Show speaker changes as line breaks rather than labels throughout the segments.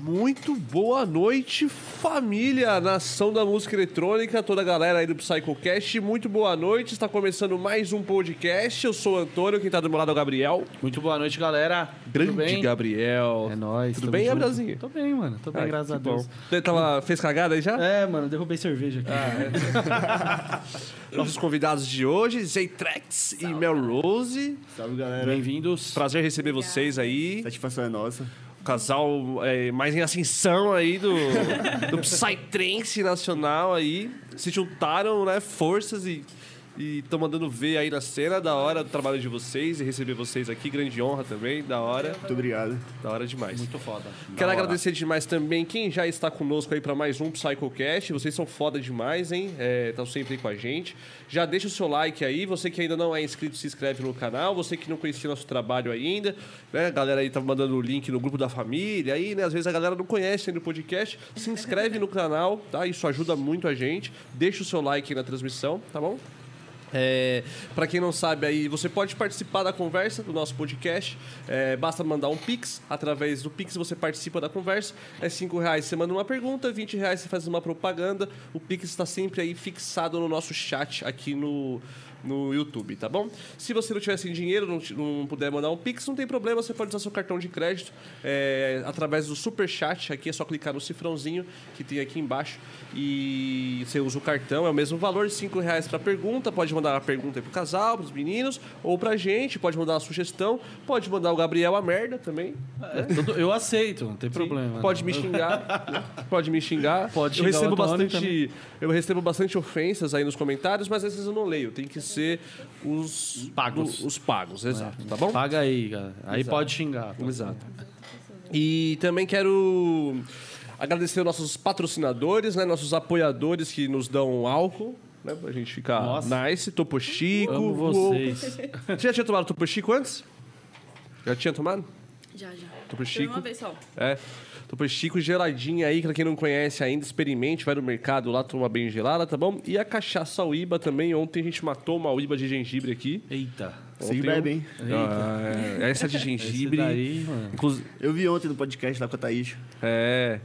Muito boa noite, família, nação da música eletrônica, toda a galera aí do PsychoCast. Muito boa noite, está começando mais um podcast. Eu sou o Antônio, quem tá do meu lado é o Gabriel.
Muito boa noite, galera.
Grande
Tudo bem?
Gabriel.
É nóis.
Tudo
tamo
bem,
junto.
Gabrielzinho?
Tô bem, mano. Tô bem,
Ah,
graças
que
a Deus.
bom. Você tava, fez cagada aí já?
É, mano, derrubei cerveja aqui.
Nossos convidados de hoje, Zaytrex e Melrose.
Salve, galera.
Bem-vindos.
Prazer receber vocês aí.
Satisfação é nossa.
O casal é, mais em ascensão aí do, do Psytrance nacional aí. Se juntaram, né, forças e estão mandando ver aí na cena. Da hora do trabalho de vocês e receber vocês aqui. Grande honra também, da hora.
Muito obrigado.
Da hora demais.
Muito foda.
Quero agradecer demais também quem já está conosco aí para mais um PsychoCast. Vocês são foda demais, hein? Estão sempre aí com a gente. Já deixa o seu like aí. Você que ainda não é inscrito, se inscreve no canal. Você que não conhecia nosso trabalho ainda, né? A galera aí tá mandando o link no grupo da família aí, né? Às vezes a galera não conhece ainda o podcast. Se inscreve no canal, tá? Isso ajuda muito a gente. Deixa o seu like aí na transmissão, tá bom? É, para quem não sabe aí, você pode participar da conversa do nosso podcast. É, basta mandar um Pix. Através do Pix você participa da conversa. É 5 reais você manda uma pergunta, 20 reais você faz uma propaganda. O Pix está sempre aí fixado no nosso chat aqui no, no YouTube, tá bom? Se você não tiver sem dinheiro, não, ti- não puder mandar um Pix, não tem problema, você pode usar seu cartão de crédito é, através do Super Chat. Aqui é só clicar no cifrãozinho que tem aqui embaixo e você usa o cartão, é o mesmo valor, R$ 5 reais para pergunta. Pode mandar a pergunta aí pro casal, pros meninos ou pra gente, pode mandar uma sugestão, pode mandar o Gabriel a merda também.
É, tudo- eu aceito, não tem problema.
Pode
não.
me xingar. né? pode me xingar.
Pode
eu
xingar o
recebo
Antônio
bastante, eu recebo bastante ofensas aí nos comentários, mas às vezes eu não leio. Tem que ser os
Pagos.
do- os pagos, exato, tá bom?
Paga aí, cara. Aí
Exato.
pode xingar. tá?
Exato. E também quero agradecer nossos patrocinadores, né, nossos apoiadores que nos dão álcool. Né, pra gente ficar
Nossa.
nice, Topo Chico.
Amo vocês.
Você já tinha tomado Topo Chico antes? Já tinha tomado?
Já, já.
Topo
Foi
Chico?
uma vez só.
É. Topo Chico geladinha aí, pra quem não conhece ainda, experimente, vai no mercado lá, toma bem gelada, tá bom? E a cachaça Uíba também, ontem a gente matou uma Uíba de gengibre aqui.
Eita.
Vocês
Ontem
bebem, hein?
eu- Ah, essa de
Esse
gengibre.
daí, mano.
inclusive-
Eu vi ontem no podcast lá com a Thaís.
É.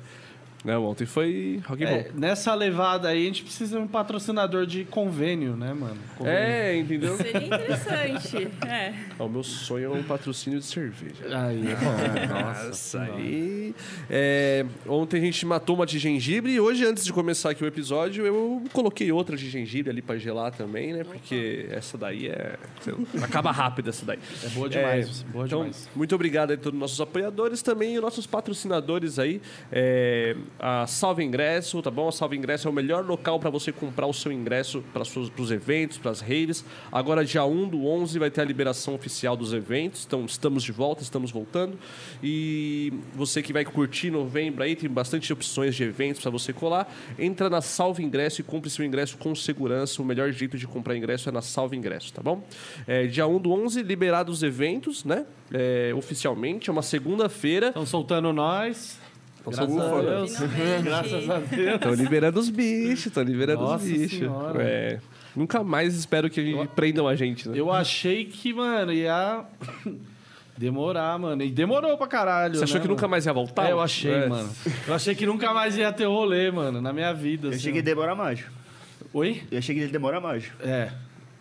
Não, ontem foi rock and
É,
roll.
nessa levada aí, a gente precisa de um patrocinador de convênio, né, mano? Convênio.
É, entendeu?
Seria interessante. É.
Ah, o meu sonho é um patrocínio de cerveja.
Aí, é bom.
Nossa, aí. É, ontem a gente matou uma de gengibre e hoje, antes de começar aqui o episódio, eu coloquei outra de gengibre ali pra gelar também, né? Porque essa daí é. sei lá, Acaba rápido essa daí.
É boa demais, boa
então,
demais.
Muito obrigado aí a todos os nossos apoiadores também e nossos patrocinadores aí. É, a Salve Ingresso, tá bom? A Salve Ingresso é o melhor local para você comprar o seu ingresso para os eventos, para as raves. Agora, dia 1 do 11, vai ter a liberação oficial dos eventos. Então, estamos de volta, estamos voltando. E você que vai curtir novembro aí, tem bastante opções de eventos para você colar. Entra na Salve Ingresso e compre seu ingresso com segurança. O melhor jeito de comprar ingresso é na Salve Ingresso, tá bom? É, dia 1 do 11, liberados os eventos, né? É, oficialmente, é uma segunda-feira.
Estão soltando nós. Então, Graças
soltando
a Deus.
Finalmente.
Graças a Deus.
Estão liberando os bichos, estão liberando
Nossa
os bichos.
Senhora.
É, nunca mais espero que prendam a gente, né?
Eu achei que, mano, ia demorar, mano. E demorou pra caralho.
Você achou
né,
que
mano?
nunca mais ia voltar?
É, eu achei,
É.
mano. Eu achei que nunca mais ia ter rolê, mano, na minha vida.
Eu
assim,
cheguei a demorar mais.
Oi?
Eu achei que ele demora mais.
É.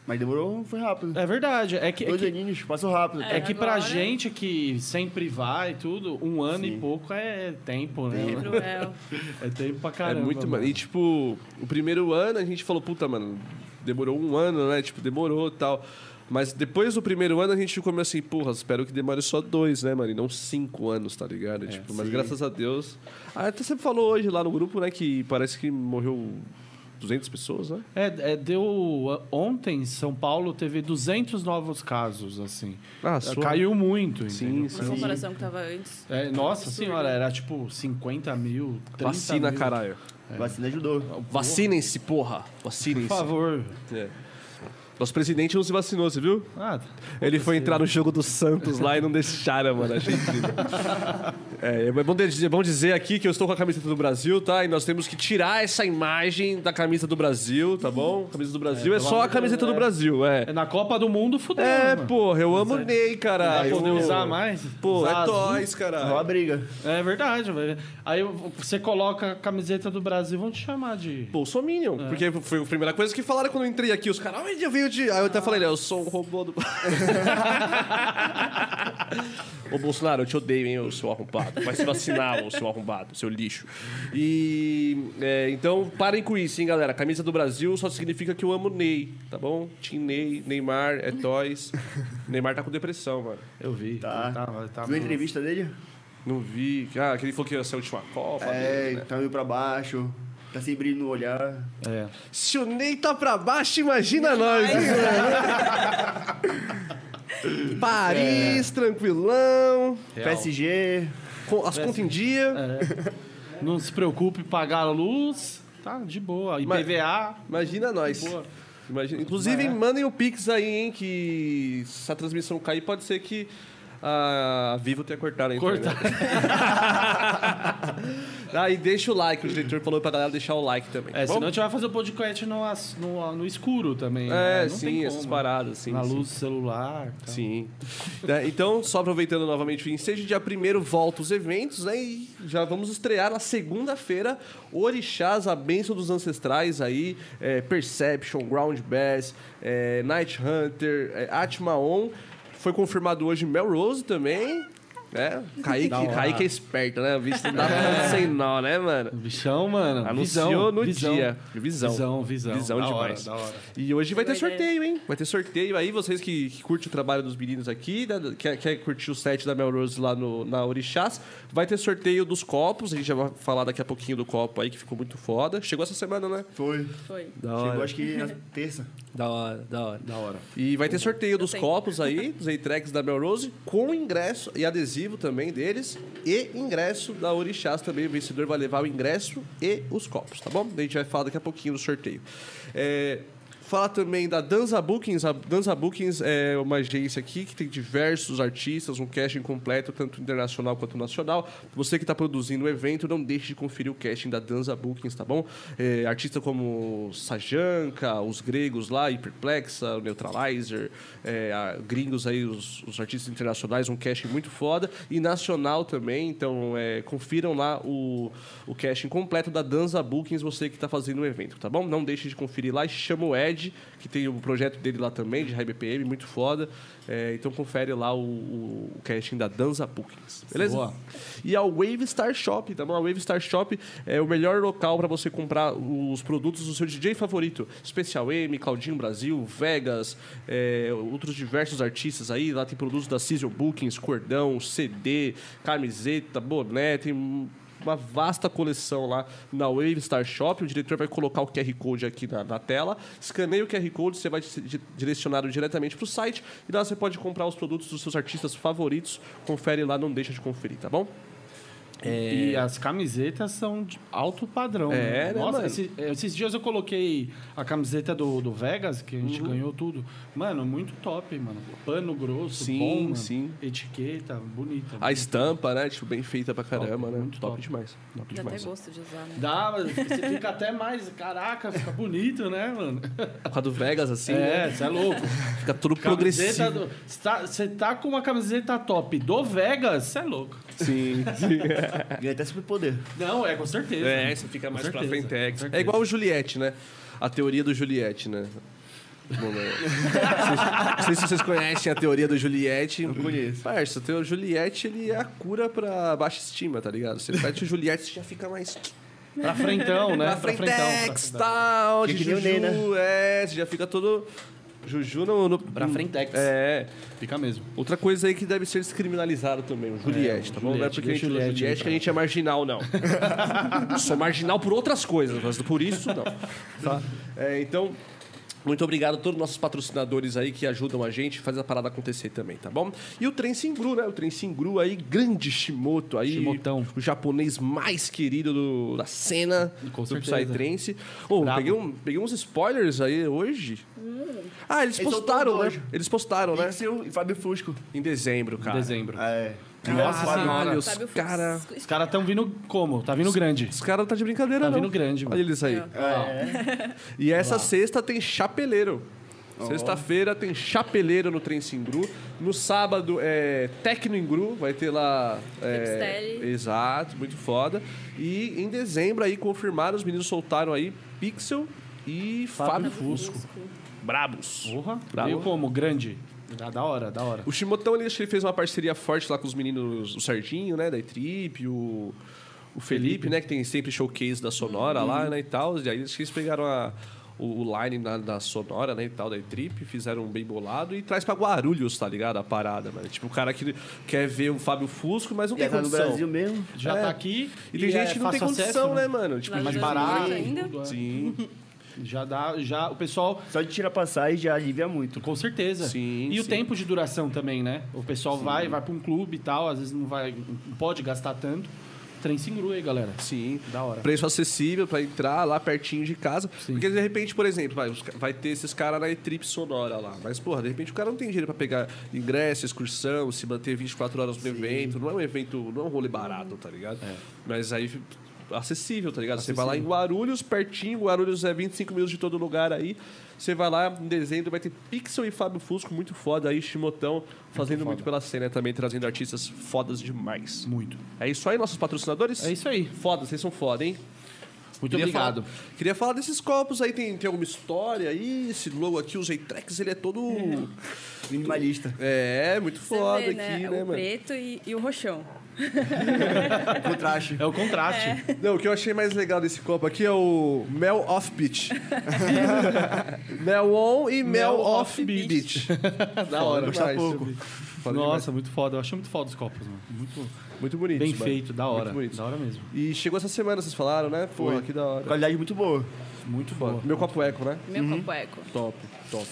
Mas demorou, foi rápido.
É verdade. É que, é
Dois
que,
aninhos, passou rápido.
é que pra
Agora-
gente que sempre vai e tudo, um ano
Sim.
e pouco é tempo, né?
É
mano?
cruel.
É tempo pra
É
caramba.
muito, mano.
mano.
E tipo, o primeiro ano a gente falou, puta, mano, demorou um ano, né? Tipo, demorou e tal. Mas depois do primeiro ano a gente ficou meio assim, porra, espero que demore só dois, né, mano? E não cinco anos, tá
É,
ligado? tipo, mas graças a Deus. Ah, até você falou hoje lá no grupo, né, que parece que morreu 200 pessoas, né?
É, é, deu. Ontem, São Paulo teve 200 novos casos, assim.
Ah, sua.
Caiu muito,
Sim,
entendeu?
Na
sim.
comparação que tava antes.
É, nossa senhora, era tipo 50 mil, 30
Vacina,
mil.
caralho.
A Vacina ajudou.
Vacinem-se, porra.
Por
Vacinem-se.
favor.
É. Nosso presidente não se vacinou, você viu?
Ah,
Ele foi entrar no jogo do Santos lá e não deixaram, mano. Achei incrível. É, é bom, de- é bom dizer aqui que eu estou com a camiseta do Brasil, tá? E nós temos que tirar essa imagem da camisa do Brasil, tá bom? A camisa do Brasil é, só a camiseta do Brasil, é.
é na Copa do Mundo, fudeu.
É,
né, mano?
porra, eu amo o Ney,
Vai
cara.
poder usar mais?
Pô,
Usar
é
azul?
toys,
Rola a
cara.
briga.
É verdade, velho. Aí você coloca a camiseta do Brasil, vão te chamar de.
Bolsominion, porque foi a primeira coisa que falaram quando eu entrei aqui. Os caras, ah, onde eu veio de. Aí eu até falei, eu sou um robô do. Ô Bolsonaro, eu te odeio, hein, ô seu arrombado. Vai se vacinar, ô seu arrombado, seu lixo. E. é, então, parem com isso, hein, galera. Camisa do Brasil só significa que eu amo Ney, tá bom? Tim Ney, Neymar, é Toys. Neymar tá com depressão, mano.
Eu vi.
Tá.
Tava- tava-
Viu a entrevista dele?
Não vi. Ah, que ele falou que ia ser a última Copa.
É,
dele, né?
tá meio pra baixo. Tá sem brilho no olhar.
É.
Se o Ney tá pra baixo, imagina nós. hein? Paris, tranquilão.
Real.
PSG.
com- As contas em dia.
É. Não se preocupe, pagar a luz. Tá, de boa.
Mas-
IPVA.
Imagina nós.
Boa. É.
Imagina. Inclusive, mandem o Pix aí, hein? Que se a transmissão cair, pode ser que a Vivo tenha cortado a internet.
Cortar.
Ah, e deixa o like. O diretor falou pra galera deixar o like também.
É,
tá bom?
senão a gente vai fazer o podcast no, as- no, no escuro também. né?
É,
Não
sim,
tem
essas
como.
paradas, sim.
Na
sim.
luz do celular. tá.
Sim. Né, Então, só aproveitando novamente o ensejo, dia 1 volta os eventos, né? E já vamos estrear na segunda-feira Orixás, a Bênção dos Ancestrais aí, é, Perception, Ground Bass, é, Night Hunter, é, Atmaon. Foi confirmado hoje Melrose também, né? Kaique, Kaique é esperto, né? Visto dá pra sem nó, né, mano?
Bichão, mano.
Anunciou
visão,
no
visão.
dia. Visão.
Visão, visão.
Visão
Da hora,
demais.
da hora.
E hoje vai ter
Boa
sorteio, hein? Vai ter sorteio aí, vocês que, que curtem o trabalho dos meninos aqui, né? quer, quer curtir o set da Melrose lá no, na Orixás, vai ter sorteio dos copos, a gente já vai falar daqui a pouquinho do copo aí, que ficou muito foda. Chegou essa semana, né?
Foi.
Foi.
Da
Chegou acho que na terça.
Da hora, da hora.
Da hora.
E vai ter sorteio dos
tenho.
copos aí, dos entregues da Melrose, com ingresso e adesivo também deles, e ingresso da Orixás também. O vencedor vai levar o ingresso e os copos, tá bom? A gente vai falar daqui a pouquinho do sorteio. É, Fala também da Danza Bookings. A Danza Bookings é uma agência aqui que tem diversos artistas, um casting completo, tanto internacional quanto nacional. Você que está produzindo o evento, não deixe de conferir o casting da Danza Bookings, tá bom? É, artistas como Sajanka, os gregos lá, Hyperplexa, o Neutralizer, é, a- gringos aí, os, os artistas internacionais, um casting muito foda. E nacional também, então é, confiram lá o, o casting completo da Danza Bookings, você que está fazendo o evento, tá bom? Não deixe de conferir lá e chama o Ed, que tem o projeto dele lá também, de High BPM, muito foda. É, então confere lá o, o, o casting da Danza Bookings, beleza?
Boa.
E a Wave Star Shop, tá bom? A Wave Star Shop é o melhor local para você comprar os produtos do seu DJ favorito. Special M, Claudinho Brasil, Vegas, é, outros diversos artistas aí. Lá tem produtos da Season Bookings, cordão, CD, camiseta, boné, tem uma vasta coleção lá na Wave Star Shop. O diretor vai colocar o QR Code aqui na, na tela. Escaneia o QR Code, você vai ser di- direcionado diretamente para o site e lá você pode comprar os produtos dos seus artistas favoritos. Confere lá, não deixa de conferir, tá bom?
E É. as camisetas são de alto padrão.
É, né,
Nossa,
mano?
esse- esses dias eu coloquei a camiseta do, do Vegas, que a
Uhum.
gente ganhou tudo. Mano, muito top, mano. Pano grosso,
Sim,
bom, mano.
sim.
Etiqueta, bonita.
A estampa, né? Tipo, bem feita pra caramba, né?
muito
top,
top.
demais. Top
Dá até
demais.
gosto de usar, né?
Dá, mas você fica até mais. Caraca, fica bonito, né, mano?
Com a do Vegas, assim,
é,
né?
você é louco.
Fica tudo
Camiseta
progressivo.
do, você, tá, você tá com uma camiseta top do Vegas, você é louco.
Sim, sim.
Ganhei até superpoder.
Não, é com certeza.
É, você fica mais pra
certeza,
frente.
com
É,
certeza.
é igual o Juliette, né? A teoria do Juliette, né? Bom, né? Vocês- Não sei se vocês conhecem a teoria do Juliette. Não
conheço.
Parça, o teu Juliette, ele é a cura pra baixa estima, tá ligado? Você pede o Juliette, você já fica mais...
Pra frentão, né?
Pra frentex, tá. tal, de
Fica que nem
Juju.
o Ney,
É, você já fica todo... Juju no... no... Pra
frentex.
É.
Fica mesmo.
Outra coisa aí que deve ser descriminalizado também, o Juliette,
o
tá bom? Não é
Juliette,
porque a gente
deixa o
usa
Juliette
Juliette que a gente é marginal, não. Sou marginal por outras coisas, mas por isso, não. Tá? É, então, Muito obrigado a todos os nossos patrocinadores aí que ajudam a gente, faz a parada acontecer também, tá bom? E o Trem Singru, né? O Trem Singru aí, grande Shimoto aí.
Shimotão.
O japonês mais querido do- da cena
Com
do
certeza.
Psytrance. Ô,
Brabo.
peguei, um- peguei uns spoilers aí hoje. Ah, eles
Eles
postaram,
soltaram
né?
hoje.
Eles postaram, né?
Pixel e Fábio Fusco.
Em dezembro, cara.
Dezembro.
É.
Caralho, os
Sabe o
cara...
Os caras estão vindo como? Tá vindo grande.
Os caras não tá de brincadeira,
Tá
não.
vindo grande, mano.
Olha eles aí.
É.
E essa sexta tem chapeleiro. Sexta-feira tem chapeleiro no Trem Singru. No sábado é Tecno Ingru, vai ter lá. É,
Hipstyle.
exato, muito foda. E em dezembro aí confirmaram, os meninos soltaram aí Pixel e Fábio,
Fábio
Fusco. Brabos.
Porra.
Bravo.
Veio como? Grande. Da, da hora, da hora.
O Shimotão ele, acho que ele fez uma parceria forte lá com os meninos, o Serginho, né, da Trip, o, o Felipe, né, que tem sempre showcase da Sonora lá, né, e tal. E aí acho que eles pegaram a- o, o line na- da Sonora, né, e tal, da Trip, fizeram um bem bolado e traz pra Guarulhos, tá ligado? A parada, mano. Tipo, o cara que quer ver o Fábio Fusco, mas não
Já
tem
tá no
condição.
Brasil mesmo.
Já
É.
tá aqui.
E tem gente
é
que não tem
fácil
condição,
acesso,
né, mano? Tipo,
Lá
Mais
Mas
barato.
não ainda?
tudo, é.
sim.
Já dá, já o pessoal
Só de tirar passagem já alivia muito.
com certeza.
Sim,
e o
sim.
tempo de duração também, né? O pessoal vai, vai para um clube e tal, às vezes não vai, não pode gastar tanto. Trem se engrua aí, galera.
Sim,
Da hora.
Preço acessível pra entrar lá pertinho de casa.
Sim.
Porque de repente, por exemplo, vai, os ca- vai ter esses caras na Etrip Sonora lá. Mas, porra, de repente o cara não tem dinheiro pra pegar ingresso, excursão, se manter 24 horas no evento. Não é um evento, não é um rolê barato, tá ligado?
É.
Mas aí f- acessível, tá ligado? Você vai lá em Guarulhos, pertinho, Guarulhos é 25 minutos de todo lugar aí. Você vai lá em dezembro, vai ter Pixel e Fábio Fusco, muito foda aí, Chimotão, fazendo muito, pela cena também, trazendo artistas fodas demais.
Muito.
É isso aí, nossos patrocinadores?
É isso aí.
Foda, vocês são foda, hein?
Muito obrigado.
Falar, queria falar desses copos aí, tem, tem alguma história aí? Esse logo aqui, o Zeitrex, ele é todo.
Minimalista.
É, muito
Você
foda
vê,
aqui,
né?
né,
o
mano?
preto e, e o roxão.
Contraste.
É o contraste.
Não, o que eu achei mais legal desse copo aqui é o Mel Off Beach. Mel On e Mel,
Mel
Off,
Off
Beach.
Beach.
da hora,
Gostar
demais.
pouco.
Foda
Nossa, muito foda. Eu achei muito foda os copos, mano. Muito
demais. Muito bonito.
bem
mano.
feito, da hora.
Muito bonito.
Da hora mesmo.
E chegou essa semana, vocês falaram, né? Porra, que da hora.
Qualidade muito boa.
Muito
Foda.
foda.
Meu copo eco, né?
Meu copo eco. tá?
Top, top.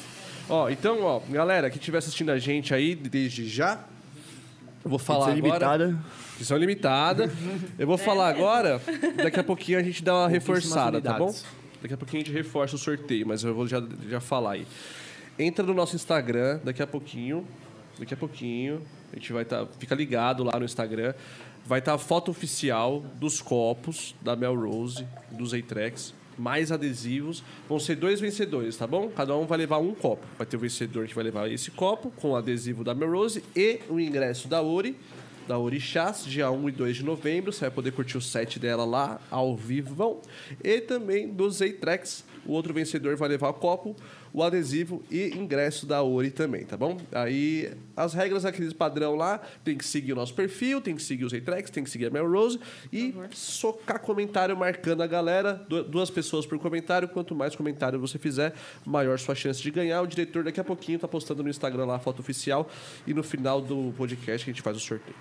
Ó, então, ó, galera que estiver assistindo a gente aí desde já, eu vou falar
Edição
agora.
limitada.
Edição limitada. Eu vou falar agora, daqui a pouquinho a gente dá uma
Pouquíssimas
reforçada, tá bom?
unidades.
Daqui a pouquinho a gente reforça o sorteio, mas eu vou já, já falar aí. Entra no nosso Instagram, daqui a pouquinho, daqui a pouquinho, a gente vai estar, fica ligado lá no Instagram, vai estar a foto oficial dos copos da Melrose, dos Eitrex, mais adesivos, vão ser dois vencedores, tá bom? Cada um vai levar um copo, vai ter o vencedor que vai levar esse copo com o adesivo da Melrose e o ingresso da Ori, da Orixás, dia 1 e 2 de novembro. Você vai poder curtir o set dela lá, ao vivo. E também do Zeitrex. O outro vencedor vai levar o copo, o adesivo e ingresso da Ori também, tá bom? Aí as regras daquele padrão lá, tem que seguir o nosso perfil, tem que seguir o Zeitrex, tem que seguir a Melrose e socar comentário marcando a galera. Du- Duas pessoas por comentário. Quanto mais comentário você fizer, maior sua chance de ganhar. O diretor daqui a pouquinho tá postando no Instagram lá a foto oficial e no final do podcast que a gente faz o sorteio.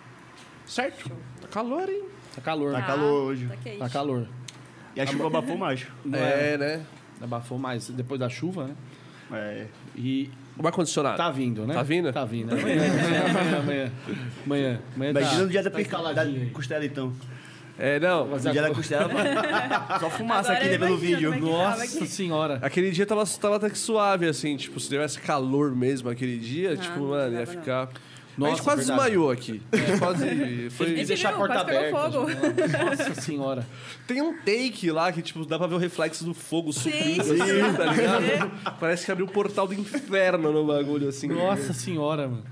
Certo? Tá calor, hein?
Tá calor.
Tá calor hoje.
Tá quente.
Tá calor.
E a chuva abafou mais.
É, né?
Abafou mais depois da chuva, né?
É.
E
O Um ar-condicionado.
tá vindo, né?
Tá vindo?
Tá vindo. Amanhã, amanhã, amanhã. Amanhã, amanhã tá-
Imagina é no dia da,
tá
pica- da
instaladinho aí.
costela, então.
É, não.
No dia da costela, mano. só fumaça
Agora
aqui, né, pelo
imagina
vídeo.
como é que tava aqui.
Nossa senhora.
Aquele dia tava, tava até que suave, assim. Tipo, se tivesse calor mesmo aquele dia, tipo,
Ah, não
mano, ia
tava, não.
ficar... a gente
Nossa,
quase
verdade.
desmaiou aqui. Quase foi...
Ele deixar a porta quase pegou aberta, fogo.
Nossa senhora.
Tem um take lá que, tipo, dá pra ver o reflexo do fogo subindo,
Sim.
assim, tá ligado? Parece que abriu o portal do inferno no bagulho, assim.
Nossa senhora, mano.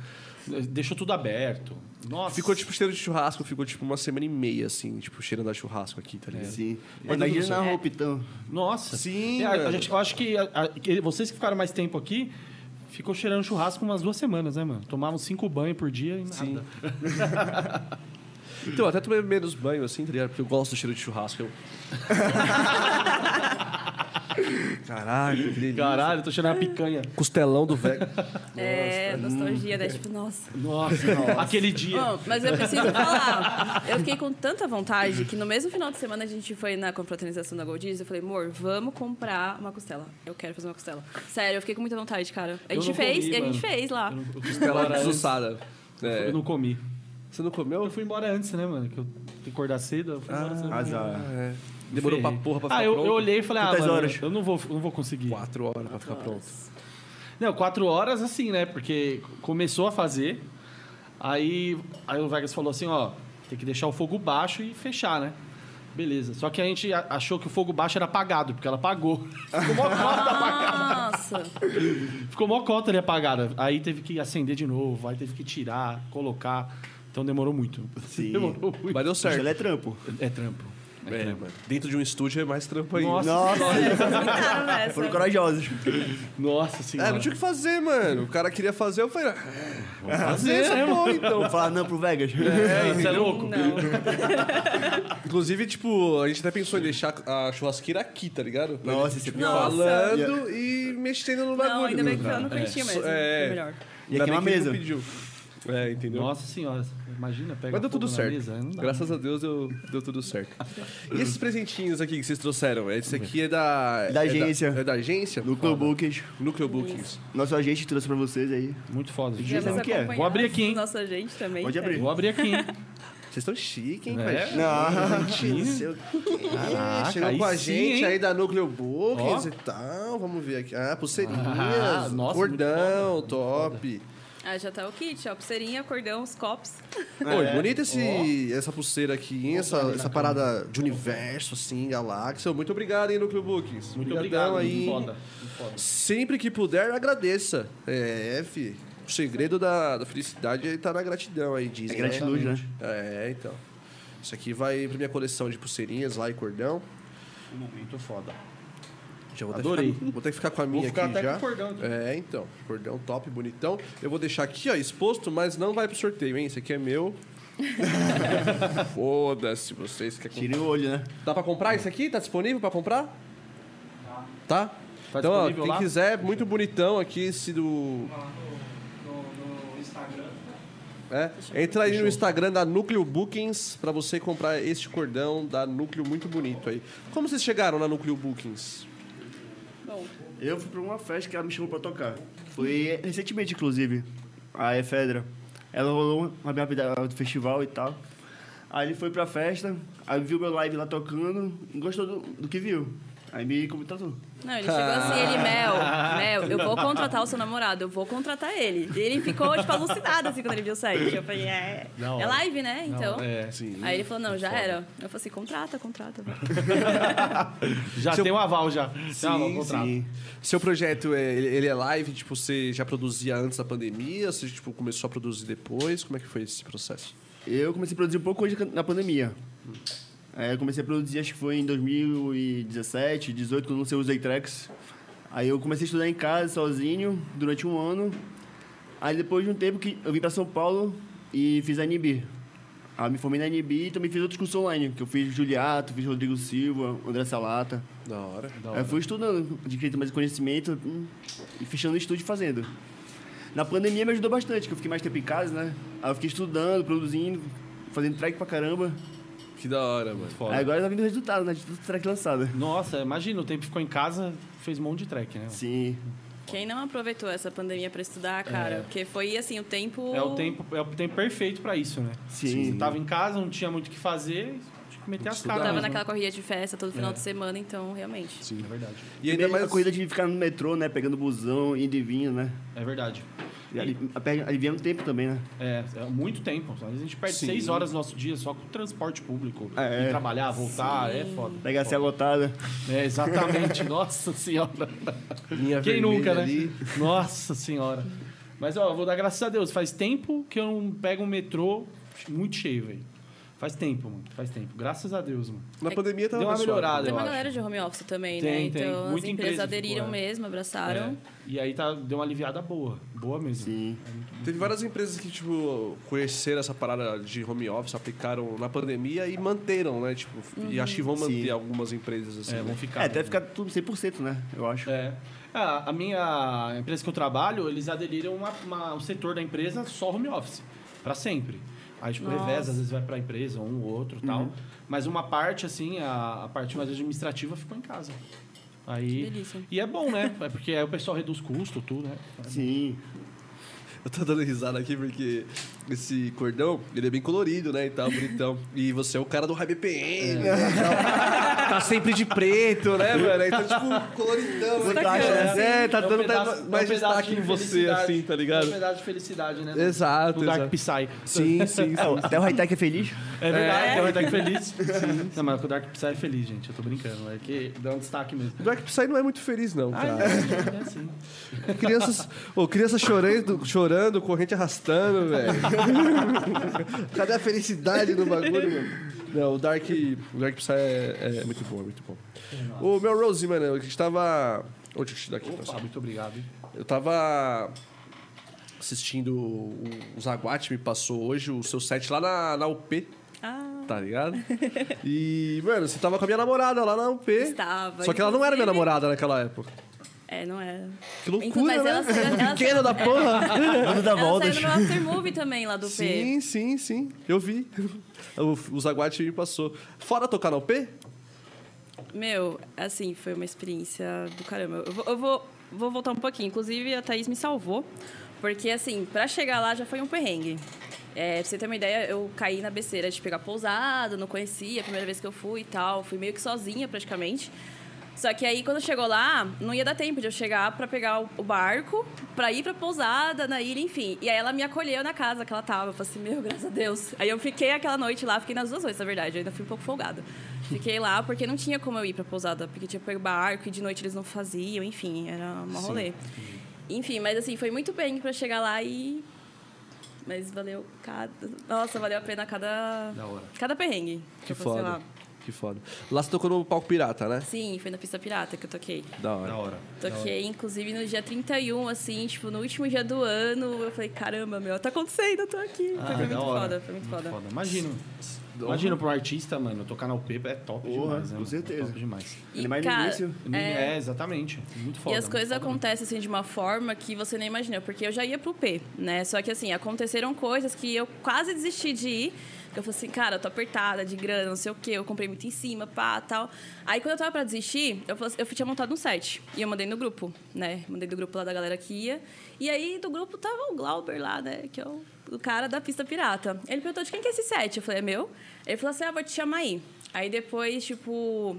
Deixou tudo aberto. Nossa.
Ficou, tipo, cheiro de churrasco. Ficou, tipo, uma semana e meia, assim, tipo, cheirando a churrasco aqui, tá ligado?
É. Sim.
Mas tudo
imagina na
certo.
roupa, então.
Nossa.
Sim,
É, a-
velho.
a gente- eu acho que, a- a- que vocês que ficaram mais tempo aqui, ficou cheirando churrasco umas duas semanas, né, mano? Tomavam cinco banhos por dia e nada.
Sim. Então, eu até tomei menos banho, assim, tá ligado? Porque eu gosto do cheiro de churrasco. Eu... Caraca, que delícia.
Caralho, tô cheirando a picanha.
Costelão do Vega.
É,
tá
nostalgia, né? Tipo, nossa.
Nossa, aquele dia.
Bom, mas eu preciso falar. Eu fiquei com tanta vontade que no mesmo final de semana a gente foi na confraternização da Goldies. Eu falei, amor, vamos comprar uma costela. Eu quero fazer uma costela. Sério, eu fiquei com muita vontade, cara. A
Eu
gente
não
fez
comi,
e a gente
mano.
fez lá.
Eu não- eu fui
Costela
embora antes.
desussada. É.
Eu não comi.
Você não
Eu
comeu?
fui embora antes, né, mano? Que eu tenho que acordar cedo. Eu fui embora cedo.
Azar.
É. Demorou pra
Ferrei.
porra pra ficar
Ah, eu,
pronto?
eu olhei Ah, e falei, ah,
Quantas
mano,
horas?
eu não vou, não vou conseguir.
Quatro horas pra ficar pronto.
Não, quatro horas assim, né? Porque começou a fazer. Aí, aí o Vegas falou assim, ó, tem que deixar o fogo baixo e fechar, né? Beleza. Só que a gente a- achou que o fogo baixo era apagado, porque ela apagou. Ficou mó cota,
Nossa!
ficou mó cota ali apagada. Aí teve que acender de novo, aí teve que tirar, colocar. Então demorou muito.
Sim. Tá
Demorou muito.
Mas deu
Isso
certo.
é trampo.
É trampo.
É, mano. Dentro de um estúdio é mais trampo ainda.
Nossa,
Ficaram nessa.
um
Foram corajosos.
Nossa
É,
senhora.
não tinha o que fazer, mano. O cara queria fazer, eu falei, ah,
que fazer, né, mano?
bom, então.
Vou falar não pro Vegas.
É, isso é louco.
Não.
Inclusive, tipo, a gente até pensou em deixar a churrasqueira aqui, tá ligado? Pra
Nossa,
gente,
esse é
tipo,
pior.
falando e é- mexendo no bagulho.
não, ainda bem que foi lá no Curitiba mesmo.
É.
Foi melhor.
Ia queimar a
bem que ele
mesa.
não pediu. É, entendeu?
Nossa senhora. Imagina, pega
Mas deu
fogo
tudo
na
certo.
mesa, não dá.
Graças a Deus deu, deu tudo certo. E esses presentinhos aqui que vocês trouxeram? Esse aqui é da.
Da
é
agência.
É da agência?
Núcleo Bookings.
Núcleo Bookings.
Nosso agente trouxe pra vocês aí.
Muito foda. gente.
Dizem
Devemos
que é.
acompanhar
Vou abrir aqui, hein?
Nossa gente também.
Pode abrir.
Vou abrir aqui, hein?
Vocês estão chique, hein,
É?
Paixão?
Não,
Caraca, Chegou
aí
com a
sim,
gente
hein?
aí da Núcleo Bookings
Ó.
e tal. Vamos ver aqui. Ah, pulseirinhas,
Ah, nossa,
cordão, top.
Ah, já tá o kit, ó. Pulseirinha, cordão, os copos.
Pô, é. bonita esse, essa pulseira aqui, hein? essa, essa parada de universo, assim, galáxia. Muito obrigado, hein, Núcleo Bookings.
Muito
Obrigadão
obrigado.
aí.
Muito foda. Muito foda.
Sempre que puder, agradeça. É, fi. O segredo da, da felicidade é tá na gratidão aí,
É
dizem. né?
gratiluz, né?
É, então. Isso aqui vai pra minha coleção de pulseirinhas lá e cordão.
Um momento foda.
Já vou
Adorei.
Ter que ficar, vou ter que ficar com a minha
ficar
aqui
até
já.
com o cordão aqui.
É, então. Cordão top, bonitão. Eu vou deixar aqui, ó, exposto, mas não vai pro sorteio, hein? Esse aqui é meu. Foda-se, vocês querem
Tirem o olho, né?
Dá pra comprar isso aqui? Tá disponível pra comprar? Tá.
Tá
então, ó,
disponível
quem
lá?
quiser, muito bonitão aqui esse do. É, entra aí no Instagram da Núcleo Bookings pra você comprar este cordão da Núcleo muito bonito aí. Como vocês chegaram na Núcleo Bookings?
Bom,
Eu fui pra uma festa que ela me chamou pra tocar. Foi recentemente, inclusive, a Efedra. Ela rolou uma minha vida do festival e tal. Aí ele foi pra festa, aí viu meu live lá tocando, gostou do, do que viu. Aí me contratou.
não, ele chegou assim, ele, Mel, Mel, eu vou contratar o seu namorado, eu vou contratar ele. E ele ficou, tipo, alucinado, assim, quando ele viu o site. Eu falei, é...
Da hora.
É live, né? Então...
É,
Sim.
Aí ele falou, não, já era. Eu falei assim, contrata, contrata.
já tem um aval já. Tem um aval, contrato.
Seu projeto, é, ele ele é live? Tipo, você já produzia antes da pandemia? Você tipo, começou a produzir depois? Como é que foi esse processo?
Eu comecei a produzir um pouco antes da pandemia. Aí eu comecei a produzir, acho que foi em 2017, 18, quando lancei o Zaytrex. Aí eu comecei a estudar em casa, sozinho, durante um ano. Aí depois de um tempo que eu vim para São Paulo e fiz a NB. Aí me formei na NB e também fiz outros cursos online, que eu fiz Juliato, fiz Rodrigo Silva, André Salata.
Da hora.
Aí eu fui estudando, adquirindo mais conhecimento hum, e fechando o estúdio e fazendo. Na pandemia me ajudou bastante, que eu fiquei mais tempo em casa, né? Aí eu fiquei estudando, produzindo, fazendo track pra caramba.
Que da hora, mano.
Foda.
Aí agora tá vindo o resultado, né? De tudo track lançado.
Nossa, imagina, o tempo que ficou em casa, fez um monte de track, né?
Sim.
Quem não aproveitou essa pandemia pra estudar, cara? Porque foi, assim, o tempo...
É o tempo, é o tempo perfeito pra isso, né?
Sim.
Tava em casa, não tinha muito o que fazer, tinha que meter as
Estudar.
caras.
Tava
mesmo. É.
naquela corrida de festa todo final de semana, então, realmente.
Sim, é verdade.
E ainda mais...
a corrida de ficar no metrô, né? Pegando busão, indo e vindo, né?
É verdade.
E ali- ape- aliviando o tempo também, né?
É, é muito tempo. A gente perde
Sim.
seis horas do nosso dia só com o transporte público.
É.
E trabalhar, voltar, é foda.
Pegar a cela lotada.
É, exatamente. Nossa senhora.
Linha
Quem
vermelha
nunca, né?
ali.
Nossa senhora. Mas, ó, vou dar graças a Deus. Faz tempo que eu não pego um metrô muito cheio, velho. Faz tempo, mano. Faz tempo. Graças a Deus, mano.
Na
É que
pandemia tava
deu uma
mais suave. né?
melhorada,
Tem
eu
uma
acho.
galera de home office também, né?
Tem, tem.
Então as
Muita
empresas
empresa ficou,
aderiram
é.
mesmo, abraçaram.
É. E aí tá, deu uma aliviada boa. Boa mesmo.
Sim.
Teve várias empresas que, tipo, conheceram essa parada de home office, aplicaram na pandemia e manteram, né? Tipo, e acho que vão manter
Sim.
algumas empresas assim.
Uhum. É, vão
né?
ficar.
É, até
né?
ficar tudo 100%, né? Eu acho.
É. A, a minha empresa que eu trabalho, eles aderiram uma, uma- um setor da empresa só home office, para sempre. Aí, tipo,
Nossa. Uhum.
reveza, às vezes vai pra empresa, um ou outro tal. Mas uma parte, assim, a, a parte mais administrativa ficou em casa. Aí.
Que delícia.
E é bom, né? É porque aí o pessoal reduz custo, tudo, né?
É. Sim.
Eu tô dando risada aqui porque esse cordão, ele é bem colorido, né? E tal, bonitão. E você é o cara do high BPM, né? Então, tá sempre de preto, né, velho? Então, tipo, coloridão. né?
Destaque, né?
É, tá
É um
dando até
pedaço- é um
mais
pedaço
destaque
de
em você,
felicidade.
assim, tá
É um
ligado?
pedaço de felicidade, né?
Exato,
Do Dark
exato.
Psy.
Sim, sim.
É, o- até o high-tech é feliz.
É verdade, é. o Dark Feliz. Sim. Não, mas o Dark Psy é feliz, gente. Eu tô brincando. É que dá um destaque mesmo.
O Dark Psy não é muito feliz, não,
Ah,
cara.
é, é assim.
Crianças, ô, crianças chorando, chorando, corrente arrastando, velho. Cadê a felicidade no bagulho, mano? Não, o Dark, o Dark Psy é, é muito bom, é muito bom. O meu Rose, mano, a gente tava. Ô, deixa eu te dar aqui, tá,
Opa,
nossa.
muito obrigado. hein?
Eu tava assistindo. O o Zaguate me passou hoje o seu set lá na, na UP,
Ah,
tá ligado? E, mano, você tava com a minha namorada lá na UP.
Estava,
Só que ela não era minha
inclusive-
namorada naquela época.
é, não era.
Que
Inclu- mas
loucura,
ela
né?
saiu- ela
Pequena
saiu-
da porra.
Manda da
Ela
volta.
saiu no meu after movie também lá do P.
Sim, sim, sim. Eu vi. O, o Zaguate me passou. Fora tocar no P?
Meu, assim, foi uma experiência do caramba. Eu, vou, eu vou, vou voltar um pouquinho. Inclusive, a Thaís me salvou. Porque, assim, pra chegar lá já foi um perrengue. É, pra você ter uma ideia, eu caí na besteira de pegar pousada, não conhecia, a primeira vez que eu fui e tal. Fui meio que sozinha, praticamente. Só que aí, quando chegou lá, não ia dar tempo de eu chegar pra pegar o- o barco, pra ir pra pousada, na ilha, enfim. E aí ela me acolheu na casa que ela tava. Eu falei assim, meu, graças a Deus. Aí eu fiquei aquela noite lá, fiquei nas duas noites, na verdade. Eu ainda fui um pouco folgada. Fiquei lá porque não tinha como eu ir pra pousada, porque tinha que pegar barco e de noite eles não faziam, enfim, era uma rolê. Enfim, mas assim, foi muito bem pra chegar lá e. Mas valeu cada. Nossa, valeu a pena cada.
Da hora.
Cada perrengue.
Que
eu passei lá.
foda. Que foda. Lá você tocou no palco pirata, né?
Sim, foi na pista pirata que eu toquei.
Da hora.
Da hora.
Toquei, inclusive, no dia 31, assim, tipo, no último dia do ano, eu falei, caramba, meu, tá acontecendo, eu tô aqui.
Ah,
foi
da
muito
hora.
foda, foi muito, foda.
Imagina. Imagina pra um artista, mano, tocar na UP é top
Porra,
demais, né?
com
mano?
certeza.
É top demais.
E,
Ele mais no
cara,
início.
É, exatamente. Muito foda.
e as
muito
coisas
foda
acontecem assim de uma forma que você nem imagina, porque eu já ia pro P, né? Só que assim, aconteceram coisas que eu quase desisti de ir. que Eu falei assim, cara, eu tô apertada de grana, não sei o quê, eu comprei muito em cima, pá, tal. Aí quando eu tava pra desistir, eu, falei assim- eu tinha montado um site. E eu mandei no grupo, né? Mandei do grupo lá da galera que ia. E aí do grupo tava o Glauber lá, né? Que é o, o cara da pista pirata. Ele perguntou de quem que é esse site? Eu falei, é meu. Ele falou assim, ah, vou te chamar aí. Aí depois, tipo,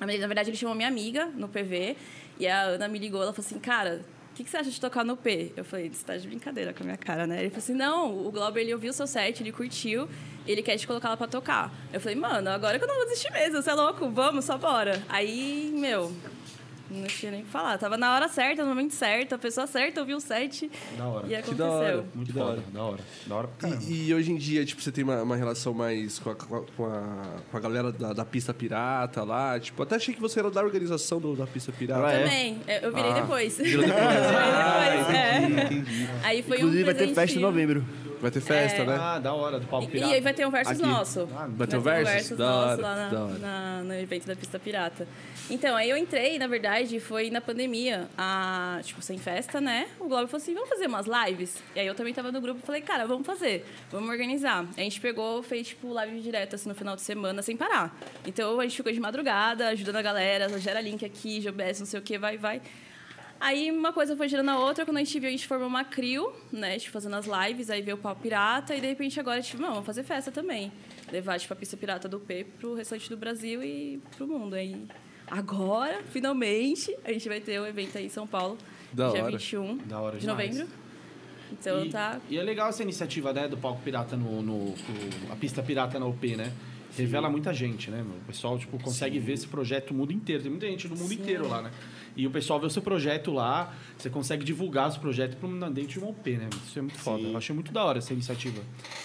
na verdade, ele chamou minha amiga no PV e a Ana me ligou. Ela falou assim: Cara, o que, que você acha de tocar no P? Eu falei: Você tá de brincadeira com a minha cara, né? Ele falou assim: Não, o Glauber ele ouviu o seu set, ele curtiu, ele quer te colocar lá pra tocar. Eu falei: Mano, agora que eu não vou desistir mesmo, você é louco, vamos, só bora. Aí, meu, não tinha nem o que falar. Tava na hora certa, no momento certo, a pessoa certa ouviu o set
Da hora.
e
Que da hora.
aconteceu.
Muito
Que da
foda,
hora.
da hora. Da hora pra caramba.
E, e hoje em dia, tipo, você tem uma, uma relação mais com a, com a- com a- com a galera da, da pista pirata lá. Tipo, até achei que você era da organização do- da pista pirata.
Ah, é?
Também, eu- eu virei
Ah,
depois. Virei depois, é. Aí foi
Inclusive,
um
vai ter festa em
presente. É.
novembro.
Vai ter festa, né?
Ah, da hora, do palco
E,
pirata.
e aí vai ter um versus
Aqui.
nosso.
Vai ter um versus? Da
nosso
hora,
lá na-
da hora.
na- no evento da Pista Pirata. Então, aí eu entrei, na verdade, foi na pandemia, a, tipo, sem festa, né? O Globo falou assim, vamos fazer umas lives? E aí eu também tava no grupo, falei, cara, vamos fazer, vamos organizar. A gente pegou, fez, tipo, live direto, assim, no final de semana, sem parar. Então, a gente ficou de madrugada, ajudando a galera, gera link aqui, GBS, não sei o que, vai, vai. Aí uma coisa foi girando a outra, quando a gente viu, a gente formou uma crio, né? Tipo, fazendo as lives, aí veio o pau pirata, e de repente agora, tipo, não, vamos fazer festa também. Levar, tipo, a pista pirata do P pro restante do Brasil e pro mundo. Aí agora, finalmente, a gente vai ter um evento aí em São Paulo,
Da
dia
hora.
21
Da hora
de
demais.
novembro. Então
e,
tá.
e é legal essa iniciativa, né, do palco pirata no, no- no- a pista pirata na UP, né? revela muita gente, né? meu? O pessoal tipo, consegue ver esse projeto o mundo inteiro. Tem muita gente do mundo inteiro lá, né? E o pessoal vê o seu projeto lá, você consegue divulgar os projetos pro- na- dentro de uma OP, né? Isso é muito foda. Eu achei muito da hora essa iniciativa.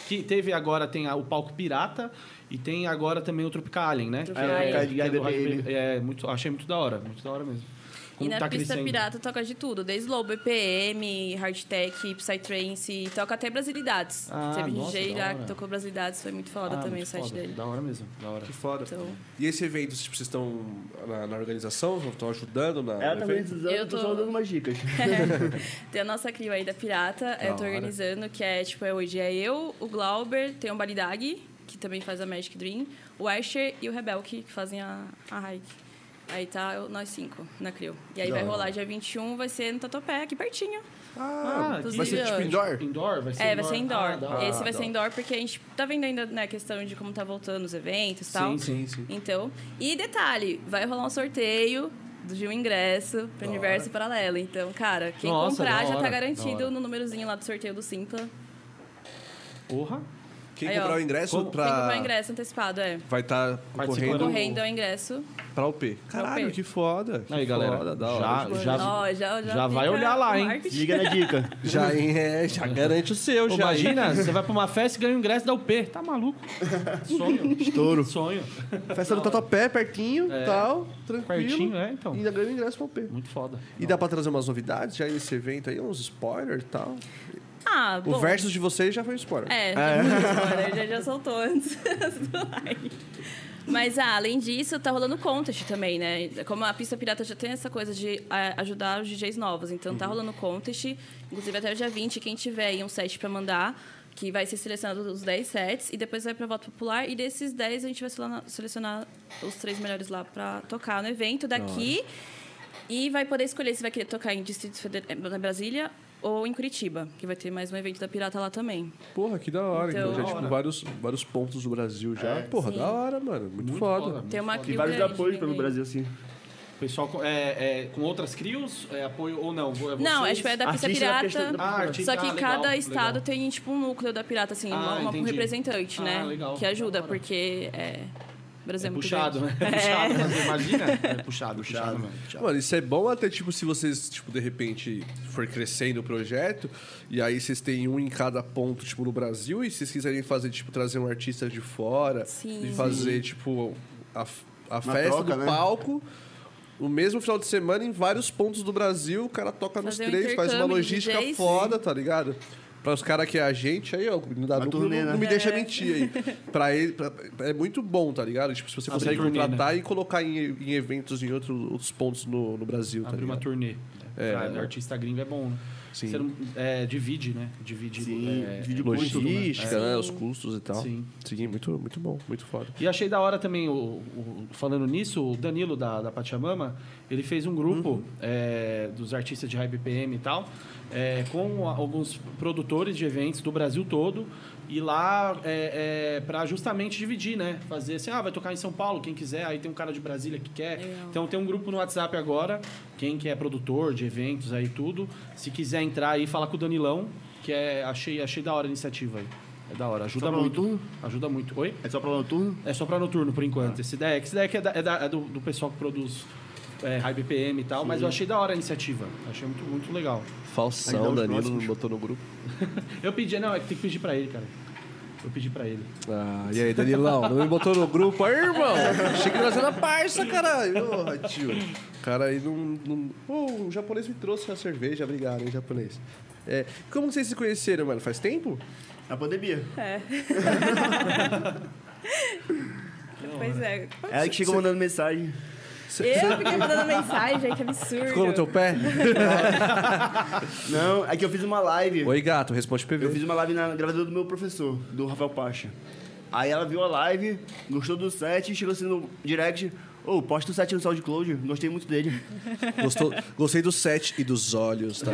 Que teve agora, tem a- o Palco Pirata e tem agora também o Tropical Alien, né?
Tropical Alien.
Tropical Alien,
que é do
IDPM.
Rádio- é, muito, achei muito da hora, muito da hora mesmo.
E
Como
na
tá
pista
crescendo.
pirata toca de tudo, desde low BPM, hardtech, psytrance, toca até brasilidades.
Ah,
Teve
nossa,
DJ
da
lá
hora.
que tocou brasilidades, foi muito foda
Ah,
também
muito
o site
foda,
dele.
Da hora mesmo, da hora.
Que foda.
Então,
E esse evento, tipo, vocês estão na, na organização? Estão ajudando na,
Ela
no
tá me
evento?
dizendo,
Eu
eu tô
tô-
só dando umas dicas.
tem a nossa crio aí da Pirata, eu tô
hora.
organizando, que é tipo, é hoje é eu, o Glauber, tem o Balidag, que também faz a Magic Dream, o Asher e o Rebel, que, que fazem a, a hike. Aí tá eu- nós cinco na Crio. E aí
Da
vai
hora.
rolar dia 21, vai ser no Tatuapé, aqui pertinho.
Ah,
inclusive,
Vai
vai ser
ser tipo
eu-
indoor?
indoor? Vai ser
É, vai ser
Ah,
indoor.
da hora.
Esse vai
da
ser
hora.
indoor porque a gente tá vendo ainda né, a questão de como tá voltando os eventos e tal.
Sim, sim, sim.
Então, e detalhe, vai rolar um sorteio do- de um ingresso pro Universo Paralelo. Então, cara, quem
Nossa,
comprar
da
já
hora,
tá
da hora.
garantido no númerozinho lá do sorteio do Simpla.
Porra.
Quem
Aí, ó.
comprar o ingresso
Como-
pra...
Quem comprar ingresso antecipado, é.
vai estar
Participando.
correndo
Correndo é o ingresso.
pra UP. Caralho,
UP.
que foda. que
Aí, galera,
foda, da
já-
hora.
já-
Ó, já, já,
já vai
fica
olhar lá,
o
hein?
marketing.
Liga na dica.
Já, é, já garante o seu,
Pô,
já. hein?
imagina, você vai pra uma festa e ganha um ingresso da UP. Tá maluco? Sonho.
Estouro.
Sonho.
Festa do Tatuapé, pertinho,
É.
tal, tranquilo.
Pertinho, é, então.
E ainda ganha o ingresso pra UP.
Muito foda.
E dá pra trazer umas novidades já nesse evento aí, uns spoilers e tal.
Ah, bom.
O versus de vocês já foi um spoiler.
É, é. muito spoiler, já, já soltou antes do live. Mas ah, além disso, tá rolando contest também, né? Como a pista pirata já tem essa coisa de ah, ajudar os DJs novos, então tá rolando contest. Inclusive até o dia 20, quem tiver aí um set pra mandar, que vai ser selecionado os 10 sets e depois vai pra voto popular. E desses 10 a gente vai selena- selecionar os três melhores lá pra tocar no evento daqui. E vai poder escolher se vai querer tocar em Distrito Federal, na Brasília ou em Curitiba, que vai ter mais um evento da Pirata lá também.
Porra, que da hora. Então,
Então-
já,
Da
tipo,
hora.
vários, vários pontos do Brasil já.
É,
Porra,
sim.
da hora, mano. Muito, foda.
Tem uma
foda.
Tem
crio
vários
grande
apoios pelo
também.
Brasil, assim.
O pessoal co- é, é, com outras crios, é apoio ou não? Vo- é
Não,
vocês?
acho que é da pista
Artista da
pirata.
pista- da
Ah, artista.
Só que
Ah,
cada
legal,
estado
legal.
tem tipo um núcleo da pirata, assim,
Ah,
uma, uma- um
entendi.
representante,
Ah,
né?
legal.
Que
Da
ajuda,
hora.
porque é. o
É
Brasil é, muito
puxado, né?
grande.
É puxado, mas imagina. É puxado, puxado, mano.
Mano, isso é bom até, tipo, se vocês, tipo, de repente for crescendo o projeto, e aí vocês têm um em cada ponto, tipo, no Brasil, e se vocês quiserem fazer, tipo, trazer um artista de fora,
Sim.
e fazer, tipo, a, a festa
troca,
do
né?
palco, o mesmo final de semana, em vários pontos do Brasil, o cara toca
Fazer um
nos três, faz uma
intercâmbio de
logística
DJs,
foda, tá ligado? Pra os caras que é a gente, aí, ó, não dá
Uma
lucro,
turnê,
não,
né?
não me deixa
É.
mentir aí. Pra ele, pra- é muito bom, tá ligado? Tipo, se
Ah,
você
Abrir
consegue
turnê, né?
contratar e colocar em, em eventos em outro- outros pontos no, no Brasil, tá
Abrir uma
ligado?
turnê.
É,
Pra
né?
Artista gringo é bom, né?
Sim.
Você não- é, divide, né? Divide.
Sim,
é,
divide
é,
custo, né?
Logística, né? Os custos e tal.
Sim.
Sim, muito, muito bom, muito foda.
E achei da hora também, o, o- falando nisso, o Danilo da, da Pachamama, ele fez um grupo é, dos artistas de High BPM e tal, é, com a- alguns produtores de eventos do Brasil todo, e lá é, para justamente dividir, né? Fazer assim, ah, vai tocar em São Paulo, quem quiser, aí tem um cara de Brasília que quer.
Legal.
Então tem um grupo no WhatsApp agora, quem que é produtor de eventos aí tudo, se quiser entrar aí, fala com o Danilão, que é, achei, achei da hora a iniciativa aí. É da hora, ajuda
pra
muito.
noturno?
Ajuda muito. Oi?
É só pra noturno?
É só pra noturno, por enquanto. Esse deck, esse deck é, da- é da- é do, do pessoal que produz é, High BPM e tal, mas eu achei da hora a iniciativa. Achei muito, muito legal.
Falsão,
é
Aí dá os
Danilo
próximos.
não botou no grupo.
Eu pedi, não, é que tem que pedir pra ele, cara. Eu pedi pra ele.
Ah, e aí, Danilão? Não me botou no grupo aí, irmão? Achei que nós era parça, caralho. Ô, tio. Cara, aí não... não... Pô, o japonês me trouxe a cerveja, obrigado, hein, japonês. É, como que vocês se conheceram, mano? Faz tempo?
Na pandemia.
né?
Pois é.
Ela que chegou mandando mensagem.
Eu fiquei mandando mensagem, que absurdo.
Ficou no teu pé?
Não, é que eu fiz uma live.
Oi, gato, responde PV.
Eu fiz uma live na gravadora do meu professor, do Rafael Pacha. Aí ela viu a live, gostou do set, chegou assim no direct. Ô, posta o set no SoundCloud, gostei muito dele.
Gostou- gostei do set e dos olhos, tá?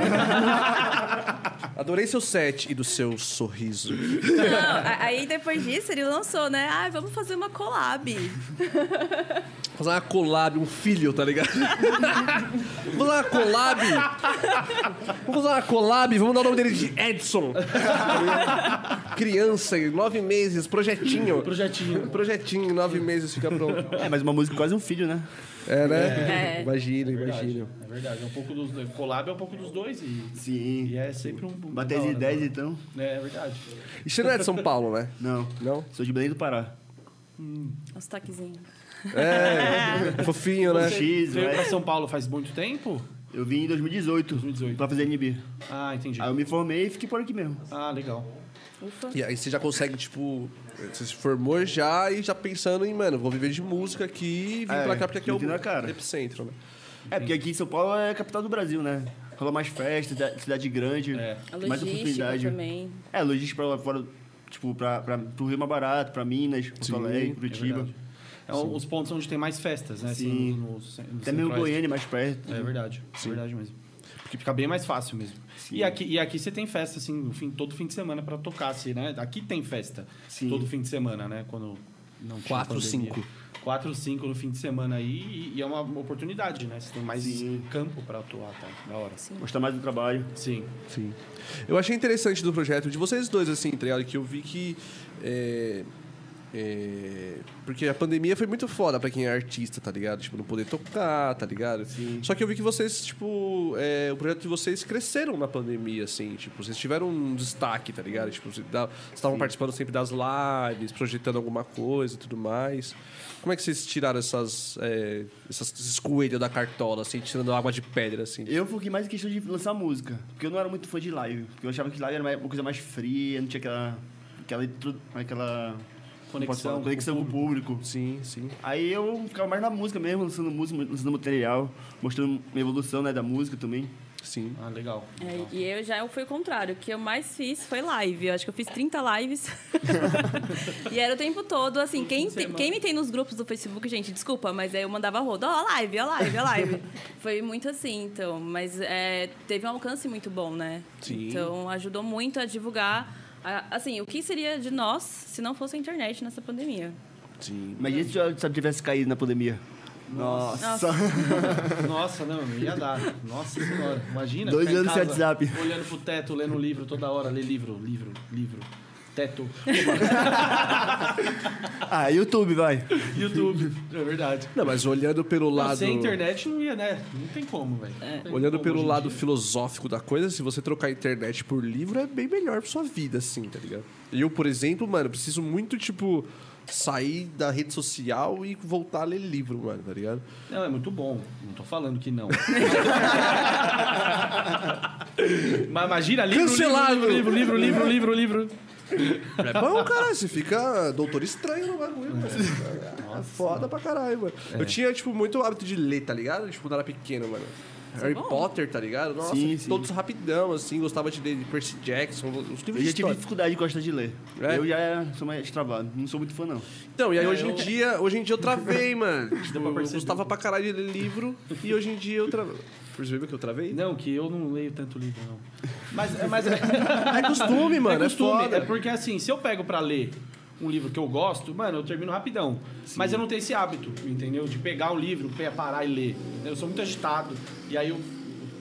Adorei seu set e do seu sorriso.
Não, a- aí depois disso ele lançou, né? Ah, vamos fazer uma collab.
Fazer uma collab, um filho, tá ligado? vamos lá, collab! Vamos lá, collab, vamos dar o nome dele de Edson. Criança, nove meses, projetinho.
Projetinho.
Projetinho, nove meses, fica pronto.
É, mas uma música quase um filho, né?
É, né?
É.
Imagina,
Verdade,
imagina.
é verdade. É um pouco dos dois. Collab é um pouco dos dois e, e
Sim.
é sempre um. um
Bater
da
as
hora,
ideias,
né?
então?
É, é verdade.
E você não é de São Paulo, né?
Não.
Não?
Sou de Belém do Pará.
Os toquezinhos.
É, fofinho, né?
X,
Veio pra
velho.
São Paulo faz muito tempo?
Eu vim em 2018,
2018.
pra fazer NB.
Ah, entendi.
Aí eu me formei e fiquei por aqui mesmo.
Ah, legal.
Ufa.
E aí você já consegue, tipo, você se formou já e já pensando em, mano, vou viver de música aqui e vim
É,
pra cá porque aqui é o
meti na cara.
epicentro, né?
É, porque aqui em São Paulo é a capital do Brasil, né? Rola mais festas, cidade, cidade grande,
É.
A
tem mais
logística
oportunidade.
também.
É, logística pra lá fora, tipo, pra, pra, pro Rio é mais barato, pra Minas, Porto Alegre, Curitiba.
verdade. É um- os pontos onde tem mais festas, né?
Sim.
no- no cen- no
Até mesmo
centro-oeste.
Goiânia mais perto.
É verdade, é verdade mesmo. Porque fica bem mais fácil mesmo.
Sim.
E aqui, e aqui você tem festa, assim, no fim- todo fim de semana pra tocar, assim, né? Aqui tem festa
Sim.
todo fim de semana, né? Quando não tinha
Quatro,
pandemia.
cinco.
Quatro, cinco no fim de semana aí e, e é uma oportunidade, né? Você tem mais
Sim.
campo pra atuar, tá? Da hora. Sim.
Gostar mais do trabalho.
Sim. Eu achei interessante do projeto de vocês dois, assim, tá ligado? Que eu vi que. é, é, porque a pandemia foi muito foda pra quem é artista, tá ligado? Tipo, não poder tocar, tá ligado? Só que eu vi que vocês, tipo, é, o projeto de vocês cresceram na pandemia, assim, tipo, vocês tiveram um destaque, tá ligado? Tipo, vocês dá- vocês estavam participando sempre das lives, projetando alguma coisa e tudo mais. Como é que vocês tiraram essas, é, essas, esses coelhos da cartola, assim, tirando água de pedra, assim?
Eu foquei mais em questão de lançar música, porque eu não era muito fã de live. Porque eu achava que live era mais- uma coisa mais fria, não tinha aquela. aquela. intro- aquela como posso
Conexão
falar?
com o
conexão com o público.
Sim, sim.
Aí eu ficava mais na música mesmo, lançando música, lançando material, mostrando a evolução né, da música também.
Sim.
Ah, legal. legal.
É, e eu já fui o contrário. O que eu mais fiz foi live. Eu acho que eu fiz 30 lives. e era o tempo todo, assim, quem, te- quem me tem nos grupos do Facebook, gente, desculpa, mas aí eu mandava roda, ó, live, ó, live, ó, live. foi muito assim, então. Mas é, teve um alcance muito bom, né?
Sim.
Então ajudou muito a divulgar. a- assim, o que seria de nós se não fosse a internet nessa pandemia?
Sim.
Imagina se eu sabe, tivesse caído na pandemia. Nossa.
Nossa, não, não ia dar. Nossa senhora. Imagina.
Dois
ficar em
anos sem
casa,
WhatsApp.
Olhando pro teto, lendo um livro toda hora. Lê livro, livro, livro. Teto.
Ah, YouTube, vai.
YouTube. É verdade.
Não, mas olhando pelo
Não,
lado. É.
Sem internet não ia, né? Não tem como, velho. Não tem
Olhando
como
pelo
hoje em
lado
dia.
filosófico da coisa, se você trocar a internet por livro, é bem melhor pra sua vida, assim, tá ligado? Eu, por exemplo, mano, preciso muito, tipo, sair da rede social e voltar a ler livro, mano, tá ligado?
Não, é muito bom. Não tô falando que não. Mas imagina, livro,
Cancelável.
livro, livro, livro, livro, livro, livro.
É bom, caralho, você fica doutor estranho no bagulho, mano. É, foda pra caralho, mano.
É.
Eu tinha, tipo, muito hábito de ler, tá ligado? Tipo, quando era pequeno, mano.
é
Harry Potter, tá ligado? Nossa,
Sim, sim.
todos rapidão, assim, gostava de ler de Percy Jackson, os
Eu
livros de
já tive
história.
dificuldade de gostar de ler.
É?
Eu já sou mais travado, não sou muito fã, não.
Então, e aí
É,
hoje em
eu-
dia, hoje em dia eu travei, mano. Tipo,
pra
eu
perceber.
gostava pra caralho de ler livro e hoje em dia eu travei. Percebeu que eu travei?
Não, que eu não leio tanto livro, não. Mas, mas
É costume, mano. É,
costume,
foda.
é porque assim, se eu pego pra ler um livro que eu gosto, mano, eu termino rapidão. Mas eu não tenho esse hábito, entendeu? De pegar um livro, pe- parar e ler. Eu sou muito agitado. E aí eu,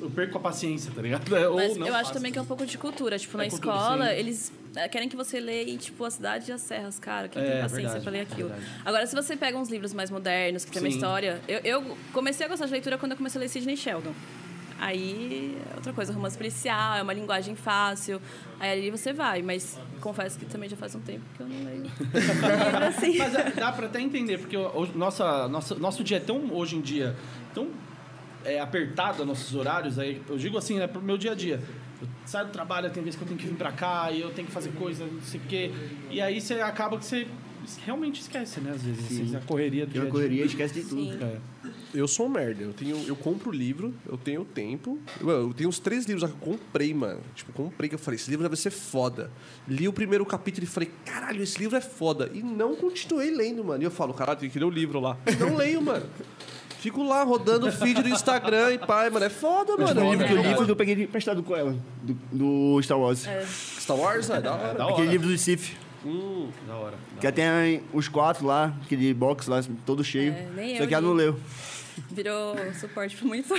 eu perco a paciência, tá ligado? Ou
Mas
não
eu acho
faço.
também que é um pouco de cultura. Tipo, na
É cultura,
escola,
sim.
eles eh, querem que você lê e, tipo, a cidade e as serras, cara. Quem
É,
tem paciência
verdade,
pra ler aquilo.
verdade.
Agora, se você pega uns livros mais modernos, que tem uma
Sim.
história. Eu, eu comecei a gostar de leitura quando eu comecei a ler Sidney Sheldon. Aí, é outra coisa, romance policial, é uma linguagem fácil. Aí ali você vai, mas confesso que também já faz um tempo que eu não leio. livro assim.
Mas é, dá pra até entender, porque o- o- nossa, nossa, nosso dia é tão, hoje em dia, tão é, apertado nossos horários, aí eu digo assim, né, pro meu dia a dia. Eu saio do trabalho, tem vezes que eu tenho que vir pra cá, e eu tenho que fazer coisa, não sei o quê. E aí você acaba que você es- realmente esquece, né, às vezes, assim, a correria do
Porque
dia a
uma
dia.
correria esquece de tudo.
Sim.
É.
eu sou um merda. Eu, tenho, eu compro o livro, eu tenho tempo. Eu, eu tenho uns três livros lá que eu comprei, mano. Tipo, comprei que eu falei, esse livro vai ser foda. Li o primeiro capítulo e falei, caralho, esse livro é foda. E não continuei lendo, mano. E eu falo, caralho, tem que ler o livro lá. Não leio, mano. Fico lá rodando o feed do Instagram e pai, mano. É fooda, mano.
O um livro que eu li
Foda.
foi que eu peguei emprestado com ela, do, do Star Wars.
É,
Star Wars, é da hora.
Da hora, Hum,
Aquele livro do Sif.
da hora.
Que ela tem os quatro lá, aquele box lá, todo cheio.
É, nem
só
eu
que ela
li.
não leu.
Virou suporte pro monitor.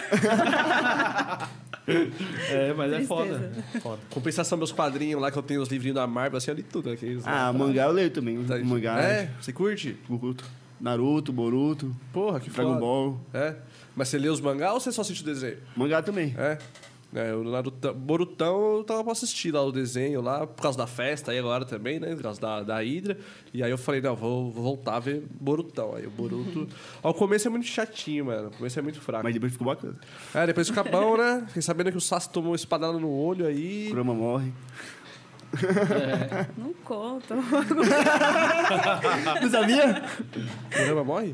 É, mas é foda.
Tristeza.
foda.
Compensação meus quadrinhos lá que eu tenho os livrinhos da Marvel, assim, eu li tudo. Aqueles, né?
Ah, mangá eu leio também.
Tá,
mangá. né?
É, você curte?
Boruto. Naruto, Boruto,
Porra, que
Dragon
foda.
Ball.
É. Mas você lê os mangá ou você só assiste o desenho?
Mangá também.
É. É, o Narutão, Borutão eu tava pra assistir lá o desenho lá, por causa da festa aí agora também, né? Por causa da, da Hydra. E aí eu falei, não, vou, vou voltar a ver Borutão. Aí o Boruto. Ao começo é muito chatinho, mano. O começo é muito fraco.
Mas depois ficou bacana.
É, depois fica bom, né? Fiquei sabendo que o Sasuke tomou uma espadada no olho aí.
Kurama morre.
Não conta.
Não sabia?
Kurama morre?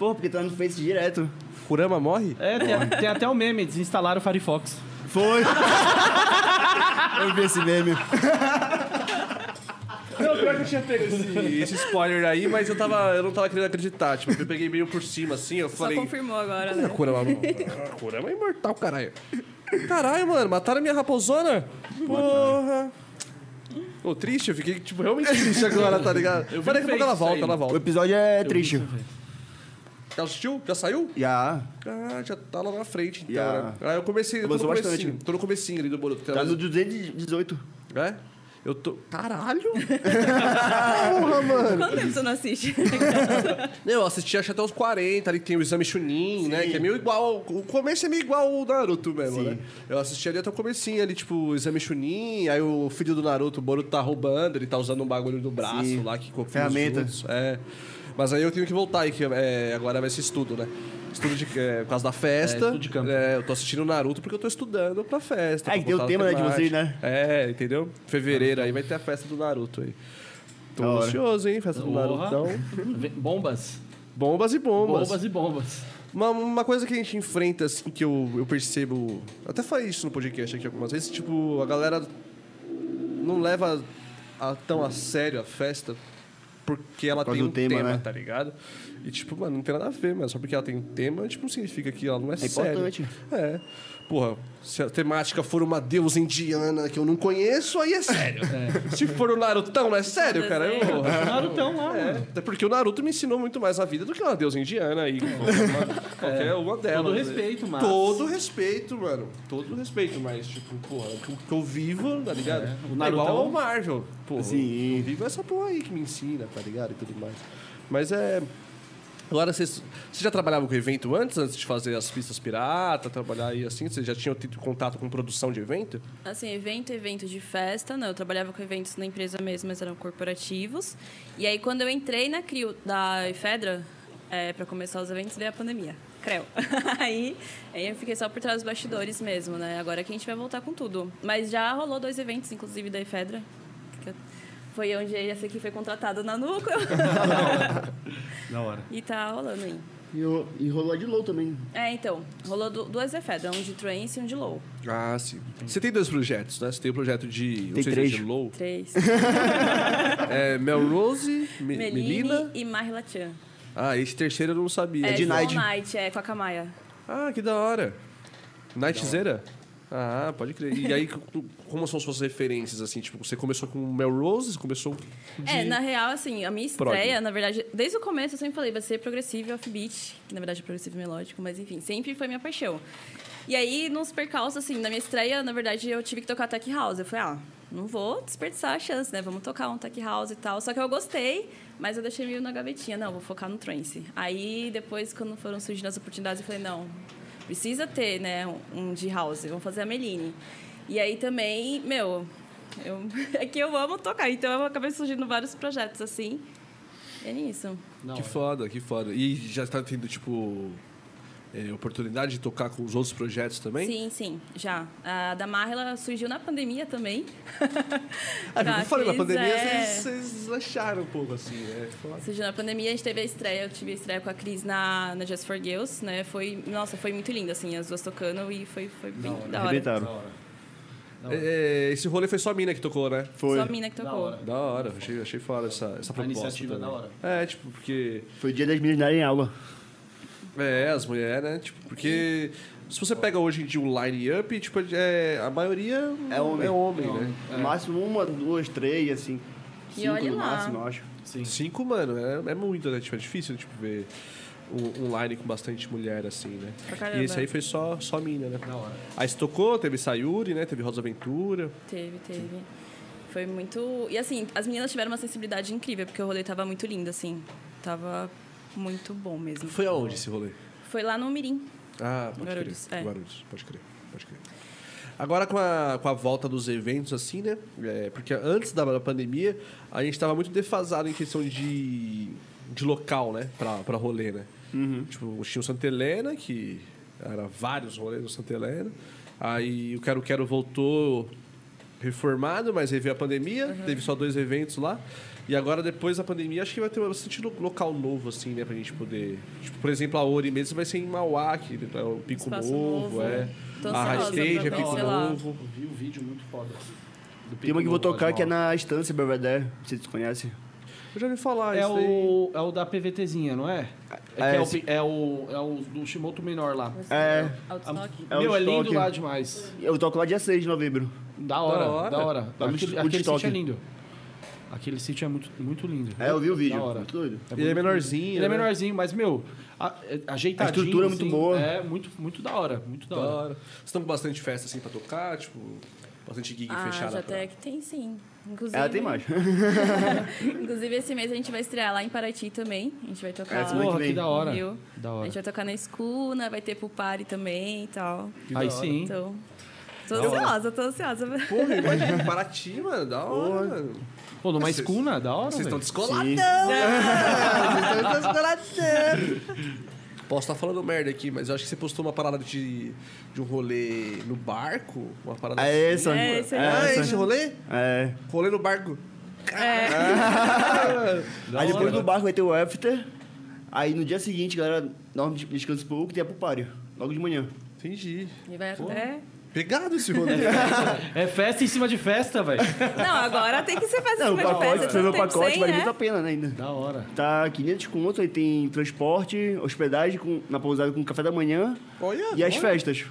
Pô, porque tá no Face direto.
Kurama morre?
É, tem, tem até o meme, desinstalaram o Firefox.
Foi. eu vi esse meme.
Não, pior que eu tinha pego esse, esse spoiler aí, mas eu, tava, eu não tava querendo acreditar. Tipo, eu peguei meio por cima assim, eu
Só
falei.
confirmou agora, né?
A Kurama, a Kurama é imortal, caralho. Caralho, mano, mataram minha raposona? Porra. Ô, triste, eu fiquei, tipo, realmente triste agora, tá ligado? Eu
vi
Falei que
no
pouco ela
Face
volta,
isso aí.
ela
O
volta.
episódio é triste.
Já assistiu? Já saiu?
Já.
Ah, já tá lá na frente, então,
Yeah.
né? Aí eu comecei, tô no
Avançou bastante.
comecinho, tô no comecinho ali do Boruto.
Tá no 218.
É? Eu tô... Caralho!
Quanto tempo você não assiste?
Eu assisti, acho até os 40, ali tem o Exame Chunin, né? Que é meio igual... ao- O começo é meio igual o Naruto mesmo,
Sim.
né? Eu assisti ali até o comecinho, ali, tipo, o Exame Chunin, aí o filho do Naruto, o Boruto, tá roubando, ele tá usando um bagulho do braço
Sim.
lá que copia os
Ferramenta.
outros. É. Mas aí eu tenho que voltar aí, que é, agora vai ser estudo, né? Estudo de, é, por causa da festa.
É, estudo de campo.
É, eu tô assistindo o Naruto porque eu tô estudando pra festa.
Ah,
pra
que tem o
botar na
tema, né, de
temática.
vocês, né? Ah, então.
É, entendeu? Fevereiro aí vai ter a festa do Naruto aí. Tô
Da hora.
ansioso, hein? Festa do
Porra.
Narutão.
Vem- Bombas.
Bombas e bombas.
Bombas e bombas.
Uma, uma coisa que a gente enfrenta, assim, que eu, eu percebo. eu Até falei isso no podcast aqui algumas vezes, tipo, a galera não leva a- tão a sério a festa porque ela
causa
tem um
do tema,
tema,
né?
tá ligado? E tipo, mano, não tem nada a ver, mano. Só porque ela tem um tema, tipo, não significa que ela não é,
É
séria.
importante.
É. Porra, se a temática for uma deusa indiana que eu não conheço, aí é sério. Se for o Narutão, não é sério, cara. Eu,
Desenho.
Narutão lá,
é,
mano.
até porque o Naruto me ensinou muito mais a vida do que uma deusa indiana e qualquer uma, qualquer uma delas.
É, Todo
né?
respeito, mas...
Todo respeito, mano. Todo respeito, mas, tipo, porra, o que eu vivo, tá ligado?
o
É
Naruto
igual
é um-
ao Marvel. Porra,
Sim.
eu vivo essa porra aí que me ensina, tá ligado? E tudo mais. Mas é. Agora, vocês vocês já trabalhavam com evento antes, antes de fazer as pistas pirata, trabalhar aí assim? Vocês já tinham tido contato com produção de evento?
Assim, evento, evento de festa, não. Eu trabalhava com eventos na empresa mesmo, mas eram corporativos. E aí, quando eu entrei na CRIO da Efedra, é, para começar os eventos, veio a pandemia. Creu. aí, aí eu fiquei só por trás dos bastidores mesmo, né? Agora que a gente vai voltar com tudo. Mas já rolou dois eventos, inclusive, da Efedra. que eu- Foi onde essa aqui foi contratada na Núcleo.
Da hora.
e tá rolando aí.
E, ro- e rolou a de LOL também.
É, então, rolou du- duas Efedra, um de Truense e um de Low.
Ah, sim. Você tem dois projetos, né? Você tem o projeto de. não sei
Tem
se é
três.
de Low.
Três.
É, Melrose, Me-
Meline
Melina.
e Marla Chan.
Ah, esse terceiro eu não sabia.
É,
de
Slow
Night.
Night, é, com a Camaya.
Ah, que da hora. Nightzeira? Ah, pode crer. E aí, co- co- como são suas referências, assim? Tipo, você começou com Melrose, você começou de...
É, na real, assim, a minha
Prog.
estreia, na verdade, desde o começo eu sempre falei, vai ser progressivo e offbeat, que na verdade é progressivo e melódico, mas enfim, sempre foi minha paixão. E aí, nos percalços, assim, na minha estreia, na verdade, eu tive que tocar tech house. Eu falei, ah, não vou desperdiçar a chance, né? Vamos tocar um tech house e tal. Só que eu gostei, mas eu deixei meio na gavetinha. Não, vou focar no trance. Aí, depois, quando foram surgindo as oportunidades, eu falei, não, precisa ter, né, um- um de house. Vamos fazer a Meline. E aí também, meu, eu, é que eu amo tocar, então eu acabei surgindo vários projetos assim. É isso.
Que foda, que foda. E já tá tendo, tipo... é, oportunidade de tocar com os outros projetos também?
Sim, sim, já. A da Marra, ela surgiu na pandemia também.
Ah, como eu falei, na
Cris,
pandemia
é.
vocês, vocês acharam um pouco assim, né? Falaram,
Surgiu na pandemia, a gente teve a estreia, eu tive a estreia com a Cris na, na Just for Girls, né? Foi, nossa, foi muito lindo, assim, as duas tocando e foi, foi bem da hora.
Arrebentaram.
É, é, esse rolê foi só a mina que tocou, né?
Foi.
Só a mina que
Da
tocou.
hora.
Da hora, achei, achei foda essa, essa proposta.
iniciativa
também.
da hora.
É, tipo, porque.
Foi o dia das meninas darem aula.
É, as mulheres, né? Tipo, porque. Se você pega hoje em dia um line-up, tipo, é, a maioria
É homem. é.
né?
No máximo uma, duas, três, assim. cinco
olhe
no
lá.
máximo, eu acho.
Sim.
Cinco, mano, é, é muito, né? Tipo, é difícil, tipo, ver um, um line com bastante mulher, assim, né?
Pra caramba.
E esse aí foi só, só mina, né?
Da hora.
Aí se tocou, teve Sayuri, né? Teve Rosa Aventura.
Teve, teve. Foi muito. E assim, as meninas tiveram uma sensibilidade incrível, porque o rolê tava muito lindo, assim. Tava muito bom mesmo.
Foi aonde esse rolê?
Foi lá no Mirim.
Ah, pode
Guarulhos,
crer.
é.
Guarulhos, pode crer, pode crer. Agora com a, com a volta dos eventos, assim, né? É, porque antes da da pandemia, a gente tava muito defasado em questão de, de local, né? Pra, pra rolê, né? Tipo, tinha o Santa Helena, que era vários rolês no Santa Helena. Aí o Quero Quero voltou reformado, mas aí veio a pandemia, teve só dois eventos lá. E agora, depois da pandemia, acho que vai ter bastante lo- local novo, assim, né? Pra gente poder... Tipo, por exemplo, a Ori mesmo vai ser em Mauá, que é o Pico
Espaço
Novo,
novo.
é.
Tô
a High
ansiosa pra
Stage é Pico
conhecer lá.
Novo.
Eu vi um vídeo muito foda. do
Tem uma que eu vou
Pico Novo,
tocar que é
Oswaldo.
na Estância Belvedere, se vocês conhecem.
Eu já ouvi falar
É
isso daí.
o, é o da PVTzinha, não é? É,
É
que é, o,
esse.
pi- é, o, é o do Shimoto menor lá.
É.
Autostock.
É o
Meu, é lindo
estoque.
lá demais.
Eu toco lá dia 6 de novembro.
Da hora, da hora.
hora.
Lá no
Aquele,
Wood-
aquele
Woodstock.
sítio é lindo. Aquele sítio é muito, muito lindo.
É, eu vi o vídeo.
Da hora.
Muito doido.
Ele é menorzinho,
Ele é
né?
menorzinho, mas, meu, a, é- ajeitadinho.
A estrutura é muito
assim,
boa.
É, muito, muito da hora. Muito da
Da
hora.
hora. Vocês estão com bastante festa, assim, pra tocar? Tipo, bastante gig
Ah,
fechada?
já
pra-
até que tem sim. Inclusive,
Ela tem mais.
Inclusive, esse mês a gente vai estrear lá em Paraty também. A gente vai tocar
É,
lá.
semana que
Porra, que
vem.
da hora.
Viu?
Da
A
hora.
gente vai tocar na Escuna, vai ter pro Party também e tal.
Aí sim.
Então. Tô ansiosa, tô ansiosa.
Porra, imagina, Paraty, mano, da hora, mano.
Pô, numa escuna, da hora,
Vocês estão
velho.
descolados. Posso estar falando merda aqui, mas eu acho que você postou uma parada de, de um rolê no barco. Uma parada
É essa.
É, esse aí.
Ah,
essa.
esse rolê?
É.
Rolê no barco.
Aí depois do barco vai ter o after. Aí no dia seguinte, galera, dorme, des- descansa um pouco e tem a pro páreo. Logo de manhã.
Entendi.
E vai até.
Pegado esse rolê.
É festa em cima de festa, velho.
Não, agora tem que ser fazer
Não, o
cima de
pacote,
festa.
você vê o
tanto tempo
pacote,
sem,
vale
né?
muito a pena né, ainda.
Da hora.
Tá 500 conto, aí tem transporte, hospedagem com- na pousada com café da manhã
Olha,
e as
olha.
festas.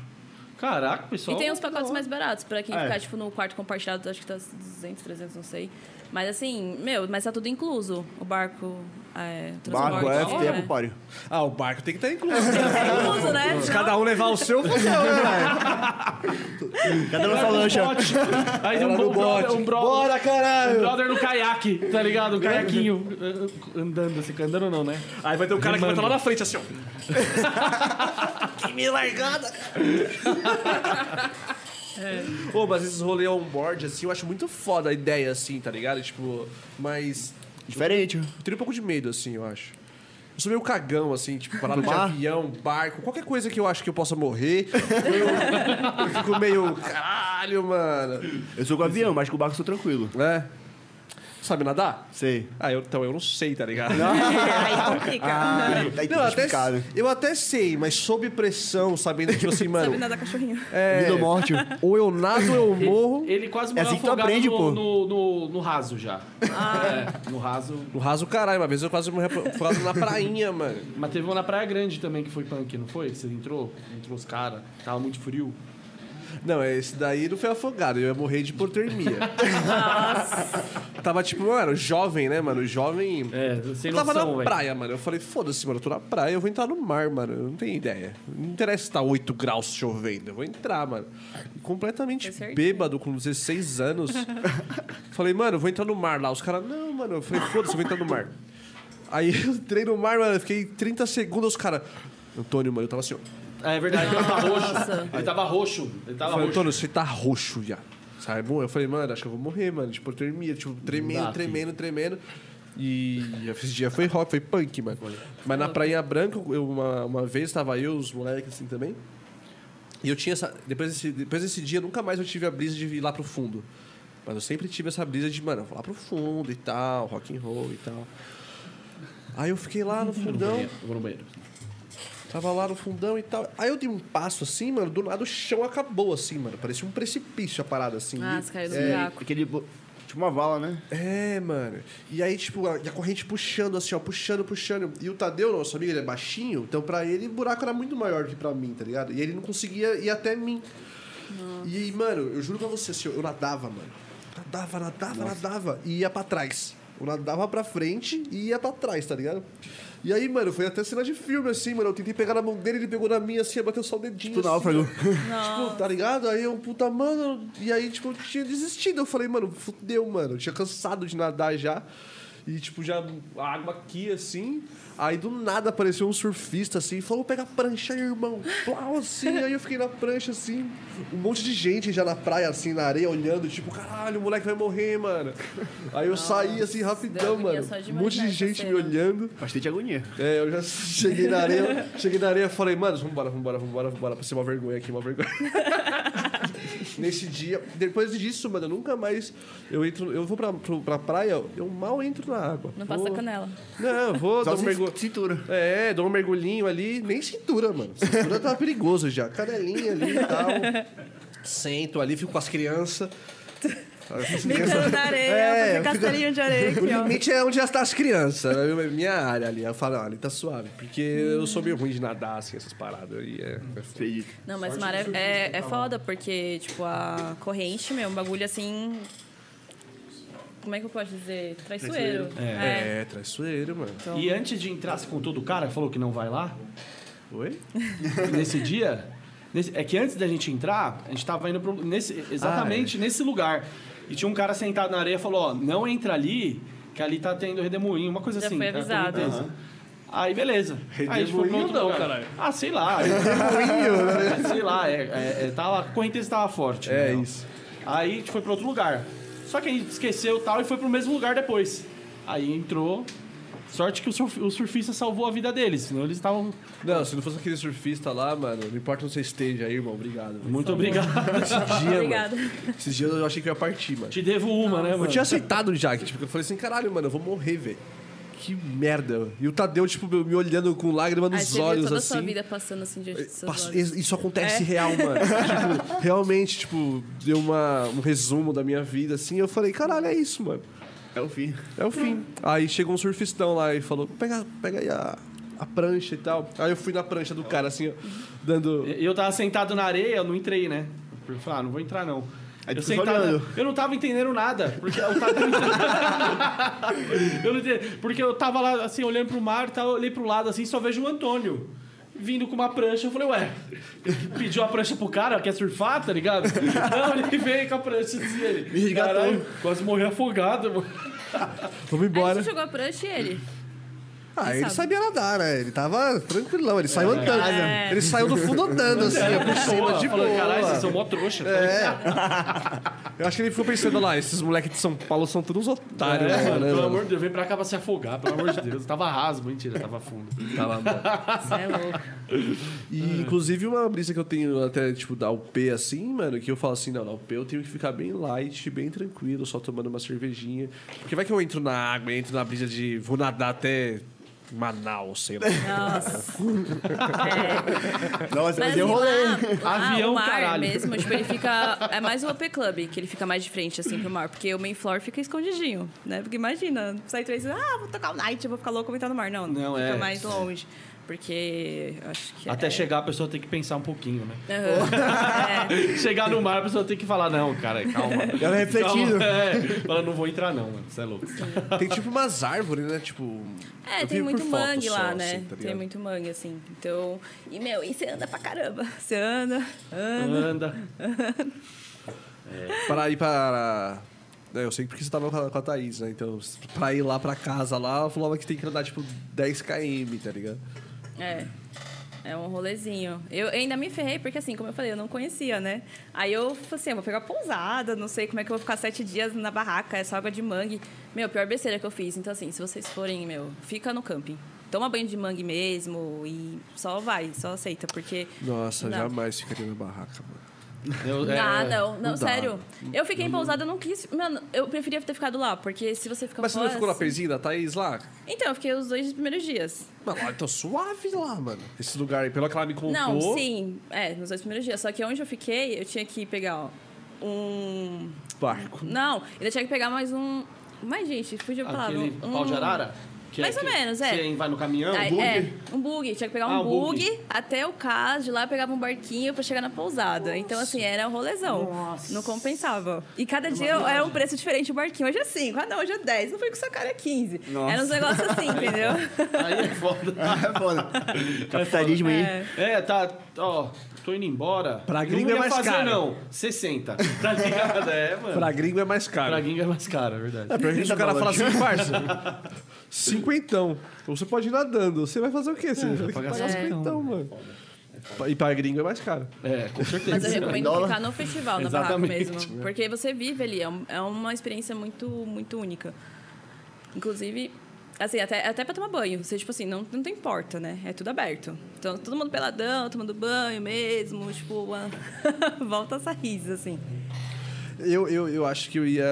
Caraca,
E
pessoal.
tem uns pacotes mais baratos, pra quem
É.
ficar, tipo, no quarto compartilhado, acho que tá 200, 300, não sei. Mas assim, meu, mas tá tudo incluso. O barco, é, o transporte.
Barco, after e a
é.
pro páreo.
Ah, o barco tem que estar incluso.
Tá incluso, né?
Cada um levar o seu função, né, velho?
Cadê nossa um lancha?
Bote. Aí
Ela
um,
no
um brother,
bote.
um bro-
Bora,
um
caralho!
brother no caiaque, tá ligado? Um caiaquinho eh, andando, assim, andando não, né?
Aí vai ter um cara que vai estar lá na frente, assim, ó. Pô, É. mas esses rolês on-board, assim, eu acho muito foda a ideia, assim, tá ligado? Tipo, mas
Diferente.
Eu teria um pouco de medo, assim, eu acho. Eu sou meio cagão, assim, tipo, parada de
mar?
avião, barco, qualquer coisa que eu acho que eu possa morrer. Eu, eu fico meio. Caralho, mano.
Eu sou com avião, mas com o barco eu sou tranquilo.
Né? Sabe nadar?
Sei.
Ah, eu, então eu não sei, tá ligado?
Aí complica.
Tá
Ah, Não, eu até,
explicado.
eu até sei, mas sob pressão, sabendo que, tipo assim, mano.
Sabe nadar cachorrinho.
é,
Vida ou morte.
ou eu nado ou eu morro.
Ele quase
É
morreu
assim que tu
afogado
aprende,
no,
pô.
no, no, no raso já.
Ah.
É, no raso.
No raso, caralho, uma vez eu quase morri afogado na prainha, mano.
Mas teve uma na Praia Grande também que foi punk, não foi? Você entrou? Entrou os caras, tava muito frio.
Não, esse daí não foi afogado, eu ia morrer de hipotermia. Tava tipo, mano, jovem, né, mano? Jovem.
É, sem
eu tava
noção,
na
velho.
praia, mano. Eu falei, foda-se, mano, eu tô na praia, eu vou entrar no mar, mano. Eu não tenho ideia. Não interessa se tá 8 graus chovendo, eu vou entrar, mano. E completamente
Com certeza.
bêbado, com 16 anos. falei, mano, eu vou entrar no mar lá. Os caras, não, mano. Eu falei, foda-se, eu vou entrar no mar. Aí eu entrei no mar, mano, eu fiquei 30 segundos, os caras. Antônio, mano, eu tava assim, ó.
É, é verdade, ele tava roxo.
Nossa.
Ele tava roxo. Ele
Eu
tava
falei,
roxo.
Antônio, você tá roxo, já. Sabe? Bom, eu falei, mano, acho que eu vou morrer, mano. Tipo, eu tremia, tipo, tremendo,
dá,
tremendo, tremendo. E esse dia foi rock, foi punk, mano. Mas na Prainha Branca, eu- uma, uma vez tava eu, os moleques assim também. E eu tinha essa. Depois desse, depois desse dia, nunca mais eu tive a brisa de ir lá pro fundo. Mas eu sempre tive essa brisa de, mano, eu vou lá pro fundo e tal, rock and roll e tal. Aí eu fiquei lá no fundão.
Eu vou no banheiro.
Tava lá no fundão e tal. Aí eu dei um passo assim, mano, do nada o chão acabou assim, mano. Parecia um precipício a parada assim.
Ah, você caiu do
É,
buraco.
aquele... bo- Tipo uma vala, né?
É, mano. E aí, tipo, a, e a corrente puxando, assim, ó, puxando, puxando. E o Tadeu, nosso amigo, ele é baixinho, então pra ele o buraco era muito maior que pra mim, tá ligado? E ele não conseguia ir até mim. E, mano, eu juro pra você, assim, eu nadava, mano. Nadava, nadava, nadava. E ia pra trás. Eu nadava pra frente e ia pra trás, tá ligado? E aí, mano, foi até cena de filme, assim, mano. Eu tentei pegar na mão dele, ele pegou na minha, assim, bateu só o dedinho.
Tipo
assim,
náufrago.
Tipo, tá ligado? Aí eu, puta, mano. E aí, tipo, eu tinha desistido. Eu falei, mano, fudeu, mano. Eu tinha cansado de nadar já. E, tipo, já a água aqui, assim. Aí do nada apareceu um surfista assim e falou: pega a prancha aí, irmão. Plau, assim. aí eu fiquei na prancha, assim. Um monte de gente já na praia, assim, na areia, olhando, tipo, caralho, o moleque vai morrer, mano. Aí eu saí, assim,
deu
rapidão,
agonia
mano.
só de
Um monte
imaginar
de
essa
gente me
cena.
olhando.
Bastante agonia.
É, eu já cheguei na areia, cheguei na areia e falei, mano, vambora, vambora, vambora, vambora, pra ser uma vergonha aqui, uma vergonha. Nesse dia, depois disso, mano, eu nunca mais, eu entro, eu vou pra, pro- pra praia, eu mal entro na água.
Não passa é-
Vou-
canela.
Não, vou,
Só
dou um
se
mergulho.
cintura.
É, dou um mergulhinho ali, nem cintura, mano. Cintura tá perigoso já. Canelinha ali e tal. Sento ali, fico com as crianças.
Brincando na
É,
areia, fazer
eu fico-
castelinho de areia
O
aqui, ó.
limite é onde está as crianças, né? minha área ali. Eu falo, ah, ali tá suave, porque eu sou meio ruim de nadar, assim, essas paradas. E é, é foda.
Acredito.
Não, mas mar é,
tá
é, é foda, porque, tipo, a corrente, meu, um bagulho assim. Como é que eu posso dizer? Traiçoeiro. É. Então.
é traiçoeiro, mano.
E antes de entrar, você contou do cara, falou que não vai lá?
Oi?
nesse dia. nesse- é que antes da gente entrar, a gente tava indo pro, nesse, exatamente nesse lugar. E tinha um cara sentado na areia e falou: Ó, não entra ali, que ali tá tendo redemoinho, uma coisa
Já
assim.
foi
tá?
avisado.
Beleza. Aí, beleza. Aí a gente foi pro
Redemoinho
outro
não,
lugar.
caralho.
Ah, sei lá. Redemoinho, né? Sei lá, é, é, é, tava, a correnteza tava forte.
É
entendeu?
isso.
Aí a gente foi pra outro lugar. Só que a gente esqueceu e tal e foi pro mesmo lugar depois. Aí entrou. Sorte que o, surf, o surfista salvou a vida deles, senão eles estavam.
Não, se não fosse aquele surfista lá, mano, não importa onde você esteja aí, irmão, obrigado. velho.
Muito obrigado.
Esse dia,
Obrigada.
mano, esses dias eu achei que eu ia partir, mano.
Te devo uma, né, mano?
Eu tinha aceitado já, que, tipo, eu falei assim, caralho, mano, eu vou morrer, velho. Que merda. E o Tadeu, tipo, me olhando com lágrima
Aí
nos
você viu
olhos,
toda a
assim.
sua vida passando assim diante dos seus
Passa-
olhos.
is- Isso acontece real, mano. tipo, realmente, tipo, deu uma, um resumo da minha vida, assim. Eu falei, caralho, é isso, mano.
É o fim.
É o fim. Aí chegou um surfistão lá e falou, pega, pega aí a, a prancha e tal. Aí eu fui na prancha do cara, assim, ó, dando...
Eu tava sentado na areia, eu não entrei, né? Eu falei, ah, não vou entrar, não.
Aí
eu,
tu ficou
sentado-
olhando.
eu não tava entendendo nada, porque eu tava... eu não entendi, porque eu tava lá, assim, olhando pro mar, tal, eu olhei pro lado, assim, só vejo o Antônio vindo com uma prancha. Eu falei, ué, ele pediu a prancha pro cara, quer surfar, tá ligado? não, ele veio com a prancha, assim, ele...
Me resgatou.
Caralho, quase morri afogado, mano.
Vamos
Aí
embora.
você jogou Ah, a prancha e ele.
Ah, ele
sabe.
sabia nadar, né? Ele tava tranquilão, ele saiu andando.
É.
Ele saiu do fundo andando, assim, ó, por cima, de
Falando, caralho, vocês
boa.
são mó trouxa. tá
Eu acho que ele ficou pensando lá, esses moleques de São Paulo são todos otários,
É,
mano.
mano,
né,
pelo
mano?
amor de Deus, vem pra cá pra se afogar, pelo amor de Deus. Tava raso, mentira, tava fundo.
Cala a boca.
Você é louco.
E, inclusive, uma brisa que eu tenho até, tipo, da UP, assim, mano, que eu falo assim, não, na UP eu tenho que ficar bem light, bem tranquilo, só tomando uma cervejinha. Porque vai que eu entro na água, entro na brisa de vou nadar até Manaus, sei lá.
Nossa. É.
Nossa, mas é um eu
assim,
rolei.
lá- lá
Avião,
o mar
caralho.
mesmo, tipo, ele fica. É mais o OP Club, que ele fica mais de frente, assim, pro mar. Porque o main floor fica escondidinho, né? Porque imagina, sai três e ah, vou tocar o night, eu vou ficar louco, vou entrar no mar. Não,
Não,
fica
é.
mais longe. Porque. eu Acho que
Até
é-
chegar, a pessoa tem que pensar um pouquinho, né?
Aham. É.
Chegar no mar, a pessoa tem que falar, não, cara, calma.
Ela refletindo.
Calma. É, fala, não vou entrar não, mano, você é louco.
Tem, tipo, umas árvores, né? Tipo...
É,
eu vi
tem
por
muito
foto
mangue
só,
lá,
assim,
né?
tá
tem
ligado?
muito mangue, assim. Então. E, meu, e você anda pra caramba. Você anda, anda.
Anda.
Pra ir pra... É, eu sei porque você tava com a, com a Thaís, né? Então, pra ir lá pra casa, lá, eu falava que tem que andar, tipo, 10km, tá ligado?
É. É um rolezinho. Eu ainda me ferrei, porque assim, como eu falei, eu não conhecia, né? Aí eu falei assim, eu vou pegar pousada, não sei como é que eu vou ficar sete dias na barraca, essa água de mangue. Meu, a pior besteira que eu fiz. Então, assim, se vocês forem, meu, fica no camping. Toma banho de mangue mesmo e só vai, só aceita, porque.
Nossa,
não dá.
jamais ficaria na barraca, mano.
Eu- é,
Ah, não, não,
dá. Uhum.
sério. Eu fiquei em pousada, eu não quis. Mano, eu preferia ter ficado lá, porque se você fica
Mas você
fora,
não ficou na
assim-
pezinha da Thaís lá?
Então, eu fiquei os dois primeiros dias.
Mano, lá eu tô suave lá, mano.
Esse lugar aí, pelo que ela me contou.
Não, sim. É, nos dois primeiros dias. Só que onde eu fiquei, eu tinha que pegar, ó, um...
Barco.
Não, ainda tinha que pegar mais um... Mas, gente, fugiu a palavra.
aquele
um...
pau de arara?
Mais ou menos, é.
Você vai no caminhão,
Ah,
bug?
é, um bug. Tinha que pegar um,
Ah, um
bug,
bug.
até o caso. De lá eu pegava um barquinho pra chegar na pousada. Então, assim, era um rolezão. Não compensava. E cada dia era um preço diferente o barquinho. Hoje é 5, ah não, hoje é 10. Não foi com sua cara é 15.
Nossa.
Era uns negócios assim, entendeu?
Aí é foda.
É foda. Capitalismo aí.
É.
É, tá, ó, tô indo embora.
Pra
Não
gringo é
ia
mais
fazer,
caro.
não. 60. Tá ligado? É, mano.
Pra gringo é mais caro.
Pra gringo é mais caro, é verdade.
É, pra gente o cara fala
dólares.
assim, parça. Cinquentão. Então Você pode ir nadando. Você vai fazer o quê? Você vai
É, pagar
pagar cinquentão, mano. E pra gringo é mais caro.
É, com
Mas eu
certeza.
recomendo
Dólar.
ficar no festival, na barraca
Exatamente.
mesmo. Porque você vive ali, é um- é uma experiência muito, muito única. Inclusive, assim, até, até pra tomar banho. Você, tipo assim, não, não tem porta, né? É tudo aberto. Então, todo mundo peladão, tomando banho mesmo, tipo, uma... volta essa risa, assim.
Eu, eu, eu acho que eu ia.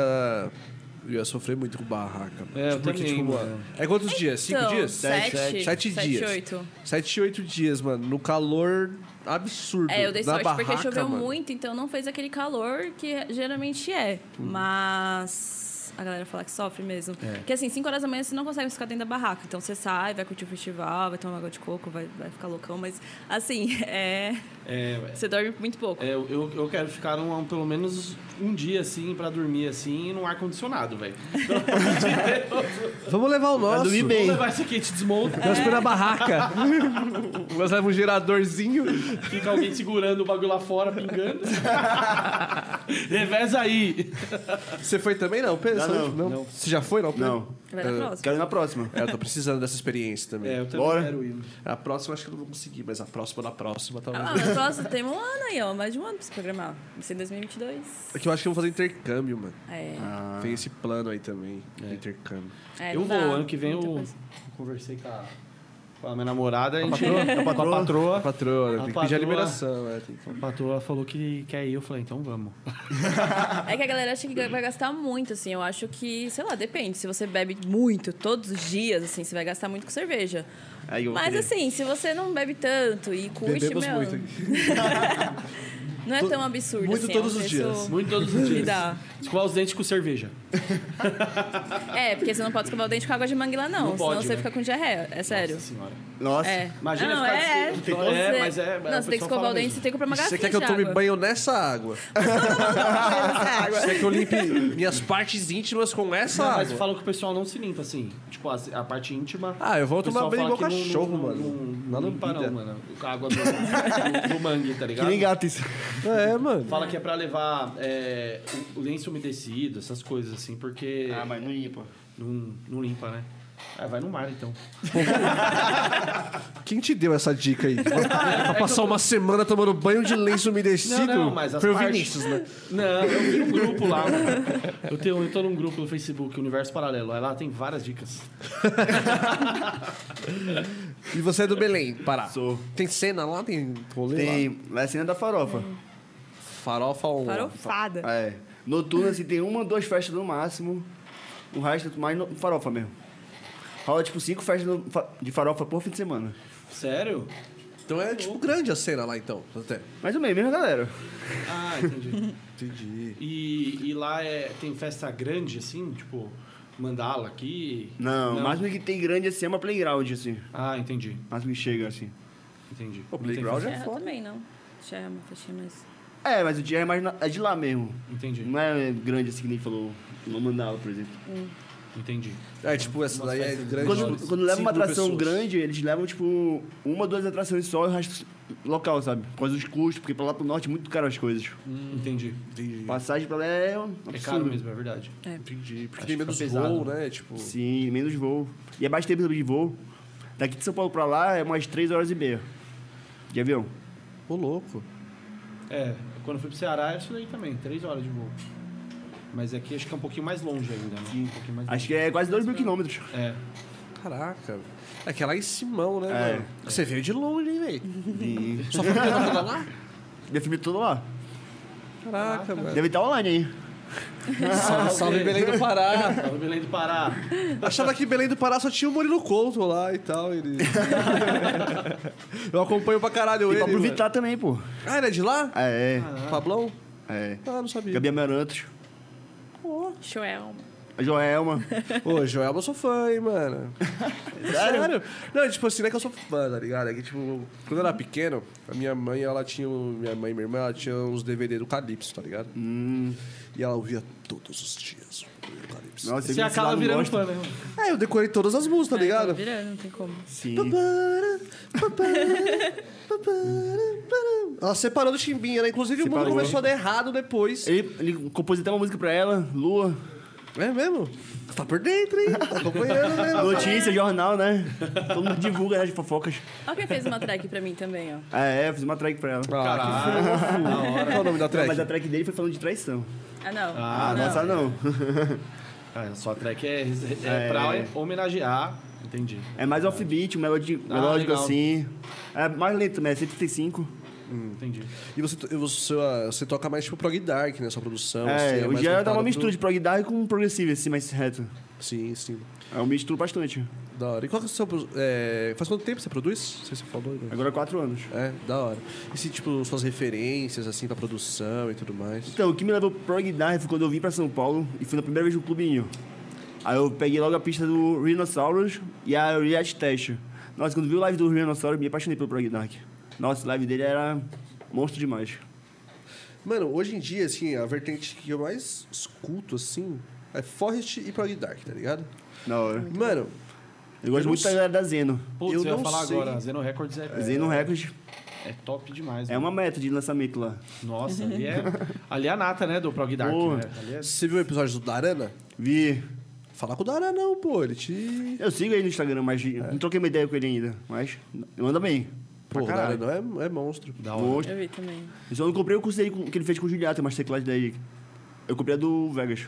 Eu ia sofrer muito com barraca. mano.
É, eu também,
tipo,
mano.
É quantos dias? Cinco
Então,
dias? É,
Sete,
Sete,
sete,
dias.
oito.
Sete, oito dias, mano. No calor absurdo.
É, eu dei
Na
sorte
barraca,
porque choveu
mano.
muito, então não fez aquele calor que geralmente é.
Hum.
Mas a galera fala que sofre mesmo.
É.
Porque assim, 5 horas da manhã você não consegue ficar dentro da barraca. Então você sai, vai curtir o festival, vai tomar uma água de coco, vai, vai ficar loucão. Mas assim, é...
É,
você dorme muito pouco.
é, eu, eu quero ficar um, um- pelo menos um dia, assim, pra dormir, assim, num ar-condicionado, velho.
Vamos levar o
Pra
nosso.
dormir
Nós
Vamos
bem.
levar isso aqui, te desmonta.
ficamos na barraca. Nós levamos um geradorzinho.
Fica alguém segurando o bagulho lá fora, pingando. Reveza aí.
Você foi também, não? Pensa,
Não, não,
Você já foi, não? Pedro?
Não.
Vai na
é,
próxima.
Quero ir na próxima.
É, eu tô precisando dessa experiência também.
É, eu também
Bora.
quero ir.
A próxima acho que eu não vou conseguir, mas a próxima da próxima talvez.
Ah, mas próximo tem um ano aí, ó. Mais de um ano pra se programar. Vai ser em 2022.
É que eu acho que eu vou fazer intercâmbio, mano.
É.
Ah.
Tem esse plano aí também, de intercâmbio.
é,
Ah, eu
não
vou,
dá
ano que vem eu
muita coisa.
conversei com a, com a minha namorada, a gente...
patroa? Com a
Com a patroa.
A patroa, né? tem que pedir
patroa.
a liberação, é. Tem que...
A patroa falou que quer ir, eu falei, então vamos.
É que a galera acha que vai gastar muito, assim. Eu acho que, sei lá, depende. Se você bebe muito todos os dias, assim, você vai gastar muito com cerveja.
Aí eu vou
Mas
querer.
assim, se você não bebe tanto e curte,
Bebemos
meu,
muito aqui.
não é tão absurdo.
muito
assim,
todos
é um
os
preço
dias.
Muito todos os
que
dias.
dá.
Escovar os dentes com cerveja.
É, porque você não pode escovar o dente com água de mangue lá, não.
Não
senão
pode,
você
né?
fica com diarreia. É sério.
Nossa senhora.
Nossa.
É.
Imagina
não,
ficar
é,
assim,
é.
então, é,
Você-
mas é- o
Não, você tem que
pessoal
escovar
fala
o dente,
mesmo.
você tem que comprar uma
Você
garrafinha
quer que eu
de
tome
água.
banho nessa água? Você quer que eu limpe minhas partes íntimas com essa
Mas
água?
falam que o pessoal não se limpa, assim. Tipo, as- a, parte íntima.
Ah, eu vou
o pessoal
tomar banho
fala
igual
que não-
cachorro,
não-
mano.
Não, não
Na
limpa,
lambida.
não, mano. Com a água do, do, do mangue, tá
Que
ligado?
nem gato isso.
É, mano.
Fala que é pra levar é, o o lenço umedecido, essas coisas, assim, porque
Ah, mas não limpa.
não, não limpa, né? Ah, vai no mar, então.
Quem te deu essa dica aí?
É
Pra passar uma semana tomando banho de lenço umedecido?
Não, não, mas as
Foi o
partes-
Vinícius, né?
Não, eu vi um grupo lá, mano. Eu, tenho, eu tô num grupo no Facebook, Universo Paralelo. Aí lá tem várias dicas.
E você é do Belém, Pará.
Sou.
Tem cena lá? Tem rolê lá?
Tem. Lá é a cena da farofa.
Farofa ou...
Farofada.
É. Noturno, assim, tem uma, duas festas no máximo. O resto é mais no- farofa mesmo. Rola, tipo, cinco festas no- fa- de farofa por fim de semana.
Sério?
Então é, tipo, grande a cena lá, então. Até.
Mais ou menos, mesmo, galera.
Ah, entendi.
Entendi.
E, e lá é, tem festa grande, assim, tipo, mandala aqui.
Não, o máximo que tem grande assim é uma playground, assim.
Ah, entendi,
O máximo que chega, assim.
entendi.
O
Não tem
playground
festa-
é
Serra
foda.
também, não. Serra é uma festinha, mas...
É, mas o dia é mais na- é de lá mesmo.
Entendi,
Não é grande assim que nem falou no Mandala, por exemplo.
entendi.
É, tipo, essa daí é grande.
Quando, quando leva
Cinco
uma atração
pessoas.
grande, eles levam, tipo, uma, duas atrações só e o resto local, sabe? Por causa dos custos, porque pra lá pro norte é muito caro as coisas.
Entendi.
Entendi.
Passagem pra lá é um
É
absurdo.
caro mesmo, é verdade.
Entendi. Porque
Acho
tem
que
menos
fica pesado.
voo, né? Tipo...
Sim, menos voo. E é baixo tempo de voo. Daqui de São Paulo pra lá é umas três horas e meia. de avião.
Ô, louco.
É, quando eu fui pro Ceará, é isso daí também, três horas de voo. Mas aqui acho que é um pouquinho mais longe ainda, né? Um pouquinho mais
Acho
longe.
que é quase 2 mil quilômetros.
É.
Caraca. É que é lá em Simão, né,
É.
mano? Você veio de longe, hein, velho?
E
Só foi pra lá?
minha família toda é lá.
Caraca, mano.
Deve estar online aí.
Salve, salve Belém do Pará.
Tava em Belém do Pará.
Achava que Belém do Pará só tinha o Murilo Couto lá e tal. Ele... Eu acompanho pra caralho
Tem
ele.
pra aproveitar
mano.
também, pô.
Ah, ele é de lá?
É,
Pablão?
é.
Ah, não sabia.
Gabi Amarantos,
Joel.
a Joelma.
Ô, Joelma, eu sou fã, hein, mano. Sério? Não, tipo assim, não é que eu sou fã, tá ligado? É que, tipo, quando eu era pequeno, a minha mãe, ela tinha. o- Minha mãe e minha irmã, ela tinha uns DVD do Calypso, tá ligado? E ela ouvia todos os dias o DVD do Calypso.
Nossa,
Você
eu desse lado
acaba
não
virando
gosto.
fã, né?
É, eu decorei todas as músicas, tá
Tá
ligado?
virando, não tem como.
Sim.
Ela separou do Chimbinha, né? Inclusive o
Separou.
mundo começou a dar errado depois.
Ele, ele compôs até uma música pra ela, Lua.
É mesmo? Tá por dentro, hein? Tá acompanhando mesmo.
Notícia, jornal, né? Todo mundo divulga né, de fofocas.
Olha quem fez uma track pra mim também, ó.
Ah, é, fiz uma track pra ela.
Ah, Caralho. Qual é o nome da track?
Mas a track dele foi falando de traição.
Ah, não.
Ah,
não.
nossa, não.
Ah, só a track é, é,
É.
pra homenagear. Entendi.
É mais offbeat, melódico,
Ah,
melódico
legal.
assim. É mais lento, né? 135.
Entendi.
E você, to- e você, ah, você toca mais tipo prog dark, né? Sua produção. assim,
é, o
mais
dia dá
voltada
uma
pro-
mistura de prog dark com progressivo, assim, mais reto.
Sim, sim.
É, Eu misturo bastante.
Da hora. E qual que é o seu... pro- é, Faz quanto tempo você produz? Não sei se você falou. né?
Agora há quatro anos.
É, da hora. E se, tipo, suas referências, assim, pra produção e tudo mais?
Então, o que me levou pro prog dark foi quando eu vim pra São Paulo e fui na primeira vez no clubinho. Aí eu peguei logo a pista do Rhinoceros e a React Test. Nossa, quando vi o live do Rhinoceros, me apaixonei pelo prog dark. Nossa, o live dele era monstro demais. Então-
Mano, hoje em dia, assim, a vertente que eu mais escuto, assim, é Forest e prog dark, tá ligado?
Na hora.
Mano,
Eu gosto
Eu
muito
não
da galera da Zeno.
Putz,
Eu
eu, ia
não
falar
sei.
agora. Zeno Records é,
Zeno Records
é top demais.
é
mano.
uma meta de lançamento lá.
Nossa, ali é, ali é a nata, né? Do Prog Dark.
Pô.
Né? Ali é...
você viu o episódio do Darana?
Vi.
Fala com o Darana, não, pô. Ele te...
Eu sigo ele no Instagram, mas não troquei uma ideia com ele ainda. Mas manda bem.
Pô, o
caralho.
Darana é, é monstro.
Da hora.
Monstro. Então,
Eu vi também.
Eu só não comprei o curso dele com- que ele fez com o Juliata, mas teclado daí. Eu comprei a do Vegas.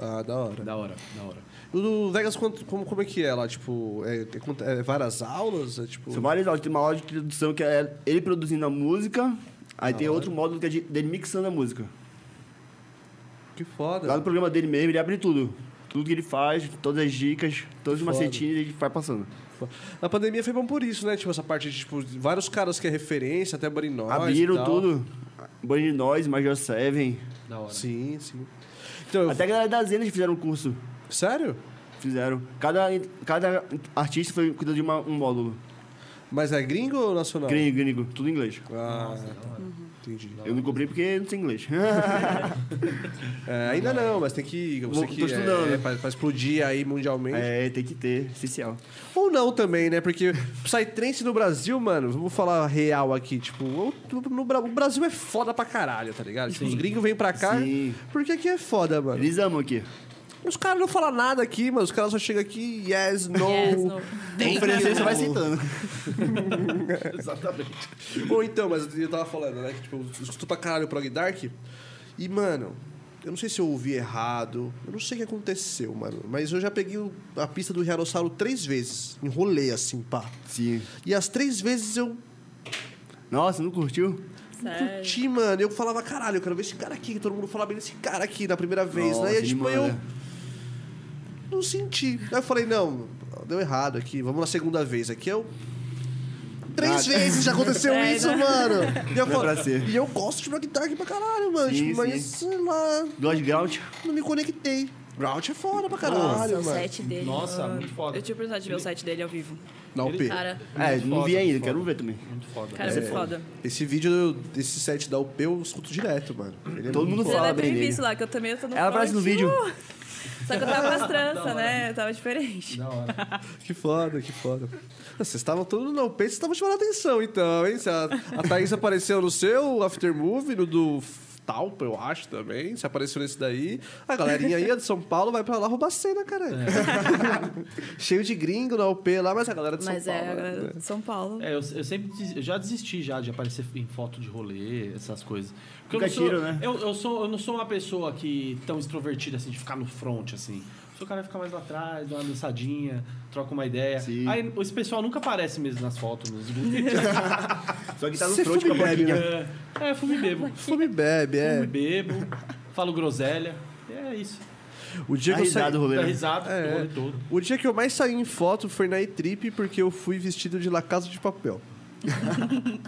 Ah, da hora.
Da hora, da hora.
O do Vegas, quanto- como, como é que é lá? Tipo, é, é quant- é várias aulas? É tipo.
São várias aulas. Tem uma aula de produção que é ele produzindo a música. Aí tem outro módulo que é de- dele mixando a música.
Que foda.
Lá no programa dele mesmo, ele abre tudo. Tudo que ele faz, todas as dicas, todos os
Foda.
macetinhos, ele vai passando.
A pandemia foi bom por isso, né? Tipo, essa parte de tipo, vários caras que é referência, até Barinóis. e
Abriram
tal.
tudo. Bunny de Nós, Major Seven.
Da hora.
Sim, sim. Então, eu-
Até a galera da Zena fizeram um curso.
sério?
Fizeram. Cada, cada artista foi cuidando de uma- um módulo.
Mas é gringo ou nacional?
Gringo, gringo. Tudo em inglês.
Ah, tá. entendi.
Eu não comprei porque não sei inglês.
É, ainda não, mas tem que. Você
Vou-
que
tô estudando.
É, pra, pra explodir aí mundialmente.
é, tem que ter. Essencial.
Ou não também, né? Porque Psytrance no Brasil, mano, vamos falar real aqui, tipo, o- no, Bra- o Brasil é foda pra caralho, tá ligado? Tipo, os gringos vêm pra cá,
Sim.
porque aqui é foda, mano.
Eles amam aqui.
Os caras não falam nada aqui, mano, os caras só chegam aqui, yes, no...
Yes, no.
O francês só vai sentando.
Exatamente.
Ou então, mas eu tava falando, né, que tipo, eu escuto pra caralho o Prog Dark, e, mano... Eu não sei se eu ouvi errado, eu não sei o que aconteceu, mano. Mas eu já peguei o- a pista do Rianossauro três vezes. Enrolei assim, pá.
Sim.
E as três vezes eu
Nossa, não curtiu?
Sério.
curti, mano. Eu falava, caralho, eu quero ver esse cara aqui. Todo mundo falava bem desse cara aqui na primeira vez,
Nossa,
né? E aí,
ele
tipo,
manda.
eu não senti. Aí eu falei, não, deu errado aqui. Vamos na segunda vez. Aqui eu... Três
Nada.
vezes já aconteceu
É,
isso,
né?
mano. E eu,
Ah, Não é
falo-
pra ser.
e eu gosto de rock dark pra caralho, mano.
Sim,
tipo, mas,
sim.
sei lá,
Gosto de ground?
não me conectei. Grout é foda pra caralho,
Nossa, o
mano.
set dele.
Nossa,
mano.
muito foda.
Eu tive a oportunidade de ver o set dele ao vivo.
Na UP.
Cara,
É,
Muito
não
foda,
vi ainda,
muito
quero
foda.
ver também.
Muito foda.
cara, é. muito foda.
Esse vídeo, esse set da UP, eu escuto direto, mano. Ele é
Todo
muito
mundo
Você
fala
deve
bem
ter
dele.
visto lá, que eu também tô no Uh!
Ela aparece no vídeo.
Só que eu tava com as tranças, né? Eu tava diferente.
Da hora.
Que foda, que foda. Vocês estavam todos no peito, vocês estavam chamando a atenção, então, hein? Se a, a Thaís apareceu no seu after movie, no do f- Talpa, eu acho também. Se apareceu nesse daí. A galerinha aí é de São Paulo vai pra lá roubar cena, cara.
É.
Cheio de gringo na UP lá, mas a galera de
Mas
São
é,
Paulo.
agora
né?
São Paulo.
É, eu, eu sempre des- eu já desisti já de aparecer em foto de rolê, essas coisas. Porque eu
Nunca
não sou,
tiro, né?
Eu, eu sou, eu não sou uma pessoa que tão extrovertida assim, de ficar no front, assim. Eu sou o cara que fica mais lá atrás, dá uma dançadinha, troca uma ideia.
Sim.
Aí esse pessoal nunca aparece mesmo nas fotos, nos
Só que tá no
Você
front com a
fuma e bebe,
boquinha.
É, é, fumo e bebo.
Fome bebe,
Fumo e
é.
bebo, falo groselha. É isso.
O dia
Dá
que eu saí-
risada o rolê.
Dá
né?
risada
É.
do rolê todo.
O dia que eu mais saí em foto foi na E-Trip porque eu fui vestido de La Casa de Papel.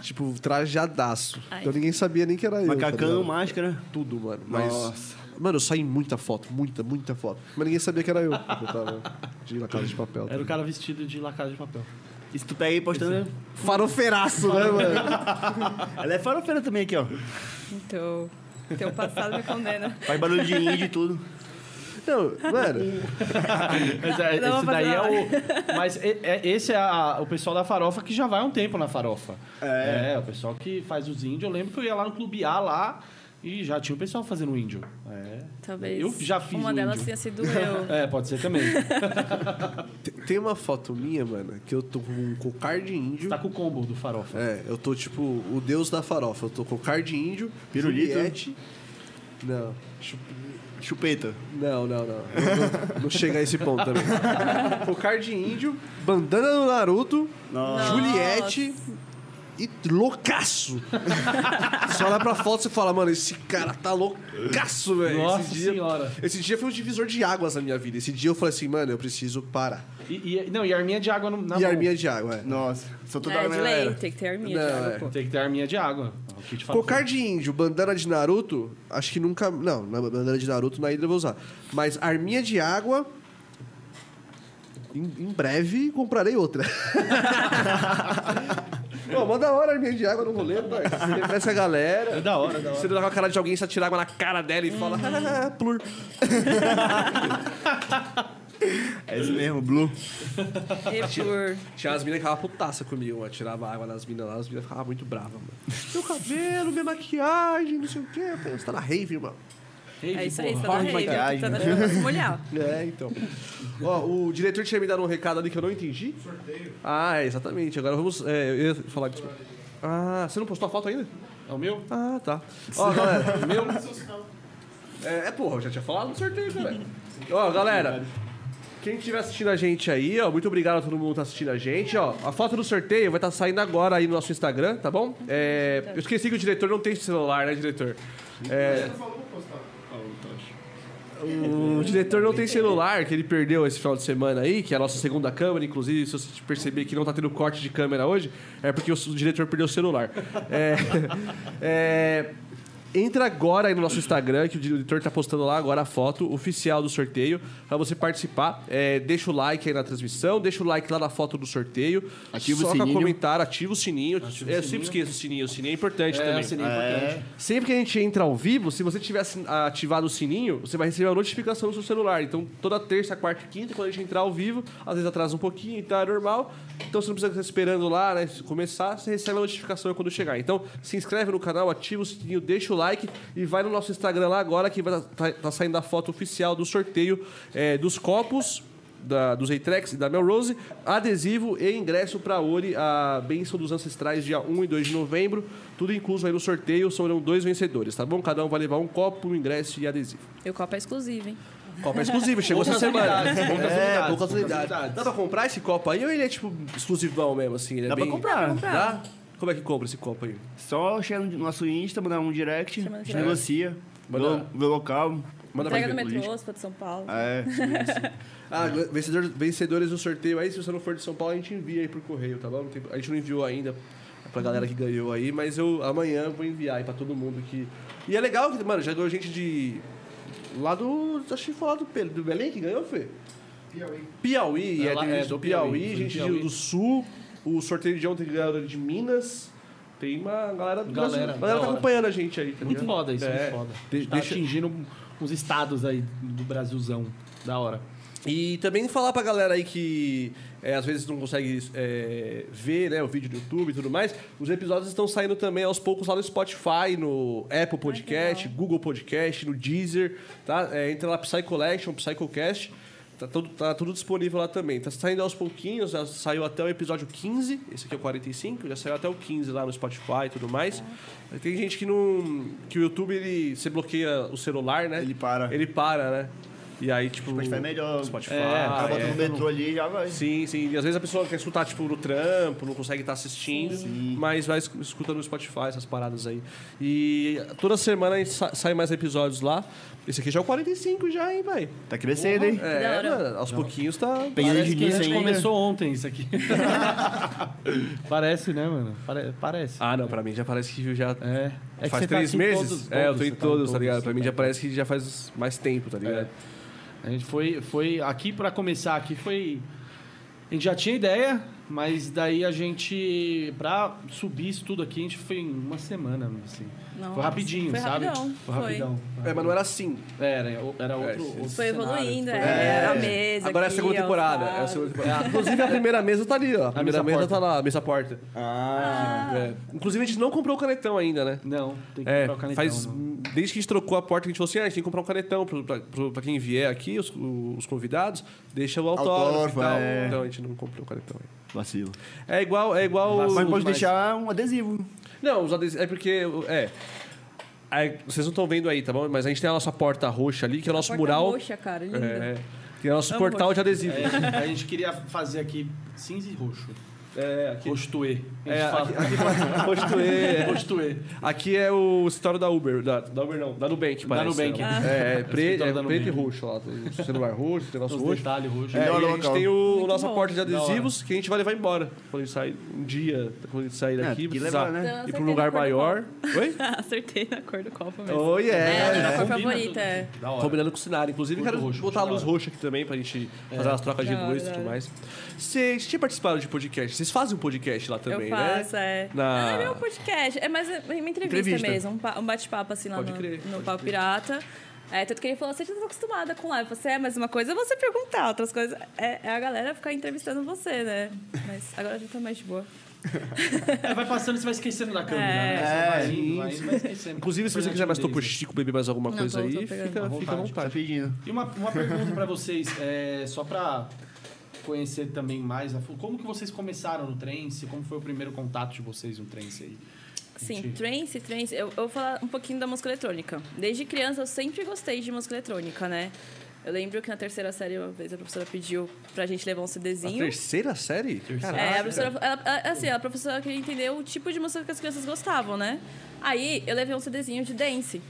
tipo, trajadaço.
Ai.
Então ninguém sabia nem que era eu. tá
Macacão,
ligado?
máscara.
Tudo, mano. Mas.
Nossa.
Mano, eu saí em muita foto, muita, muita foto. Mas ninguém sabia que era eu. porque Eu tava de La Casa de Papel. tá
Era o cara vestido de lacada de papel.
E se tu pega aí postando.
Farofeiraço, né, mano?
Ela é farofeira também aqui, ó.
Então, teu passado me condena.
Faz barulho de índio e tudo.
Não, mano.
Mas é,
Não,
esse
mas
daí é
não.
o. Mas é- é- esse é a- o pessoal da farofa que já vai há um tempo na farofa. É. o pessoal que faz os índios. Eu lembro que eu ia lá no Clube A lá e já tinha o pessoal fazendo o índio. É.
Talvez.
Eu já fiz
Uma
um
delas
índio.
tenha sido eu.
É, pode ser também.
te- Tem uma foto minha, mano, que eu tô com um cocar de índio.
tá com o combo do farofa.
É, eu tô tipo o deus da farofa. Eu tô com cocar de índio,
Pirulito.
Juliette. Não. Chup-
Chupeta.
Não, não, não. Eu Não, não chega a esse ponto também. Cocar de índio, bandana do Naruto,
Nossa.
Juliette e loucaço. Você olha pra foto e você fala, mano, esse cara tá loucaço, velho.
Nossa
esse dia,
senhora.
Esse dia foi um divisor de águas na minha vida. Esse dia eu falei assim, mano, eu preciso parar.
E, e- não, e arminha de água no, na
e
mão.
arminha de água, é.
Nossa. Só toda
É,
hora,
de
né,
lei,
galera?
tem que ter arminha.
Não,
já.
é.
Tem que ter arminha de água. É o que te falo.
Cocar de índio, bandana de Naruto, acho que nunca. Não, na bandana de Naruto na Hydra eu vou usar. Mas arminha de água. Em, em breve comprarei outra. Pô, manda hora arminha de água no rolê, pai. Você levanta a
É
galera.
da hora, é da hora.
Você dá com a cara de alguém, você tira água na cara dela e fala, ah, plur.
É isso mesmo, Blue.
E por...
Tinha as minas que ficavam putaça comigo, mano. Tirava água nas minas lá, as minas ficavam muito bravas, mano. Meu cabelo, minha maquiagem, não sei o quê. Eu falei, Você tá na rave, irmão.
Ei,
É isso
porra.
aí, você tá na
de
rave.
maquiagem,
Tá
né?
dando pra se molhar.
É, então. Ó, o diretor tinha me dado um recado ali que eu não entendi. Sorteio. Ah, é, exatamente. Agora vamos. É, eu ia falar disso. Ah, você não postou a foto ainda?
É o meu?
Ah, tá. Ó, galera, meu. É, é, porra, eu já tinha falado do sorteio, galera. Ó, galera. Quem estiver assistindo a gente aí, ó, muito obrigado a todo mundo que tá assistindo a gente, ó. A foto do sorteio vai estar saindo agora aí no nosso Instagram, tá bom? É, eu esqueci que o diretor não tem celular, né, diretor? É, o diretor não tem celular, que ele perdeu esse final de semana aí, que é a nossa segunda câmera, inclusive, se você perceber que não tá tendo corte de câmera hoje, é porque o s- o diretor perdeu o celular. É, é, entra agora aí no nosso Instagram, que o diretor tá postando lá agora a foto oficial do sorteio, pra você participar. É, deixa o like aí na transmissão, deixa o like lá na foto do sorteio.
Ativa o
soca
sininho.
comentário, ativa o sininho.
Ativa o
É, eu
sininho.
sempre esqueço o sininho, o sininho é importante
É,
também.
o sininho importante.
Sempre que a gente entra ao vivo, se você tiver assin- ativado o sininho, você vai receber a notificação no seu celular. Então, toda terça, quarta e quinta, quando a gente entrar ao vivo, às vezes atrasa um pouquinho, então é normal. Então, você não precisa ficar esperando lá, né? Começar, você recebe a notificação quando chegar. Então, se inscreve no canal, ativa o sininho, deixa o like e vai no nosso Instagram lá agora que vai tá, tá saindo a foto oficial do sorteio eh, dos copos. Da, dos Eitrex e da Melrose, adesivo e ingresso para Ori, a Bênção dos Ancestrais, dia 1 e 2 de novembro. Tudo incluso aí no sorteio, serão dois vencedores, tá bom? Cada um vai levar um copo, um ingresso e adesivo.
E o copo é exclusivo, hein?
Copo é exclusivo, chegou essa semana.
né?
unidades, poucas unidades,
poucas
poucas
unidades.
unidades.
Dá pra comprar esse copo aí ou ele é tipo exclusivão mesmo, assim? Ele é
Dá pra
bem-
comprar.
Dá? Como é que compra esse copo aí?
Só chegar no nosso Insta, mandar um direct,
Chama no
a gente
direct.
negocia,
Manda-
vê o local.
Manda pra
Entrega no
gente.
metrô, se for de São Paulo.
É.
Ah, vencedor- vencedores do sorteio aí, se você não for de São Paulo, a gente envia aí por correio, tá bom? Não tem- A gente não enviou ainda pra galera que ganhou aí, mas eu amanhã vou enviar aí pra todo mundo que. E é legal que, mano, já ganhou gente de. Lá do. Acho que foi lá do, Pe- do Belém que ganhou, Fê? Piauí. Piauí,
É
é,
lá-
tem
é,
gente
do
do Piauí,
Piauí,
gente de-
Piauí.
do Sul, o sorteio de ontem ganhou de Minas. Tem uma galera do Brasil. A
Galera, da
galera tá
hora. É
acompanhando a gente aí, tá
Muito
ligado?
foda isso,
É.
muito foda.
De-
tá
deixa-
atingindo uns estados aí do Brasilzão. Da hora.
E também falar pra galera aí que é, às vezes não consegue é, ver né, o vídeo do YouTube e tudo mais, os episódios estão saindo também aos poucos lá no Spotify, no Apple Podcast, Google Podcast, no Deezer, tá? É, entra lá Psy Collection, Psychocast, tá tudo, tá tudo disponível lá também. Tá saindo aos pouquinhos, já saiu até o episódio 15, esse aqui é o 45, já saiu até o 15 lá no Spotify e tudo mais. Tem gente que não... que o YouTube, ele, você bloqueia o celular, né?
Ele para.
Ele para, né? E aí, tipo...
Spotify é melhor.
Spotify.
É,
Tá botando
é.
no metrô ali e já vai.
Sim, sim. E às vezes a pessoa quer escutar, tipo, no trampo, não consegue estar assistindo, mas vai esc- escuta no Spotify, essas paradas aí. E toda semana a gente sa- sai mais episódios lá. Esse aqui já é o 45 já, hein, velho?
Tá crescendo, hein?
É,
hora.
mano, aos pouquinhos tá...
Tem
Parece
gente né?
que a
nisso
gente
ainda.
começou ontem isso aqui. parece, né, mano? Pare- parece.
Ah, não, pra mim já parece que já...
É. É que
faz
você tá
três
aqui em
meses?
todos-
é, eu tô em
todos, você tá em
todos, tá ligado?
todos, É.
Pra mim
tá
já
em
parece que já faz mais tempo, tá ligado?
A gente foi, foi aqui pra começar aqui foi a gente já tinha ideia, mas daí a gente pra subir isso tudo aqui a gente foi em uma semana, assim.
Nossa,
foi rapidinho,
foi
sabe?
rapidão,
Foi
foi.
rapidão.
É, mas não era assim.
Era, era outro, outro
Foi
cenário,
evoluindo,
foi-
é, a mesa.
é. Agora é a
aqui,
segunda
ó,
temporada.
sabe?
É a segunda temporada. Inclusive a primeira mesa tá ali, ó. A primeira
mesa
mesa,
porta.
tá lá, a mesa porta. Ah. Inclusive a gente não comprou o canetão ainda, né?
Não, tem que
É,
comprar o canetão. né?
faz,
mano.
desde que a gente trocou a porta, a gente falou assim: ah, a gente tem que comprar um canetão pro- pra, pro- pra quem vier aqui, os, os convidados, deixa o autógrafo.
Autógrafo,
e tal.
é.
Então a gente não comprou o canetão aí.
Vacilo.
É igual. É igual
Vacilo.
os-
Mas pode
Mas-
deixar um adesivo.
Não, os adesivos. É porque. É. Aí, vocês não estão vendo aí, tá bom? Mas a gente tem a nossa porta roxa ali, que é o nosso
Porta
mural.
roxa, cara, linda.
É, que é o nosso
Amo
portal de adesivo.
É, a gente queria fazer aqui cinza e roxo.
É, aqui.
Roxo tuê. A gente
É,
fala.
aqui, aqui, roxo tuê, é.
Roxo tuê.
Aqui é o escritório da Uber, da, da Uber não, da Nubank, parece.
Nubank.
Ah.
É, é, pre-
escritório
é
da
preto
Nubank.
e roxo lá, tem o celular roxo, tem o nosso
Os
roxo.
detalhes roxo.
É, e
Da hora
a
o
gente
local.
tem o
Muito
nossa
bom.
porta de
Da hora.
adesivos que a gente vai levar embora. Quando a gente sair um dia, quando a gente
É,
sair daqui,
tem que
precisar
levar, né?
Então,
ir
acertei
pra um
na
lugar
cor do Ah,
maior. Oi?
Acertei na cor do copo mesmo.
Oh,
É, a
yeah.
minha cor
Combina
favorita. é.
tudo. Da hora.
Combinando com o cenário. Inclusive,
Muito
quero
roxo,
botar a
muito
luz
da hora. É.
roxa aqui também pra gente fazer as trocas de
Da hora,
luz e
da
tudo
hora.
mais. Vocês tinham participado de podcast? Vocês fazem um podcast lá também,
eu faço,
né?
é.
Na-
Ah, é meu podcast. É mais uma entrevista,
Entrevista.
mesmo, um, pa- um bate-papo assim lá
Pode
no,
crer,
no
pode
Pau Pirata. É, tanto que ele falou, você já tá acostumada com live. Você é, mas uma coisa é você perguntar, outras coisas é, é a galera ficar entrevistando você, né? Mas agora já tá mais de boa.
É, vai passando e você vai esquecendo da câmera,
É.
né? Você vai indo, vai indo, vai esquecendo.
Inclusive, se você quiser mais topo chico, beber mais alguma
Não,
coisa
tô- tô
aí,
pegando.
fica,
À
fica à
vontade.
Tá
vontade.
pedindo.
E uma, uma pergunta pra vocês, é, só pra conhecer também mais, a fu- como que vocês começaram no Trance? Como foi o primeiro contato de vocês no Trance aí?
Sim,
Gente.
trance, trance. Eu, eu vou falar um pouquinho da música eletrônica. Desde criança eu sempre gostei de música eletrônica, né? Eu lembro que na terceira série, uma vez a professora pediu pra gente levar um
A
CDzinho.
terceira série?
É, a professora, ela, ela- assim, a professora queria entender o tipo de música que as crianças gostavam, né? Aí eu levei um CDzinho de dance.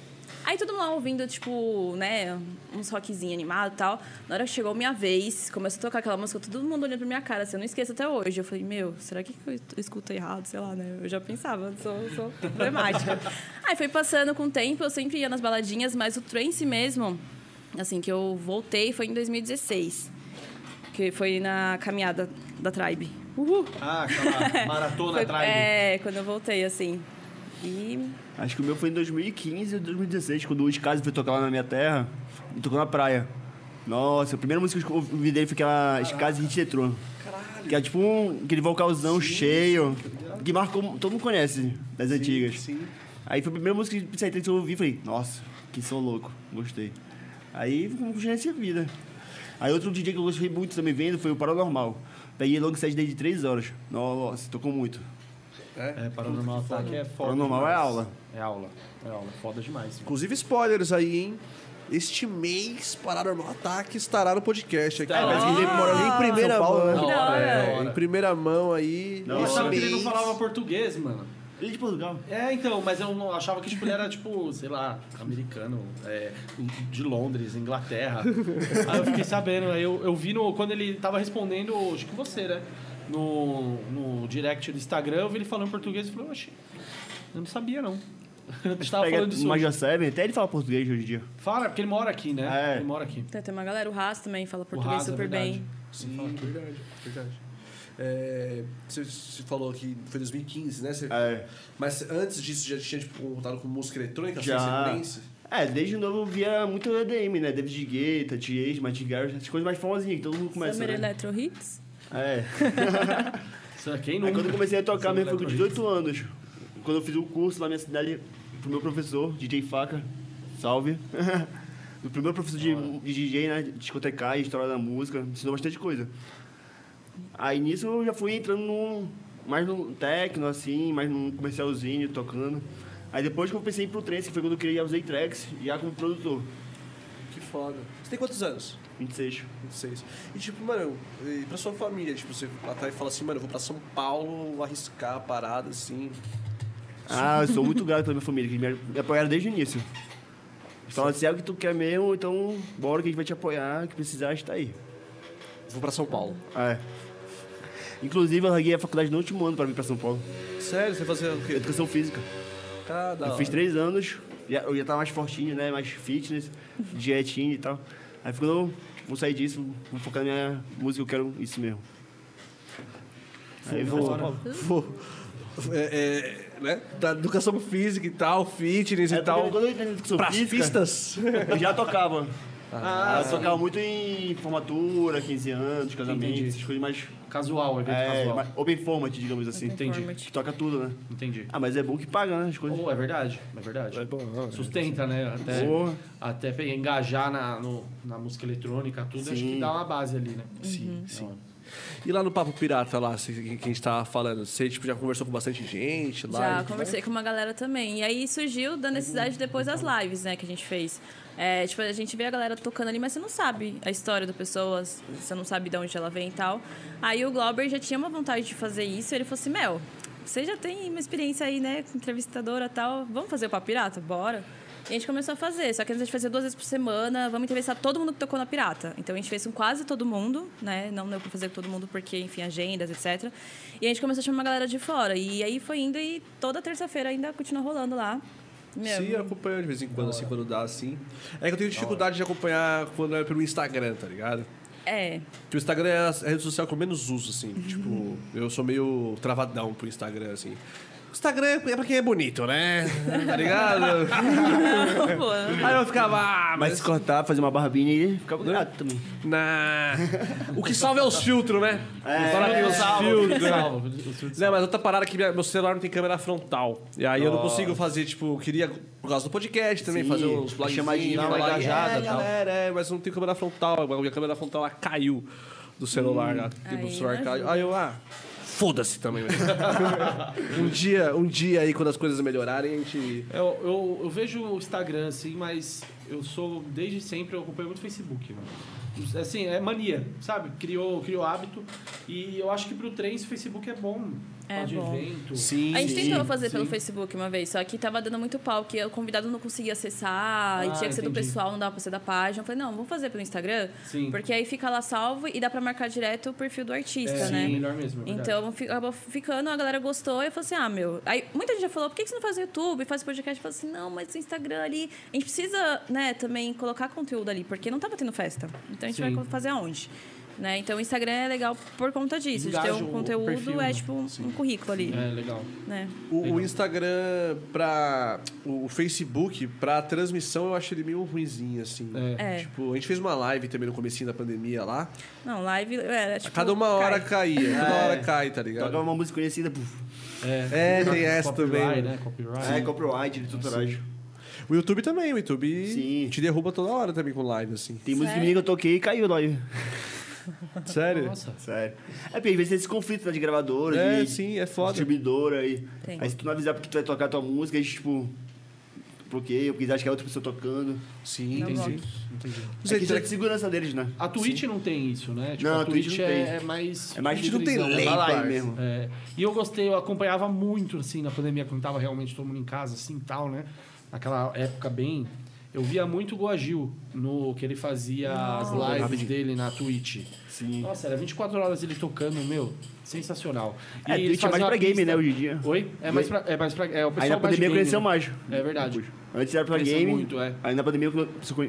Aí todo mundo lá ouvindo, tipo, né, uns rockzinho animado e tal. Na hora que chegou minha vez, começou a tocar aquela música, todo mundo olhando pra minha cara, assim, eu não esqueço até hoje. Eu falei, meu, será que eu escuto errado? Sei lá, né? Eu já pensava, eu sou, sou problemática. Aí foi passando com o tempo, eu sempre ia nas baladinhas, mas o trance mesmo, assim, que eu voltei foi em 2016. Que foi na caminhada da Tribe. Uhul!
Ah, aquela maratona
Foi-
atrás.
É, quando eu voltei, assim. E.
Acho que o meu foi em 2015 ou 2016, quando o Escase foi tocar lá na minha terra e tocou na praia. Nossa, a primeira música que eu ouvi dele foi aquela Escase Hit Retro. Caralho. Que é tipo um, aquele vocalzão cheio, que marcou, todo mundo conhece das antigas.
Sim.
Aí foi a primeira música de Psytrance que eu ouvi e falei, nossa, que som louco, gostei. Aí como continuei essa vida. Aí outro DJ que eu gostei muito também vendo foi o Paranormal. Peguei logo set desde 3 horas. Nossa, tocou muito.
É, paranormal ataque é foda.
Paranormal
demais.
é aula.
É aula. É aula. Foda demais.
Inclusive, spoilers aí, hein? Este mês, Paranormal Ataque estará no podcast aqui.
Estará.
Mas Guilherme mora ali
Ah,
em primeira
São Paulo,
mão.
né?
Que da hora.
É, em primeira mão aí.
Da
Eu
hora.
esse
achava que ele não
mês.
falava português, mano.
Ele de Portugal.
É, então, mas eu não- achava que tipo, ele era, tipo, sei lá, americano, é, de Londres, Inglaterra. aí eu fiquei sabendo, aí eu, eu vi no, quando ele tava respondendo, acho que você, né? No, no direct do Instagram, eu vi ele falando em português e falei, oxe, eu não sabia não. Eu tava
Pega
falando disso.
Major
hoje.
Seven, até ele fala português hoje em dia.
Fala, porque ele mora aqui, né?
É.
Ele mora aqui.
Tem tem uma galera, o Haas também fala
O
português
Haas, é
super
verdade.
bem.
Sim, verdade, verdade. É, você, você falou que foi 2015, né? Você-
É.
Mas antes disso já tinha tipo, contado com música eletrônica,
Já.
sem sequência?
É, desde novo eu via muito EDM, né? David Guetta, T.H., Martin Garrix, essas coisas mais famosinhas que todo mundo
é
começa,
Summer
né?
Electro Hits.
É.
Isso, é Quem
Aí quando eu
nunca? é
comecei a tocar
Summer
mesmo foi com
Electro
18 anos. Quando eu fiz o curso lá na minha cidade, pro meu professor, DJ Faca, salve. o primeiro professor de, de DJ, né? Discotecar, história da música, me ensinou bastante coisa. Aí nisso eu já fui entrando num, mais no techno, assim, mais num comercialzinho, tocando. Aí depois que eu pensei em ir pro trance, que foi quando eu criei a Usei Tracks, já como produtor,
Que foda. Você tem quantos anos?
26.
26. E tipo, mano, e pra sua família, tipo, você até fala assim, mano, eu vou pra São Paulo, vou arriscar a parada, assim.
Ah, eu sou muito grato pela minha família, que me me apoiaram desde o início. Eles Falaram assim, é o que tu quer mesmo, então bora que a gente vai te apoiar, o que precisar, a gente tá aí.
Vou pra São Paulo.
É. Inclusive, eu larguei a faculdade no último ano pra vir pra São Paulo.
Sério, você fazia o quê? Ah,
Educação física.
Cada.
Eu fiz três anos, já- eu já tava mais fortinho, né? Mais fitness, dietinho e tal. Aí ficou, não, vou sair disso, vou focar na minha música, eu quero isso mesmo. Aí eu vou.
É, é, né? Da educação física e tal, fitness
É,
e tal.
porque Quando eu entrei na educação
Pras
física,
pistas.
eu já tocava. Ah, eu tocava muito em formatura, 15 anos, casamento,
Entendi.
essas coisas mais.
Casual, evento
É,
casual.
mais open format, digamos assim.
Open Entendi.
Que toca tudo, né?
Entendi.
Ah, mas é bom que paga, né? As coisas.
Oh, é verdade, é verdade. Sustenta, né? Até,
Boa.
até pegar, engajar na, no- na música eletrônica, tudo, acho
Sim.
que dá uma base ali, né?
Uhum.
Sim, sim. E lá no Papo Pirata, lá, se- que a gente tava falando, você tipo, já conversou com bastante gente lá?
Já
né?
e-
conversei com uma galera também. E aí surgiu da necessidade depois das lives, né, que a gente fez. É, tipo, a gente vê a galera tocando ali, mas você não sabe a história da pessoa, você não sabe de onde ela vem e tal. Aí o Glauber já tinha uma vontade de fazer isso, ele falou assim, Mel, você já tem uma experiência aí, né, com entrevistadora e tal, vamos fazer o Papo Pirata? Bora. E a gente começou a fazer, só que a gente fazia duas vezes por semana, vamos entrevistar todo mundo que tocou na Pirata. Então a gente fez com quase todo mundo, né? Não deu pra fazer com todo mundo porque, enfim, agendas, etc. E a gente começou a chamar uma galera de fora. E aí foi indo e toda terça-feira ainda continua rolando lá. Meu,
Sim, eu acompanho de vez em quando, assim, quando dá, assim. É que eu tenho dificuldade de acompanhar quando é pelo Instagram, tá ligado?
é.
Que o Instagram é a rede social que eu menos uso, assim.
Uhum.
Tipo, eu sou meio travadão pro Instagram, assim. O Instagram é pra quem é bonito, né? Tá ligado?
Não, pô, né?
Aí eu ficava, ah,
Mas
mas.
se cortar, fazer uma barbinha e ficava grato também.
Na... O que salva é os filtros, né?
É,
Fala que
eu
os
salvo.
filtros.
Salvo, isso- isso-
Não, mas outra parada é que minha- meu celular não tem câmera frontal. E aí eu não consigo fazer, tipo, eu queria, por causa do podcast também,
Sim,
fazer uns vlogzinhos,
chamadinha,
falar,
uma engajada
é,
e tal."
galera, é, mas não tem câmera frontal. A minha câmera frontal, ela caiu do celular.
Hum.
lá. tipo, o
Aí, né?
celular
não
caiu. Aí eu, ah, foda-se também. mas- um dia, um dia aí, quando as coisas melhorarem, a gente...
Eu, eu, eu vejo o Instagram, assim, mas eu sou, desde sempre, eu acompanho muito o Facebook, mano. Assim, é mania, sabe? Criou, criou hábito. E eu acho que pro trem, esse Facebook é bom.
É
Tal de
bom.
evento.
A gente tentou fazer pelo
sim.
Facebook uma vez, só que tava dando muito pau, que o convidado não conseguia acessar, e
Ah,
tinha que ser do
entendi.
pessoal, não dava pra ser da página. Eu falei, não, vamos fazer pelo Instagram,
Sim.
porque aí fica lá salvo e dá pra marcar direto o perfil do artista,
É,
né?
sim, melhor mesmo, é verdade.
Então fi- acabou ficando, a galera gostou e eu falei assim: ah, meu. Aí muita gente já falou: por que que você não faz YouTube, faz podcast? Eu falei assim: não, mas o Instagram ali. A gente precisa, né, também colocar conteúdo ali, porque não tava tendo festa. Então a gente
Sim.
vai fazer aonde? Né? Então o Instagram é legal por conta disso, de ter
Engaja
um
o
conteúdo,
perfil, né?
é tipo um, um currículo ali.
É, legal.
Né?
O, o Instagram pra. O Facebook pra transmissão eu acho ele meio ruimzinho, assim.
É.
Tipo, a gente fez uma live também no comecinho da pandemia lá.
Não, live era tipo.
Cada uma hora
cai.
caía. Toda
É.
hora cai, tá ligado?
um-
Tocava uma música conhecida, puf.
É, tem essa
Copyright,
também.
Né? Copyright.
É, copyright, de tutoragem.
O YouTube também, o YouTube
Sim.
te derruba toda hora também com live, assim.
Tem música
Sério?
minha que eu toquei e caiu lá.
Sério?
Nossa.
Sério. É porque às vezes tem esse conflito né, de gravadora,
É,
de
sim, é foda.
tipo
distribuidora. Aí.
Tem.
aí se tu não avisar porque tu vai tocar a tua música, eles tipo. Bloqueia, porque eles acham que é outra pessoa tocando.
Sim,
Tá bom.
entendi.
Entendi.
Os
É questão
editores-
de segurança deles, né?
A Twitch não tem isso, né?
Não,
a
a Twitch
Twitch
não
é,
tem.
é mais.
É mais
A gente não tem
livre,
lei,
vai lá aí
parça.
mesmo.
É, e eu gostei, eu acompanhava muito, assim, na pandemia, quando tava realmente todo mundo em casa, assim, e tal, né? Naquela época bem... Eu via muito o Goagil, no que ele fazia as lives dele na Twitch.
Sim.
Nossa, era 24 horas ele tocando, meu, sensacional.
É,
ele
Twitch é
fazia
mais
uma
pra game, né, hoje em dia.
Oi? É mais pra... É mais pra é, o pessoal
Aí na
mais
pandemia
game,
cresceu
né?
mais.
É verdade.
Antes era pra
Cresceu
game.
muito, é.
Aí na pandemia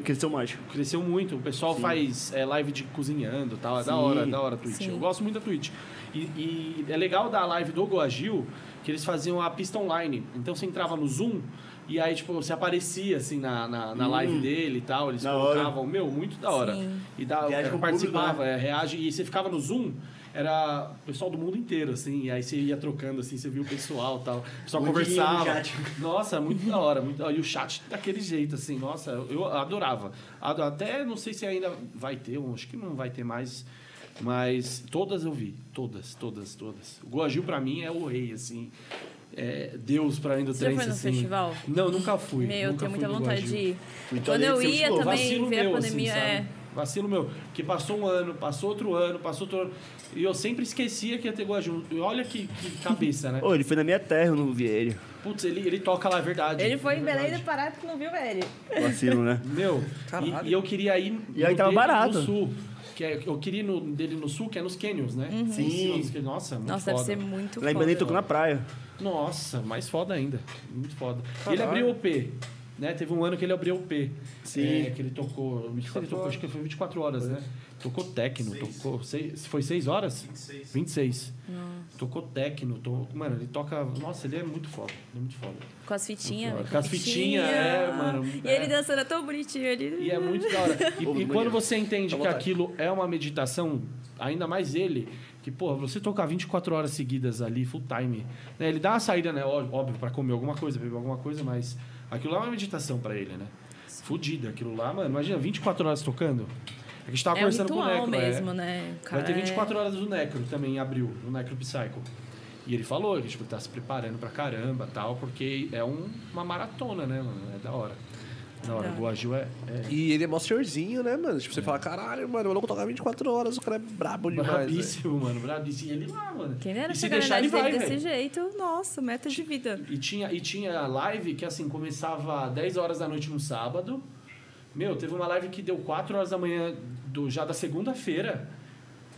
cresceu mais.
Cresceu muito, o pessoal faz é, live de cozinhando e tal. É
Sim.
da hora, é da hora a Twitch.
Sim.
Eu gosto muito da Twitch. E, e é legal da live do Goagil que eles faziam a pista online. Então você entrava no Zoom, E aí, tipo, você aparecia, assim, na, na, na live dele e tal. Eles
Hum. Da
colocavam, meu, muito da hora.
Sim.
E da,
Reage
eu
com o público, né?
participava, é, reage. E você ficava no Zoom, era o pessoal do mundo inteiro, assim. E aí você ia trocando, assim, você via o pessoal e tal. O pessoal
Bom dia,
conversava.
chat.
Nossa, muito da hora. Muito... da hora. E o chat daquele jeito, assim, nossa, eu adorava. Ado- Até não sei se ainda vai ter, um, acho que não vai ter mais. Mas todas eu vi. Todas, todas, todas. O Guagil, pra mim, é o rei, assim. É Deus pra mim do
Você já
trance,
foi no
assim.
festival?
Não, nunca fui.
Meu, eu
nunca
tenho
fui Então,
muita
no
vontade
Guaju.
de ir.
Fui
Quando
também,
eu
você
ia
ficou,
também,
Vacilo
ver a
meu,
pandemia.
assim,
é.
sabe? Vacilo meu. Porque passou um ano, passou outro ano, passou outro ano. E eu sempre esquecia que ia ter Guaju. E olha que, que cabeça, né?
Ô, ele foi na minha terra, eu não vi ele.
Putz, ele, ele toca lá, é verdade.
Ele foi
é
em Belém
verdade.
do Pará porque não viu ele.
Vacilo, né?
Meu, e, e eu queria ir
E aí
no
tava
dele
barato.
no sul. Que é, eu queria ir no dele no sul, que é nos canyons, né?
Uhum.
Sim.
nos canyons. Nossa, muito
Nossa, deve
foda.
ser muito
Lá em
foda.
Belém tocou na praia.
Nossa, mais foda ainda. Muito foda. E ele abriu o P. Né? Teve um ano que ele abriu o P.
Sim.
É, que ele tocou. Não sei se ele tocou, acho que foi 24 horas, né? Tocou tecno, tocou. Seis, foi 6 horas? 26. 26. Tocou tecno. To... Mano, ele toca. Nossa, ele é muito foda. Ele é muito foda.
Com as fitinhas.
Com
né?
as fitinhas, é, mano,
E
é.
ele dançando é tão bonitinho ali.
E é muito da hora. E, e quando você entende
Dá
que
vontade.
aquilo é uma meditação, ainda mais ele, que, porra, você tocar 24 horas seguidas ali, full time. né? Ele dá uma saída, né? ó- Óbvio, pra comer alguma coisa, beber alguma coisa, mas aquilo lá é uma meditação pra ele, né? Fudida aquilo lá, mano. Imagina, 24 horas tocando. É que a gente tava
É um
conversando com o
ritual
Necro, é.
mesmo, né? O
Vai
cara
ter
é-
24 horas do Necro também em abril, no Necro Psycho. E ele falou que tipo, ele tá se preparando pra caramba tal, porque é um- uma maratona, né, mano? É da hora. Da hora. O Guajil é- é
E ele é mó senhorzinho, né, mano? Tipo, você fala, caralho, mano, o maluco toca 24 horas, o cara é brabo demais. velho."
Brabíssimo, mano. Brabíssimo. E ele lá, mano.
Quem era
e se
essa
deixar, ele
dele
vai,
desse
velho.
jeito? Nossa, meta de vida.
E tinha, e tinha live que, assim, começava 10 horas da noite no sábado. Meu, teve uma live que deu 4 horas da manhã do, já da segunda-feira.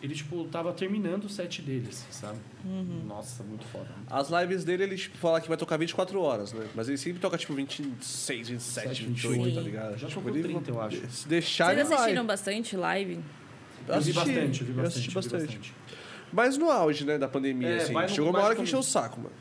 Ele, tipo, tava terminando o set deles, sabe?
Uhum.
Nossa, muito foda.
As lives dele, ele tipo, fala que vai tocar 24 horas, né? Mas ele sempre toca, tipo, 26, 27, 28, tá
Sim.
ligado?
um. Já
tipo,
tocou 30, eu acho.
Se deixar,
Vocês
ele vai.
assistiram bastante live?
Eu
Eu vi
assisti,
bastante, eu vi
eu
bastante.
assisti
eu vi
bastante. Mas no auge, né, da pandemia,
É,
assim.
mas no-
Chegou uma
mas
hora que
como-
encheu o saco, mano.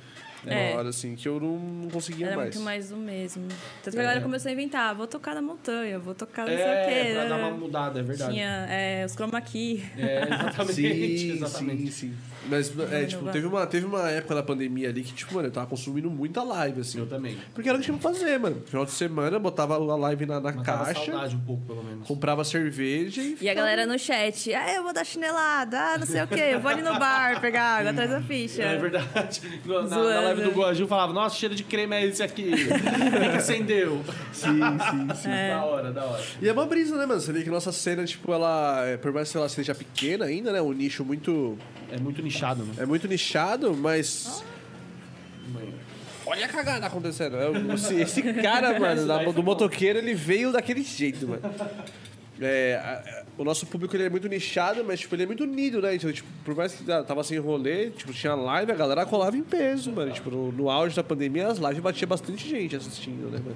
É.
Uma hora, assim, que eu não, não conseguia
Era
mais.
muito mais do mesmo. Tanto que
É.
a galera começou a inventar, "Ah, vou tocar na montanha, vou tocar não sei o
É,
quê.
pra
né?
dar uma mudada, é verdade.
Tinha é, os chroma key.
É, exatamente,
Sim,
exatamente.
sim, sim. Mas, é, tipo,
vai.
teve uma, teve uma época da pandemia ali que, tipo, mano, eu tava consumindo muita live, assim.
Eu também.
Porque era o que tinha pra fazer, mano. Final de semana, eu botava a live na, na
Matava a
caixa,
saudade um pouco, pelo menos.
comprava cerveja e...
E a galera no chat, ah, eu vou dar chinelada, ah, não sei o quê, eu vou ali no bar pegar água, traz a ficha.
É verdade. Na, na
Zoando.
live do Guaju falava, nossa, cheiro de creme é esse aqui. Quem que acendeu?
Sim, sim, sim.
Da hora, da hora.
E é uma brisa, né, mano? Você vê que nossa cena, tipo, ela, é, por mais que ela seja pequena ainda, né? Um nicho muito.
É muito nichado, né?
É muito nichado, mas. Olha a cagada acontecendo. É, o- Esse, esse cara, mano, da- do motoqueiro, ele veio daquele jeito, mano. É, a- a- o nosso público ele é muito nichado, mas tipo, ele é muito unido, né? Então, tipo, por mais que ah, tava sem rolê, tipo, tinha live, a galera colava em peso, mano. Tipo, no, no auge da pandemia, as lives batia bastante gente assistindo, né, mano?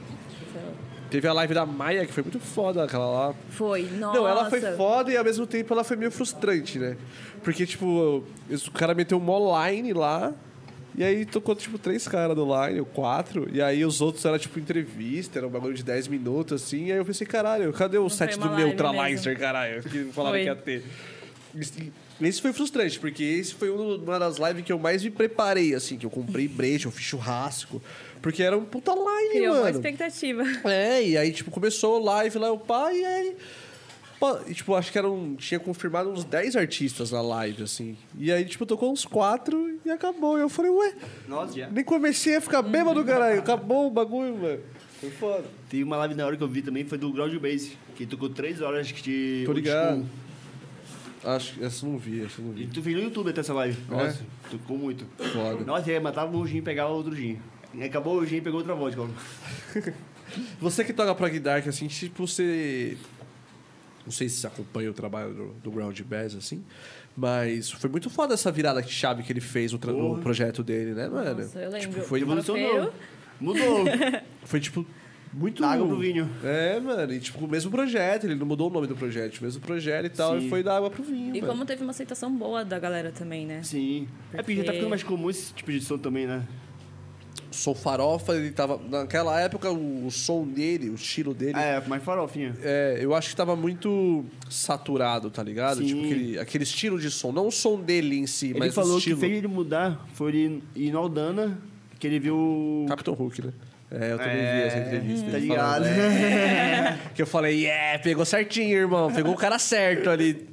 Teve a live da Maia, que foi muito foda, aquela lá.
Foi, nossa.
Não, ela foi foda e ao mesmo tempo ela foi meio frustrante, né? Porque, tipo, esse- o cara meteu um line lá. E aí tocou, tipo, três caras no line, ou quatro. E aí os outros era, tipo, entrevista, era um bagulho de 10 minutos, assim. E aí eu pensei, caralho, cadê o set
uma
do
live
Neutralizer, caralho? Que falava
Foi.
que ia ter. Esse- Esse foi frustrante, porque esse foi um- uma das lives que eu mais me preparei, assim. Que eu comprei breja, eu fiz churrasco. Porque era um puta line,
Criou uma
mano.
expectativa.
É, e aí, tipo, começou o live lá, o pai, e aí. pô, e, tipo, acho que eram. Tinha confirmado uns 10 artistas na live, assim. E aí, tipo, tocou uns 4 e acabou. E eu falei, ué,
Nossa, já.
nem comecei a ficar bêbado, caralho. Acabou o bagulho, mano. Foi foda.
Teve uma live na hora que eu vi também, foi do Ground Base, que tocou três horas de...
Tô
old
ligado.
school.
Acho que essa eu não vi, essa eu não
E
vi.
tu fez no YouTube até essa live. Nossa, tocou muito.
Foda.
Nossa, e aí matava um gin e pegava outro gin. E Acabou o gin e pegou outra vodka.
Você que toca pra Dark, assim, tipo, você. Não sei se você acompanha o trabalho do, do Ground Bass, assim. Mas foi muito foda essa virada de chave que ele fez no, tra- no
Porra.
projeto dele, né, mano?
Nossa, eu lembro.
Tipo, foi
Evolucionou. Mudou.
Foi tipo muito.
Da água pro vinho.
É, mano. E tipo, o mesmo projeto, ele não mudou o nome do projeto, o mesmo projeto e tal,
Sim.
e foi da água pro vinho.
E
mano.
como teve uma aceitação boa da galera também, né?
Sim. É porque já tá ficando mais comum esse tipo de som também, né?
som farofa, ele tava. Naquela época, o, o som dele, o estilo dele. É.
É, mais farofinha.
eu acho que tava muito saturado, tá ligado?
é. Sim.
Tipo, aquele, aquele estilo de som. Não o som dele em si,
Ele
mas o
falou que
um estilo.
fez ele mudar foi ele ir na Aldana, que ele viu. o-
Capitão Hulk, né? É, eu também vi essa entrevista.
Tá
dele
ligado?
falando, né? Que eu falei, yeah, pegou certinho, irmão. Pegou o cara certo ali.